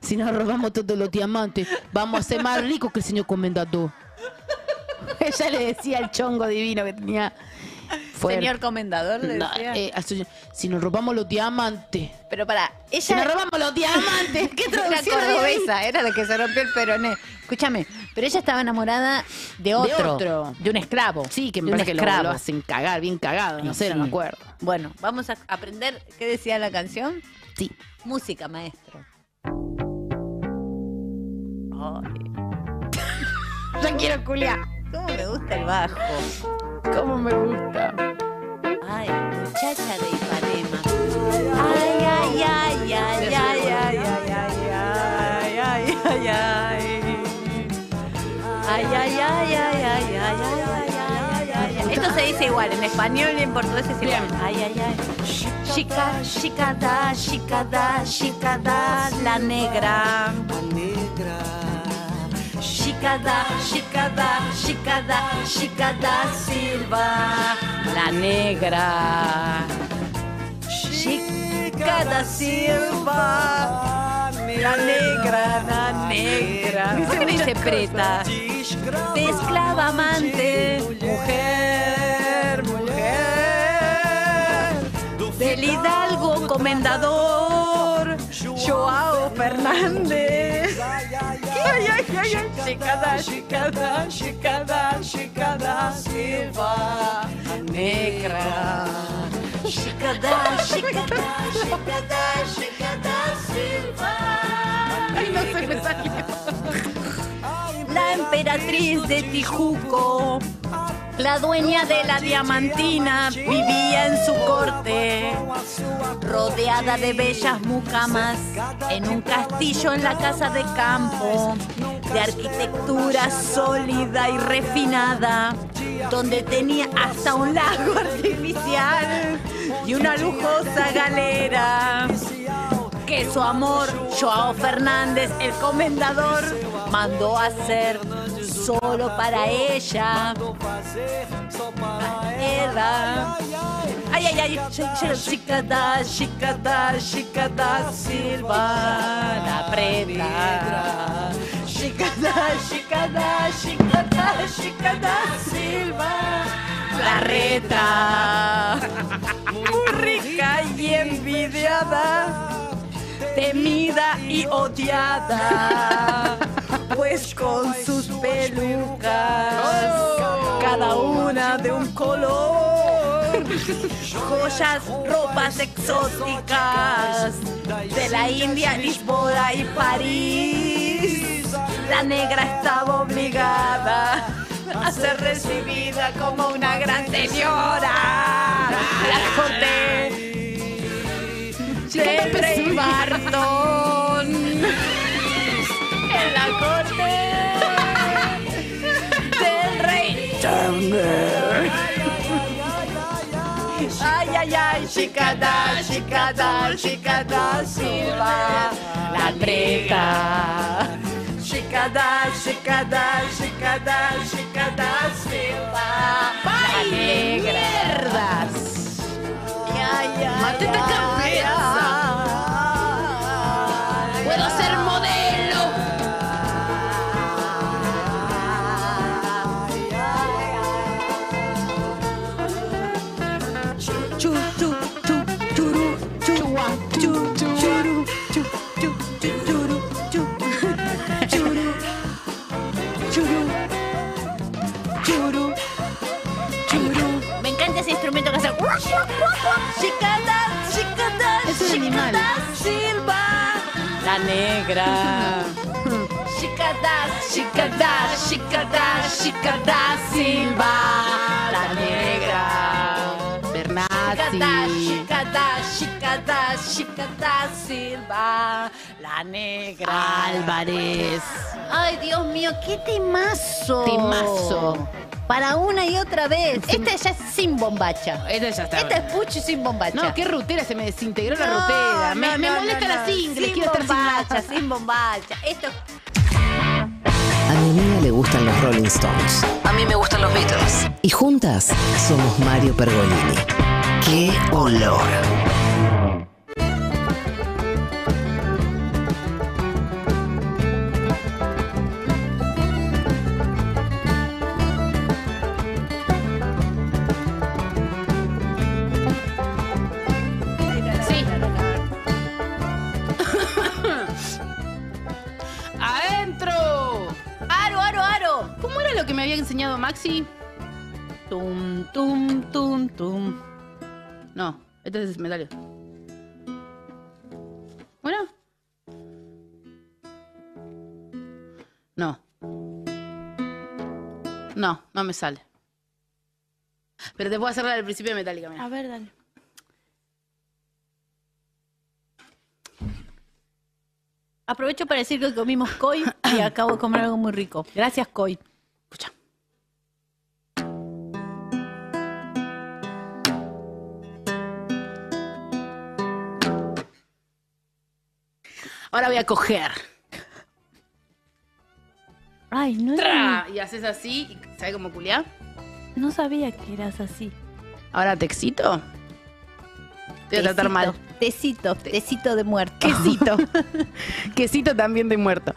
[SPEAKER 2] si nos robamos todos los diamantes, vamos a ser más ricos que el señor comendador. Ella le decía el chongo divino que tenía. Fue-
[SPEAKER 1] Señor comendador, le
[SPEAKER 2] No,
[SPEAKER 1] decía.
[SPEAKER 2] eh, a su- si nos robamos los diamantes.
[SPEAKER 1] Pero para, ella...
[SPEAKER 2] Si nos robamos los diamantes. ¿Qué
[SPEAKER 1] era
[SPEAKER 2] traducción había ahí?
[SPEAKER 1] cordobesa, era la que se rompió el peroné. Escúchame, pero ella estaba enamorada de otro.
[SPEAKER 2] otro.
[SPEAKER 1] De un esclavo.
[SPEAKER 2] Sí, que
[SPEAKER 1] De
[SPEAKER 2] me
[SPEAKER 1] un
[SPEAKER 2] parece que lo,
[SPEAKER 1] esclavo.
[SPEAKER 2] lo hacen cagar, bien cagado, no
[SPEAKER 1] Y
[SPEAKER 2] sé, no
[SPEAKER 1] sí.
[SPEAKER 2] me acuerdo.
[SPEAKER 1] Bueno, vamos a aprender qué decía la canción.
[SPEAKER 2] Sí.
[SPEAKER 1] Música, maestro.
[SPEAKER 2] Yo quiero culiar.
[SPEAKER 1] ¿Cómo me gusta el bajo?
[SPEAKER 2] ¿Cómo me gusta?
[SPEAKER 1] Ay, muchacha de Ipanema. Ay, ay, ay, ay, ay, ay, ay, ay, ay, ay, ay, ay. Ay, ay, ay, ay, ay, ay, ay, ay, ay, ay, ay. Esto se dice igual, en español y en portugués es igual. Ay, ay, ay. Chica, chica da, chica da, chica da, la negra. Chica da, chica da, chica da, chica da Silva, la negra. Chica
[SPEAKER 3] Blanca da Silva, la negra, la negra. ¿Por qué me dice preta? De esclava amante, mujer, mujer. Del Hidalgo comendador, Joao Fernández. Ay, ay, ay, ay. Chicada, chicada, chicada, chicada Silva, negra. Chicada, chicada, chicada, chicada Silva. Ay, no se me é. La emperatriz de Tijuco. La dueña de la diamantina vivía en su corte, rodeada de bellas mucamas, en un castillo en la casa de campo, de arquitectura sólida y refinada, donde tenía hasta un lago artificial y una lujosa galera. Que su amor, Joao Fernández, el comendador, mandó hacer solo para ella. Era. Ay, ay, ay, chicada, chicada, chicada, silva, la preta. Chicada, chicada, chicada, chicada, silva, la reta. Muy rica y envidiada, temida y odiada pues con sus pelucas, cada una de un color, joyas, ropas exóticas de la India, Lisboa y París. La negra estaba obligada a ser recibida como una gran señora. La joté del rey Bartón en la corte del rey Tanger. Ay, ay, ay, chicada, chicada, chicada, silva, la preta. Chicada, chicada, chicada, chicada, silva, la negra. mierdas! Ay, ay,
[SPEAKER 2] Mateta cabeza. Puedo ser modelo.
[SPEAKER 3] Chu, chu, chu, churu, chu, chu, churu, chu, chu, chu, churu, chu, churu, churu, churu, churu. Me encanta ese instrumento que hace. Chicada, chicada, chicada, silva. La negra. Chicada, chicada, chicada, chicada, silva. La negra. Chicada, chicada, chicada, chicada, silva. La negra.
[SPEAKER 2] Álvarez.
[SPEAKER 3] Ay, Dios mío, qué temazo.
[SPEAKER 2] Temazo.
[SPEAKER 3] Para una y otra vez. Esta ya es sin bombacha.
[SPEAKER 2] Esta ya está.
[SPEAKER 3] Esta es puchi sin bombacha.
[SPEAKER 2] No, qué rutera, se me desintegró la rutera. Me,
[SPEAKER 3] no,
[SPEAKER 2] me
[SPEAKER 3] no,
[SPEAKER 2] molesta
[SPEAKER 3] no, no.
[SPEAKER 2] la single,
[SPEAKER 3] Sin
[SPEAKER 2] quiero estar sin la-
[SPEAKER 3] bombacha, sin bombacha. Esto
[SPEAKER 11] A mi niña le gustan los Rolling Stones.
[SPEAKER 12] A mí me gustan los Beatles.
[SPEAKER 11] Y juntas somos Mario Pergolini. ¡Qué olor!
[SPEAKER 2] Sí. ¡Adentro!
[SPEAKER 3] ¡Aro, aro, aro!
[SPEAKER 2] ¿Cómo era lo que me había enseñado Maxi? Tum, tum, tum, tum. No, este es metal. Bueno. No. No, no me sale. Pero te puedo hacerla al principio de Metallica, mira.
[SPEAKER 3] A ver, dale. Aprovecho para decir que comimos koi y acabo de comer algo muy rico. Gracias, koi.
[SPEAKER 2] Ahora voy a coger.
[SPEAKER 3] Ay, no
[SPEAKER 2] Tra, Y haces así, y ¿sabes cómo culiar?
[SPEAKER 3] No sabía que eras así.
[SPEAKER 2] Ahora te excito. Te voy a tratar mal.
[SPEAKER 1] Tecito, tecito de muerto.
[SPEAKER 2] Quesito. Quesito también de muerto.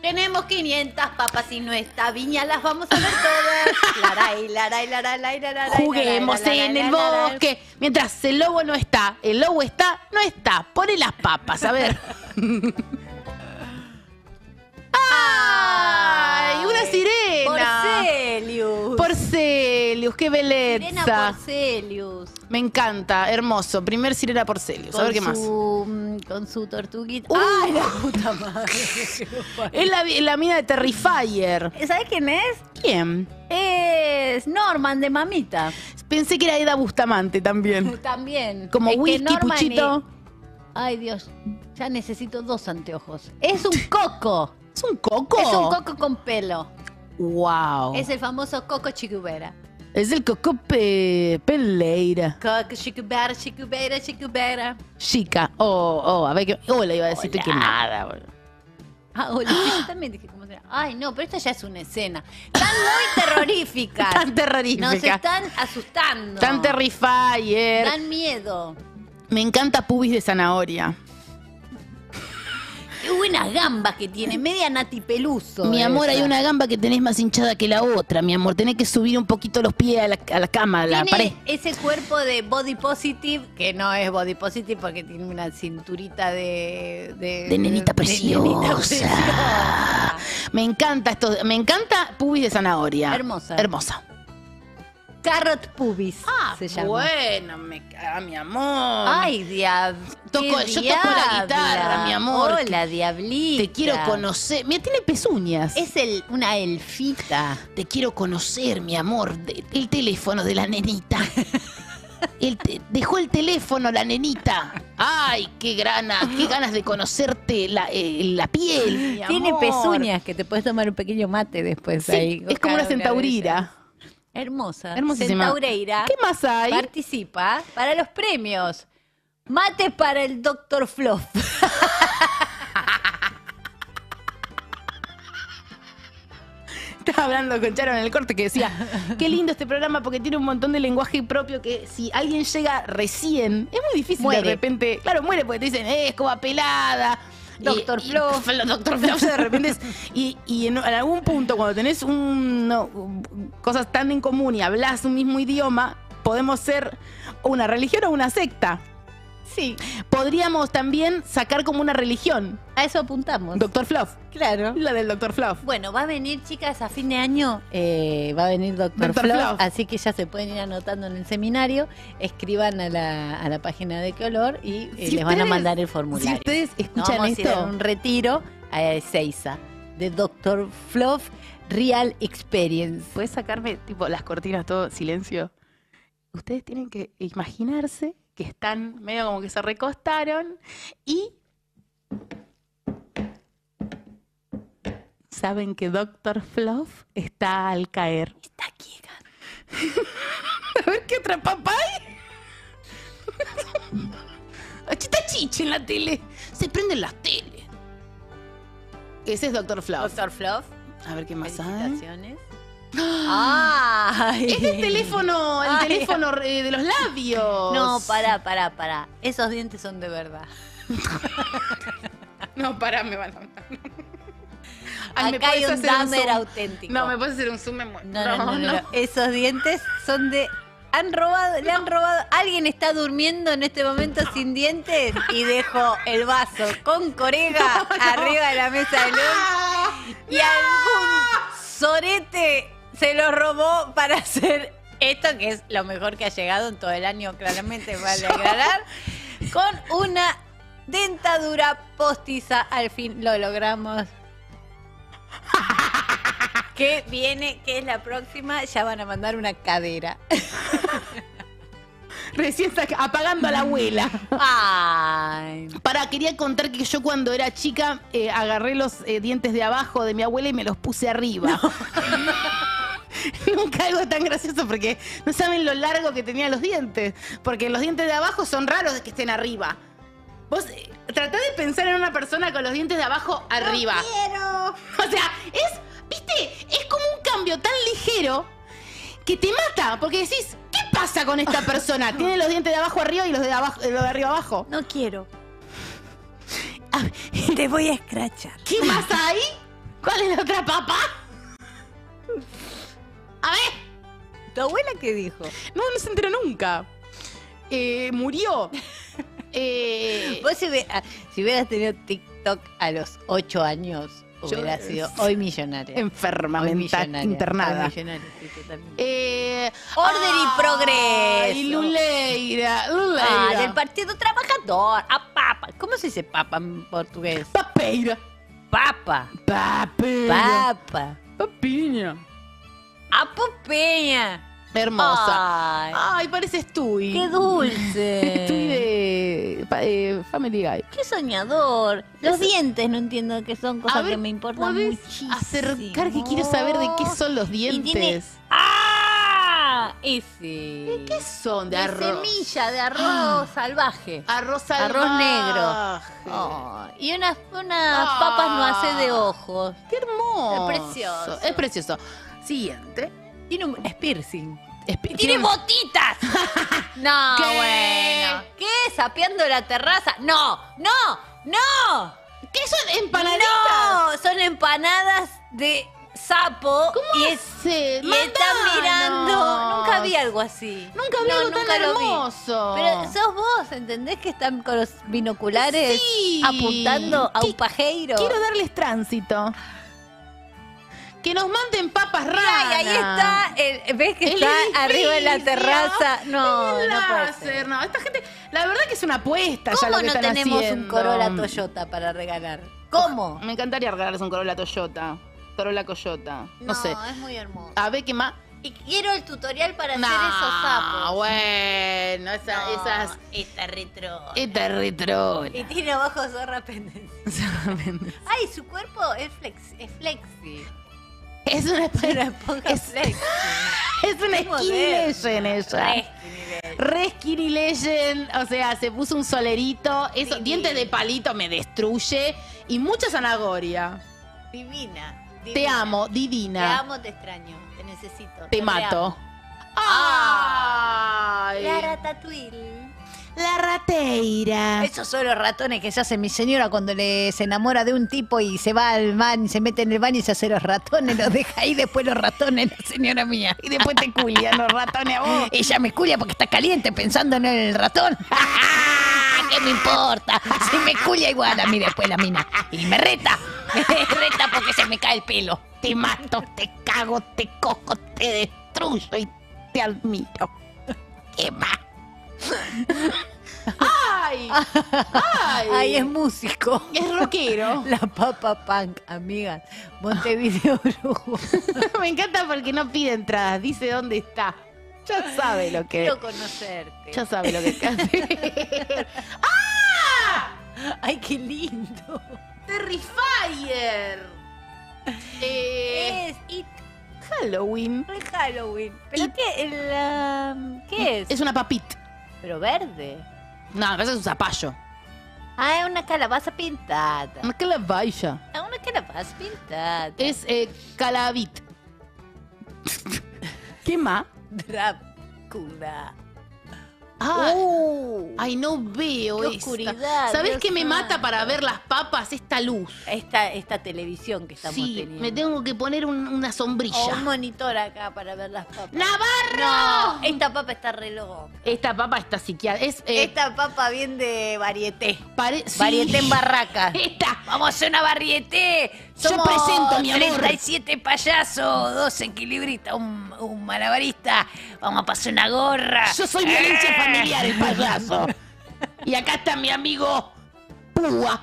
[SPEAKER 1] Tenemos 500 papas y nuestra viña las vamos a ver todas. Laray, laray, laray, laray, laray, laray,
[SPEAKER 2] Juguemos
[SPEAKER 1] laray,
[SPEAKER 2] en
[SPEAKER 1] laray,
[SPEAKER 2] el
[SPEAKER 1] laray.
[SPEAKER 2] bosque. Mientras el lobo no está, el lobo está, no está. Pone las papas, a ver. ¡Ay! ¡Una sirena!
[SPEAKER 1] Porcelius.
[SPEAKER 2] Porcelius, qué belleza.
[SPEAKER 1] Sirena Porcelius.
[SPEAKER 2] Me encanta, hermoso. Primer sirena Porcelius. A ver qué más. Uh.
[SPEAKER 1] su- mm, Con su tortuguita. ¡Ay, la puta madre!
[SPEAKER 2] Es la, la mina de Terrifier.
[SPEAKER 1] ¿Sabes quién es?
[SPEAKER 2] ¿Quién?
[SPEAKER 1] Es Norman de Mamita.
[SPEAKER 2] Pensé que era Eda Bustamante también.
[SPEAKER 1] También.
[SPEAKER 2] Como
[SPEAKER 1] Es que
[SPEAKER 2] whisky,
[SPEAKER 1] Norman y-
[SPEAKER 2] puchito.
[SPEAKER 1] Ay, Dios. Ya necesito dos anteojos. Es un coco.
[SPEAKER 2] ¿Es un coco?
[SPEAKER 1] Es un coco con pelo.
[SPEAKER 2] ¡Wow!
[SPEAKER 1] Es el famoso coco chicubera.
[SPEAKER 2] Es el Coco Pe- Peleira.
[SPEAKER 1] Coco chicubera, chicubera, chicubera.
[SPEAKER 2] Chica. Oh, oh, a ver qué. Oh, le iba a decirte
[SPEAKER 1] Hola.
[SPEAKER 2] que nada, boludo.
[SPEAKER 1] Ah, hola, yo también dije cómo se llama. Ay, no, pero esta ya es una escena. Están muy terroríficas.
[SPEAKER 2] Tan terrorífica.
[SPEAKER 1] Nos están asustando.
[SPEAKER 2] Tan terrifier.
[SPEAKER 1] Dan miedo.
[SPEAKER 2] Me encanta pubis de zanahoria.
[SPEAKER 1] Qué buenas gambas que tiene. Media Nati Peluso.
[SPEAKER 2] Mi amor,
[SPEAKER 1] esa.
[SPEAKER 2] hay una gamba que tenés más hinchada que la otra, mi amor. Tenés que subir un poquito los pies a la, a la cama, a la
[SPEAKER 1] Tiene
[SPEAKER 2] pared.
[SPEAKER 1] ese cuerpo de body positive, que no es body positive porque tiene una cinturita de... De,
[SPEAKER 2] De nenita preciosa. Me encanta esto. Me encanta pubis de zanahoria.
[SPEAKER 1] Hermosa.
[SPEAKER 2] Hermosa. Ah,
[SPEAKER 1] Carrot pubis se llama.
[SPEAKER 2] Bueno, me, ah, mi amor.
[SPEAKER 1] Ay, diablo.
[SPEAKER 2] Toco- yo toco la guitarra, mi amor.
[SPEAKER 1] Hola, diablita.
[SPEAKER 2] Te quiero conocer. Mira, tiene pezuñas.
[SPEAKER 1] Es el, una elfita.
[SPEAKER 2] Te quiero conocer, mi amor. De- el teléfono de la nenita. El te- dejó el teléfono la nenita. Ay, qué grana, qué ganas de conocerte la, eh, la piel. mi
[SPEAKER 1] Tiene
[SPEAKER 2] amor.
[SPEAKER 1] pezuñas que te puedes tomar un pequeño mate después
[SPEAKER 2] Sí,
[SPEAKER 1] ahí.
[SPEAKER 2] es como una centaurira.
[SPEAKER 1] Hermosa.
[SPEAKER 2] Hermosísima.
[SPEAKER 1] Centaureira.
[SPEAKER 2] ¿Qué más hay?
[SPEAKER 1] Participa para los premios. Mate para el Doctor Fluff.
[SPEAKER 2] Estaba hablando con Charo en el corte que decía, qué lindo este programa porque tiene un montón de lenguaje propio que si alguien llega recién, es muy difícil
[SPEAKER 1] Muere.
[SPEAKER 2] de repente. Claro, muere porque te dicen, eh, escoba pelada.
[SPEAKER 1] Doctor
[SPEAKER 2] Flo. Doctor Flo, o sea, de repente es- Y, y en, en algún punto, cuando tenés un, no, un- cosas tan en común y hablas un mismo idioma, podemos ser una religión o una secta.
[SPEAKER 1] Sí.
[SPEAKER 2] Podríamos también sacar como una religión.
[SPEAKER 1] A eso apuntamos.
[SPEAKER 2] Doctor Fluff.
[SPEAKER 1] Claro.
[SPEAKER 2] La del Doctor Fluff.
[SPEAKER 1] Bueno, va a venir, chicas, a fin de año eh, va a venir Doctor,
[SPEAKER 2] Dr.
[SPEAKER 1] Flo,
[SPEAKER 2] Flo.
[SPEAKER 1] así que ya se pueden ir anotando en el seminario, escriban a la, a la página de qué olor y eh, les
[SPEAKER 2] Si
[SPEAKER 1] van a
[SPEAKER 2] ustedes-
[SPEAKER 1] mandar el formulario.
[SPEAKER 2] si ustedes
[SPEAKER 1] Nos
[SPEAKER 2] escuchan
[SPEAKER 1] vamos a ir
[SPEAKER 2] esto-
[SPEAKER 1] a un retiro a Seiza de Doctor Fluff Real Experience.
[SPEAKER 2] ¿Puedes sacarme, tipo, las cortinas, todo silencio? Ustedes tienen que imaginarse que están medio como que se recostaron y saben que Doctor Fluff está al caer. Está quieta. A ver qué otra papá hay. Chita chiche en la tele. Se prenden las teles. Ese es Doctor Fluff.
[SPEAKER 1] Doctor Fluff.
[SPEAKER 2] A ver qué más hay. ¡Ah!
[SPEAKER 1] Felicitaciones. ¡Ay!
[SPEAKER 2] Es el teléfono, el
[SPEAKER 1] Ay.
[SPEAKER 2] teléfono eh, de los labios.
[SPEAKER 1] No, pará, pará, pará. Esos dientes son de verdad.
[SPEAKER 2] No, pará, me van a Ay, ¿me
[SPEAKER 1] Acá hay
[SPEAKER 2] podés
[SPEAKER 1] un
[SPEAKER 2] hacer un
[SPEAKER 1] Dahmer
[SPEAKER 2] zoom?
[SPEAKER 1] auténtico.
[SPEAKER 2] No, me puedes hacer un zoom, me muero.
[SPEAKER 1] No, no, no, no, no. Esos dientes son de. Han robado, le han robado. Alguien está durmiendo en este momento sin dientes y dejó el vaso con corega arriba de la mesa de luz. Y algún sorete se lo robó para hacer esto, que es lo mejor que ha llegado en todo el año, claramente, vale aclarar. Con una dentadura postiza, al fin lo logramos. Que viene, que es la próxima, ya van a mandar una cadera.
[SPEAKER 2] Recién está apagando a la abuela.
[SPEAKER 1] Ay.
[SPEAKER 2] Pará, quería contar que yo cuando era chica eh, agarré los eh, dientes de abajo de mi abuela y me los puse arriba. Nunca algo tan gracioso porque no saben lo largo que tenía los dientes. Porque los dientes de abajo son raros de que estén arriba. Vos eh, tratá de pensar en una persona con los dientes de abajo arriba. O sea, es, viste, es como un cambio tan ligero que te mata. Porque decís, ¿qué pasa con esta persona? Tiene los dientes de abajo arriba y los de, abajo, los de arriba abajo.
[SPEAKER 1] No quiero. Te voy a escrachar.
[SPEAKER 2] ¿Qué más hay? ¿Cuál es la otra papa? A ver.
[SPEAKER 1] ¿Tu abuela qué dijo?
[SPEAKER 2] No, no se enteró nunca. Eh, murió. Eh,
[SPEAKER 1] Vos si, hubie- ah, si hubieras tenido TikTok a los 8 años,
[SPEAKER 2] Yo-
[SPEAKER 1] hubieras sido hoy millonaria.
[SPEAKER 2] Enferma,
[SPEAKER 1] Hoy
[SPEAKER 2] mental,
[SPEAKER 1] millonaria,
[SPEAKER 2] internada.
[SPEAKER 1] hoy millonaria, sí, totalmente.
[SPEAKER 2] eh,
[SPEAKER 1] Orden y
[SPEAKER 2] ay,
[SPEAKER 1] progreso.
[SPEAKER 2] Luleira, Luleira.
[SPEAKER 1] Ah, del Partido Trabajador. A papa. ¿Cómo se dice papa en portugués?
[SPEAKER 2] Papeira.
[SPEAKER 1] Papa.
[SPEAKER 2] Papeira.
[SPEAKER 1] Papa.
[SPEAKER 2] Papiña.
[SPEAKER 1] A pupeña.
[SPEAKER 2] Hermosa.
[SPEAKER 1] Ay.
[SPEAKER 2] Ay, pareces tú.
[SPEAKER 1] Qué dulce.
[SPEAKER 2] Estoy de pa- eh, Family Guy.
[SPEAKER 1] Qué soñador. Los dientes no entiendo que son
[SPEAKER 2] A
[SPEAKER 1] cosas
[SPEAKER 2] ver,
[SPEAKER 1] que me importan
[SPEAKER 2] ¿podés
[SPEAKER 1] muchísimo.
[SPEAKER 2] acercar que quiero saber de qué son los
[SPEAKER 1] Y tiene-
[SPEAKER 2] dientes?
[SPEAKER 1] ¡Ah! Ese. ¿De
[SPEAKER 2] qué son? De
[SPEAKER 1] De
[SPEAKER 2] arroz.
[SPEAKER 1] semilla de arroz
[SPEAKER 2] Ah.
[SPEAKER 1] salvaje.
[SPEAKER 2] Arroz
[SPEAKER 1] Arroz negro.
[SPEAKER 2] salvaje. Ah.
[SPEAKER 1] Oh, y unas, unas Ah, papas no hace de ojos.
[SPEAKER 2] ¡Qué hermoso!
[SPEAKER 1] Es precioso.
[SPEAKER 2] Es precioso. Siguiente.
[SPEAKER 1] Tiene un es piercing.
[SPEAKER 2] ¡Tiene,
[SPEAKER 1] ¡Tiene botitas! no,
[SPEAKER 2] ¿Qué?
[SPEAKER 1] bueno. ¿Qué? ¿Sapeando la terraza? ¡No! ¡No! ¡No!
[SPEAKER 2] ¿Qué son empanaditas?
[SPEAKER 1] ¡No! Son empanadas de sapo.
[SPEAKER 2] ¿Cómo
[SPEAKER 1] y
[SPEAKER 2] hace?
[SPEAKER 1] y están
[SPEAKER 2] Mandanos.
[SPEAKER 1] mirando. Nunca vi algo así.
[SPEAKER 2] Nunca vi algo tan
[SPEAKER 1] lo vi.
[SPEAKER 2] hermoso.
[SPEAKER 1] Pero sos vos, ¿entendés que están con los binoculares
[SPEAKER 2] Sí.
[SPEAKER 1] apuntando a un
[SPEAKER 2] Qui-
[SPEAKER 1] pajeiro?
[SPEAKER 2] Quiero darles tránsito. Que nos manden papas raras.
[SPEAKER 1] Ay, ahí está, el- ves que está arriba de la terraza. No, no puede ser.
[SPEAKER 2] ser. No, esta gente, la verdad que es una apuesta ya
[SPEAKER 1] ¿Cómo
[SPEAKER 2] lo que
[SPEAKER 1] no
[SPEAKER 2] están
[SPEAKER 1] tenemos un
[SPEAKER 2] haciendo.
[SPEAKER 1] Corolla Toyota para regalar? ¿Cómo?
[SPEAKER 2] Me encantaría regalarles un Corolla Toyota. Corolla Coyota. No, sé.
[SPEAKER 1] es muy hermoso.
[SPEAKER 2] A ver qué más.
[SPEAKER 1] Y quiero el tutorial para
[SPEAKER 2] No,
[SPEAKER 1] hacer esos sapos.
[SPEAKER 2] bueno, Este esa-
[SPEAKER 1] No,
[SPEAKER 2] esas.
[SPEAKER 1] Esta retro.
[SPEAKER 2] Esta retro.
[SPEAKER 1] Y tiene abajo zorra pendencia. Ay, su cuerpo es, flex, es flexi.
[SPEAKER 2] Es una esponja. Es, es una
[SPEAKER 1] Qué
[SPEAKER 2] skinny legend ella.
[SPEAKER 1] Re
[SPEAKER 2] Re skinny legend. O sea, se puso un solerito. Eso, dientes de palito me destruye. Y mucha zanahoria.
[SPEAKER 1] Divina.
[SPEAKER 2] Te
[SPEAKER 1] divina.
[SPEAKER 2] amo,
[SPEAKER 1] Te
[SPEAKER 2] divina.
[SPEAKER 1] amo, te extraño. Te necesito.
[SPEAKER 2] Te mato.
[SPEAKER 1] Ay. La
[SPEAKER 2] La,
[SPEAKER 1] ratatouille.
[SPEAKER 2] rateira.
[SPEAKER 1] Esos son los ratones que se hace mi señora cuando le- se enamora de un tipo y se va al baño, se mete en el baño y se hace los ratones, los deja ahí, después los ratones, la señora mía.
[SPEAKER 2] Y después te culian los ratones a vos.
[SPEAKER 1] Ella me culia porque está caliente pensando en el ratón. ¿Qué me importa? Si me culia igual a mí después la mina. Y me reta. Me reta porque se me cae el pelo.
[SPEAKER 2] Te mato, te cago, te cojo, te destruyo y te admiro. ¿Qué más? ¡Ay! ¡Ay!
[SPEAKER 1] Ay, es músico.
[SPEAKER 2] Es rockero.
[SPEAKER 1] La papa punk, amigas. Montevideo, Uruguay.
[SPEAKER 2] Me encanta porque no pide entradas, dice dónde está. Ya sabe lo que.
[SPEAKER 1] Quiero conocerte.
[SPEAKER 2] Ya sabe lo que ¡Ah! hace.
[SPEAKER 1] Ay, qué lindo.
[SPEAKER 2] Terrifier. Eh,
[SPEAKER 1] Es It
[SPEAKER 2] Halloween.
[SPEAKER 1] re Halloween. ¿Pero qué, el, am, qué es?
[SPEAKER 2] Es una papita.
[SPEAKER 1] Pero verde.
[SPEAKER 2] No, me parece que es un zapallo.
[SPEAKER 1] Ah, es una calabaza pintada.
[SPEAKER 2] Una calabaza.
[SPEAKER 1] Ah, una calabaza pintada.
[SPEAKER 2] Es eh, calabit. ¿Qué más?
[SPEAKER 1] Drácula.
[SPEAKER 2] Ah,
[SPEAKER 1] Uh,
[SPEAKER 2] Ay, no veo
[SPEAKER 1] Qué
[SPEAKER 2] esta.
[SPEAKER 1] oscuridad,
[SPEAKER 2] ¿Sabés
[SPEAKER 1] Dios
[SPEAKER 2] qué me mata
[SPEAKER 1] santo.
[SPEAKER 2] para ver las papas? Esta luz.
[SPEAKER 1] esta, esta televisión que estamos
[SPEAKER 2] sí,
[SPEAKER 1] teniendo.
[SPEAKER 2] me tengo que poner un- una
[SPEAKER 1] O
[SPEAKER 2] sombrilla.
[SPEAKER 1] un monitor acá para ver las papas.
[SPEAKER 2] ¡Navarro!
[SPEAKER 1] No, esta papa está re loca.
[SPEAKER 2] Esta papa está psiquiatra. Es, eh,
[SPEAKER 1] Esta papa bien de varieté.
[SPEAKER 2] pare- sí.
[SPEAKER 1] Varieté en barracas.
[SPEAKER 2] Esta.
[SPEAKER 1] Vamos a hacer una varieté.
[SPEAKER 2] Yo
[SPEAKER 1] Somos
[SPEAKER 2] presento, mi amor.
[SPEAKER 1] 37 payasos, dos equilibristas, un, un malabarista. Vamos a pasar una gorra.
[SPEAKER 2] Yo soy violencia familiar, el payaso. Y acá está mi amigo Púa.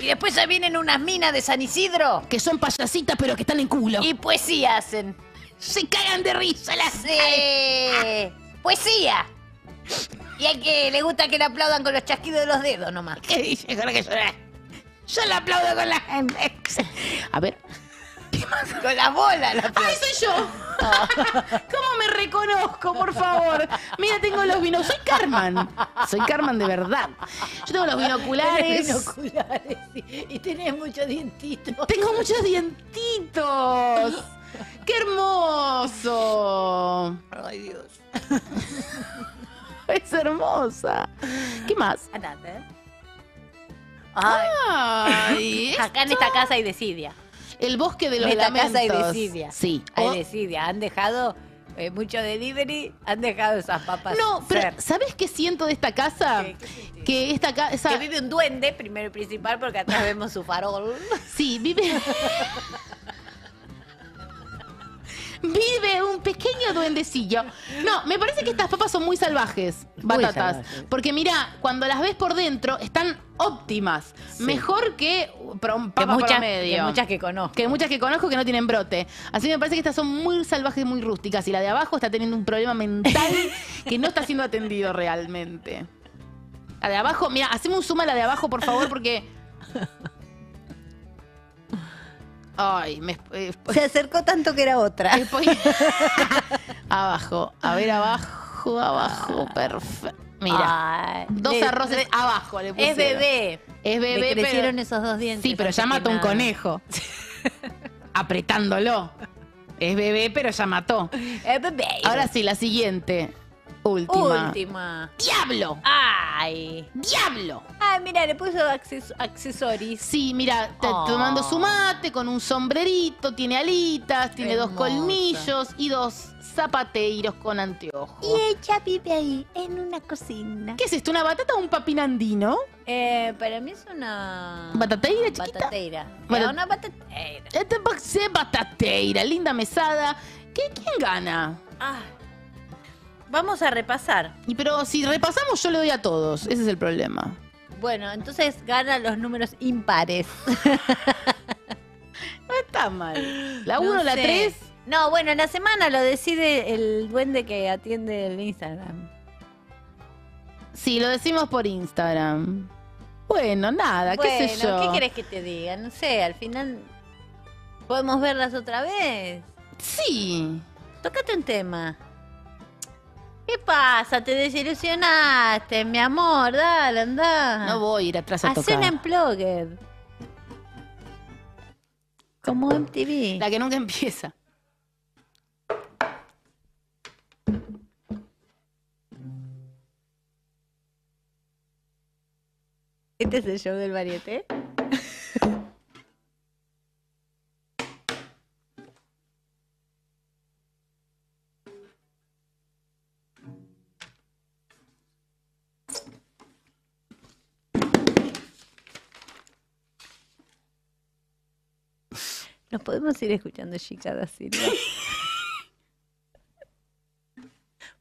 [SPEAKER 1] Y después ya vienen unas minas de San Isidro.
[SPEAKER 2] Que son payasitas pero que están en culo.
[SPEAKER 1] Y poesía hacen.
[SPEAKER 2] se cagan de risa las
[SPEAKER 1] Sí. Poesía. Y hay que le gusta que le aplaudan con los chasquidos de los dedos nomás.
[SPEAKER 2] ¿Qué dice Jorge Soler? Yo le aplaudo con la gente. A ver.
[SPEAKER 1] Con las bolas. la-
[SPEAKER 2] ¡Ay, soy yo! ¿Cómo me reconozco, por favor? Mira, tengo los binoculares. Soy Carmen. Soy Carmen de verdad. Yo tengo los binoculares.
[SPEAKER 1] Tenés binoculares, sí. Y tenés muchos dientitos.
[SPEAKER 2] Tengo muchos dientitos. ¡Qué hermoso!
[SPEAKER 1] Ay, Dios.
[SPEAKER 2] es hermosa. ¿Qué más?
[SPEAKER 1] Andate.
[SPEAKER 2] Ah, Ay,
[SPEAKER 1] Acá en esta casa hay desidia.
[SPEAKER 2] El bosque de los
[SPEAKER 1] en esta casa hay
[SPEAKER 2] lamentos.
[SPEAKER 1] desidia.
[SPEAKER 2] Sí. O-
[SPEAKER 1] Hay desidia. Han dejado eh, mucho delivery, han dejado esas papas.
[SPEAKER 2] No, pero
[SPEAKER 1] ser.
[SPEAKER 2] ¿sabes qué siento de esta casa? que esta casa...
[SPEAKER 1] Que vive un duende, primero y principal, porque atrás vemos su farol.
[SPEAKER 2] Sí, vive... Vive un pequeño duendecillo. No, me parece que estas papas son muy salvajes,
[SPEAKER 1] Muy
[SPEAKER 2] batatas.
[SPEAKER 1] salvajes.
[SPEAKER 2] Porque mira, cuando las ves por dentro, están óptimas. Mejor que pro-
[SPEAKER 1] Que
[SPEAKER 2] papas
[SPEAKER 1] muchas-
[SPEAKER 2] promedio.
[SPEAKER 1] que muchas que conozco.
[SPEAKER 2] Que muchas que conozco que no tienen brote. Así que me parece que estas son muy salvajes, muy rústicas. Y la de abajo está teniendo un problema mental que no está siendo atendido realmente. La de abajo, mira, haceme un suma a la de abajo, por favor, porque. Ay, me. eh,
[SPEAKER 1] Se acercó tanto que era otra.
[SPEAKER 2] abajo, a ver, abajo, abajo, perfecto. Mira,
[SPEAKER 1] Ah. Ay,
[SPEAKER 2] dos
[SPEAKER 1] le-
[SPEAKER 2] arroces
[SPEAKER 1] le-
[SPEAKER 2] abajo le
[SPEAKER 1] Es
[SPEAKER 2] pusieron.
[SPEAKER 1] bebé.
[SPEAKER 2] Es bebé,
[SPEAKER 1] Le
[SPEAKER 2] pero-
[SPEAKER 1] crecieron esos dos dientes.
[SPEAKER 2] Sí, pero
[SPEAKER 1] antes
[SPEAKER 2] ya
[SPEAKER 1] que
[SPEAKER 2] mató un
[SPEAKER 1] nada.
[SPEAKER 2] conejo. Apretándolo. Es bebé, pero ya mató.
[SPEAKER 1] Es bebé.
[SPEAKER 2] Ahora sí, la siguiente. Última.
[SPEAKER 1] Última.
[SPEAKER 2] ¡Diablo!
[SPEAKER 1] ¡Ay!
[SPEAKER 2] ¡Diablo!
[SPEAKER 1] Ay, mira, le puso acceso- accesorios. Oh.
[SPEAKER 2] Sí, mira, Está tomando su mate con un sombrerito, tiene alitas, tiene dos
[SPEAKER 1] Hermosa.
[SPEAKER 2] colmillos y dos zapateiros con anteojos.
[SPEAKER 1] Y ella vive ahí, en una cocina.
[SPEAKER 2] ¿Qué es esto? ¿Una batata o un papín andino?
[SPEAKER 1] Eh, para mí es una.
[SPEAKER 2] ¿Batateira chiquita?
[SPEAKER 1] Batateira.
[SPEAKER 2] Bata-
[SPEAKER 1] Era una batateira.
[SPEAKER 2] Este box es batateira, linda mesada. ¿Qué, ¿Quién gana?
[SPEAKER 1] Ah. Vamos a repasar.
[SPEAKER 2] Y pero si repasamos, yo le doy a todos. Ese es el problema.
[SPEAKER 1] Bueno, entonces gana los números impares.
[SPEAKER 2] no está mal. La 1, la
[SPEAKER 1] sé.
[SPEAKER 2] 3.
[SPEAKER 1] No, bueno, en la semana lo decide el duende que atiende el Instagram.
[SPEAKER 2] Sí, lo decimos por Instagram. Bueno, nada, qué sé
[SPEAKER 1] Bueno,
[SPEAKER 2] yo.
[SPEAKER 1] ¿qué querés que te diga? No sé, al final. ¿Podemos verlas otra vez?
[SPEAKER 2] Sí.
[SPEAKER 1] Tócate un tema. ¿Qué pasa? Te desilusionaste, mi amor. Dale, andá.
[SPEAKER 2] No voy a ir atrás a
[SPEAKER 1] Hacé
[SPEAKER 2] tocar.
[SPEAKER 1] un unplugged. Como MTV.
[SPEAKER 2] La que nunca empieza.
[SPEAKER 1] Este es el show del variete. Nos podemos ir escuchando Chicago Silva.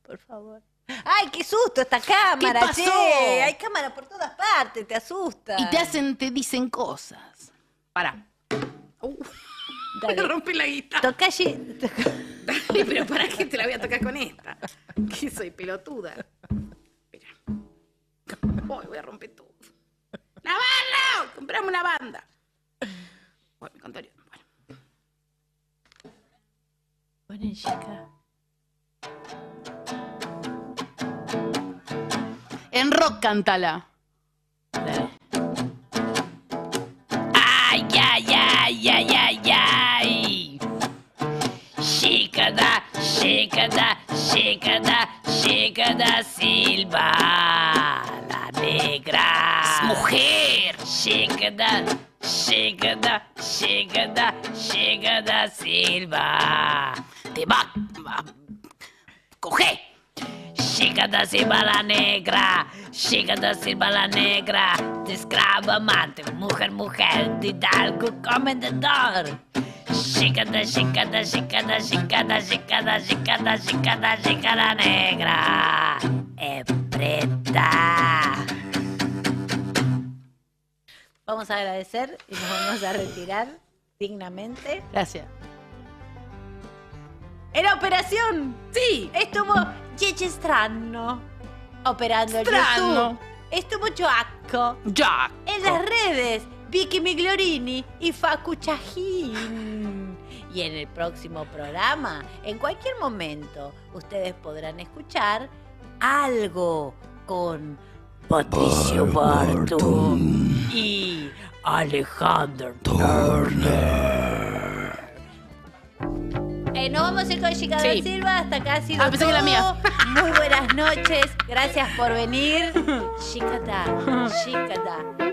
[SPEAKER 1] Por favor. ¡Ay, qué susto esta cámara!
[SPEAKER 2] pasó?
[SPEAKER 1] che! Hay cámara por todas partes, te asusta.
[SPEAKER 2] Y te hacen, te dicen cosas. Uh. Pará.
[SPEAKER 1] Dale.
[SPEAKER 2] Me rompí la guitarra.
[SPEAKER 1] Toca allí.
[SPEAKER 2] Dale, pero para qué te la voy a tocar con esta. Que soy pelotuda. Mira. Voy, voy a romper todo. ¡Navarro! Comprame una banda. Bueno, me contaría.
[SPEAKER 1] Ponen chica.
[SPEAKER 2] En rock cántala.
[SPEAKER 16] Ay, ay, ay, ay, ay, ay. Chicada, chicada, chicada, chicada Silva, la negra. Es mujer. Chicada, chicada, chicada, chicada Silva. Te va a coger. Chicada Silva la negra, chicada Silva la negra, de esclava mate, mujer, mujer, de hidalgo comendador. Chicada, chicada, chicada, chicada, chicada, chicada, chicada, chicada negra, es preta.
[SPEAKER 1] Vamos a agradecer y nos vamos a retirar dignamente.
[SPEAKER 2] Gracias.
[SPEAKER 1] ¡Era operación! ¡Sí! Estuvo Gigi Strano operando el
[SPEAKER 2] Strano. Oh.
[SPEAKER 1] YouTube. Estuvo Joacco.
[SPEAKER 2] Jack.
[SPEAKER 1] En las redes, Vicky Miglorini y Facu Chajín. Y en el próximo programa, en cualquier momento, ustedes podrán escuchar algo con Patricio Bartum y Alejandro Turner. Ok, eh, nos vamos a ir con Chica da
[SPEAKER 2] Sí.
[SPEAKER 1] Silva. Hasta acá ha sido
[SPEAKER 2] Ah, pensé que era
[SPEAKER 1] todo.
[SPEAKER 2] mía.
[SPEAKER 1] Muy buenas noches. Gracias por venir. Chica da, chica da.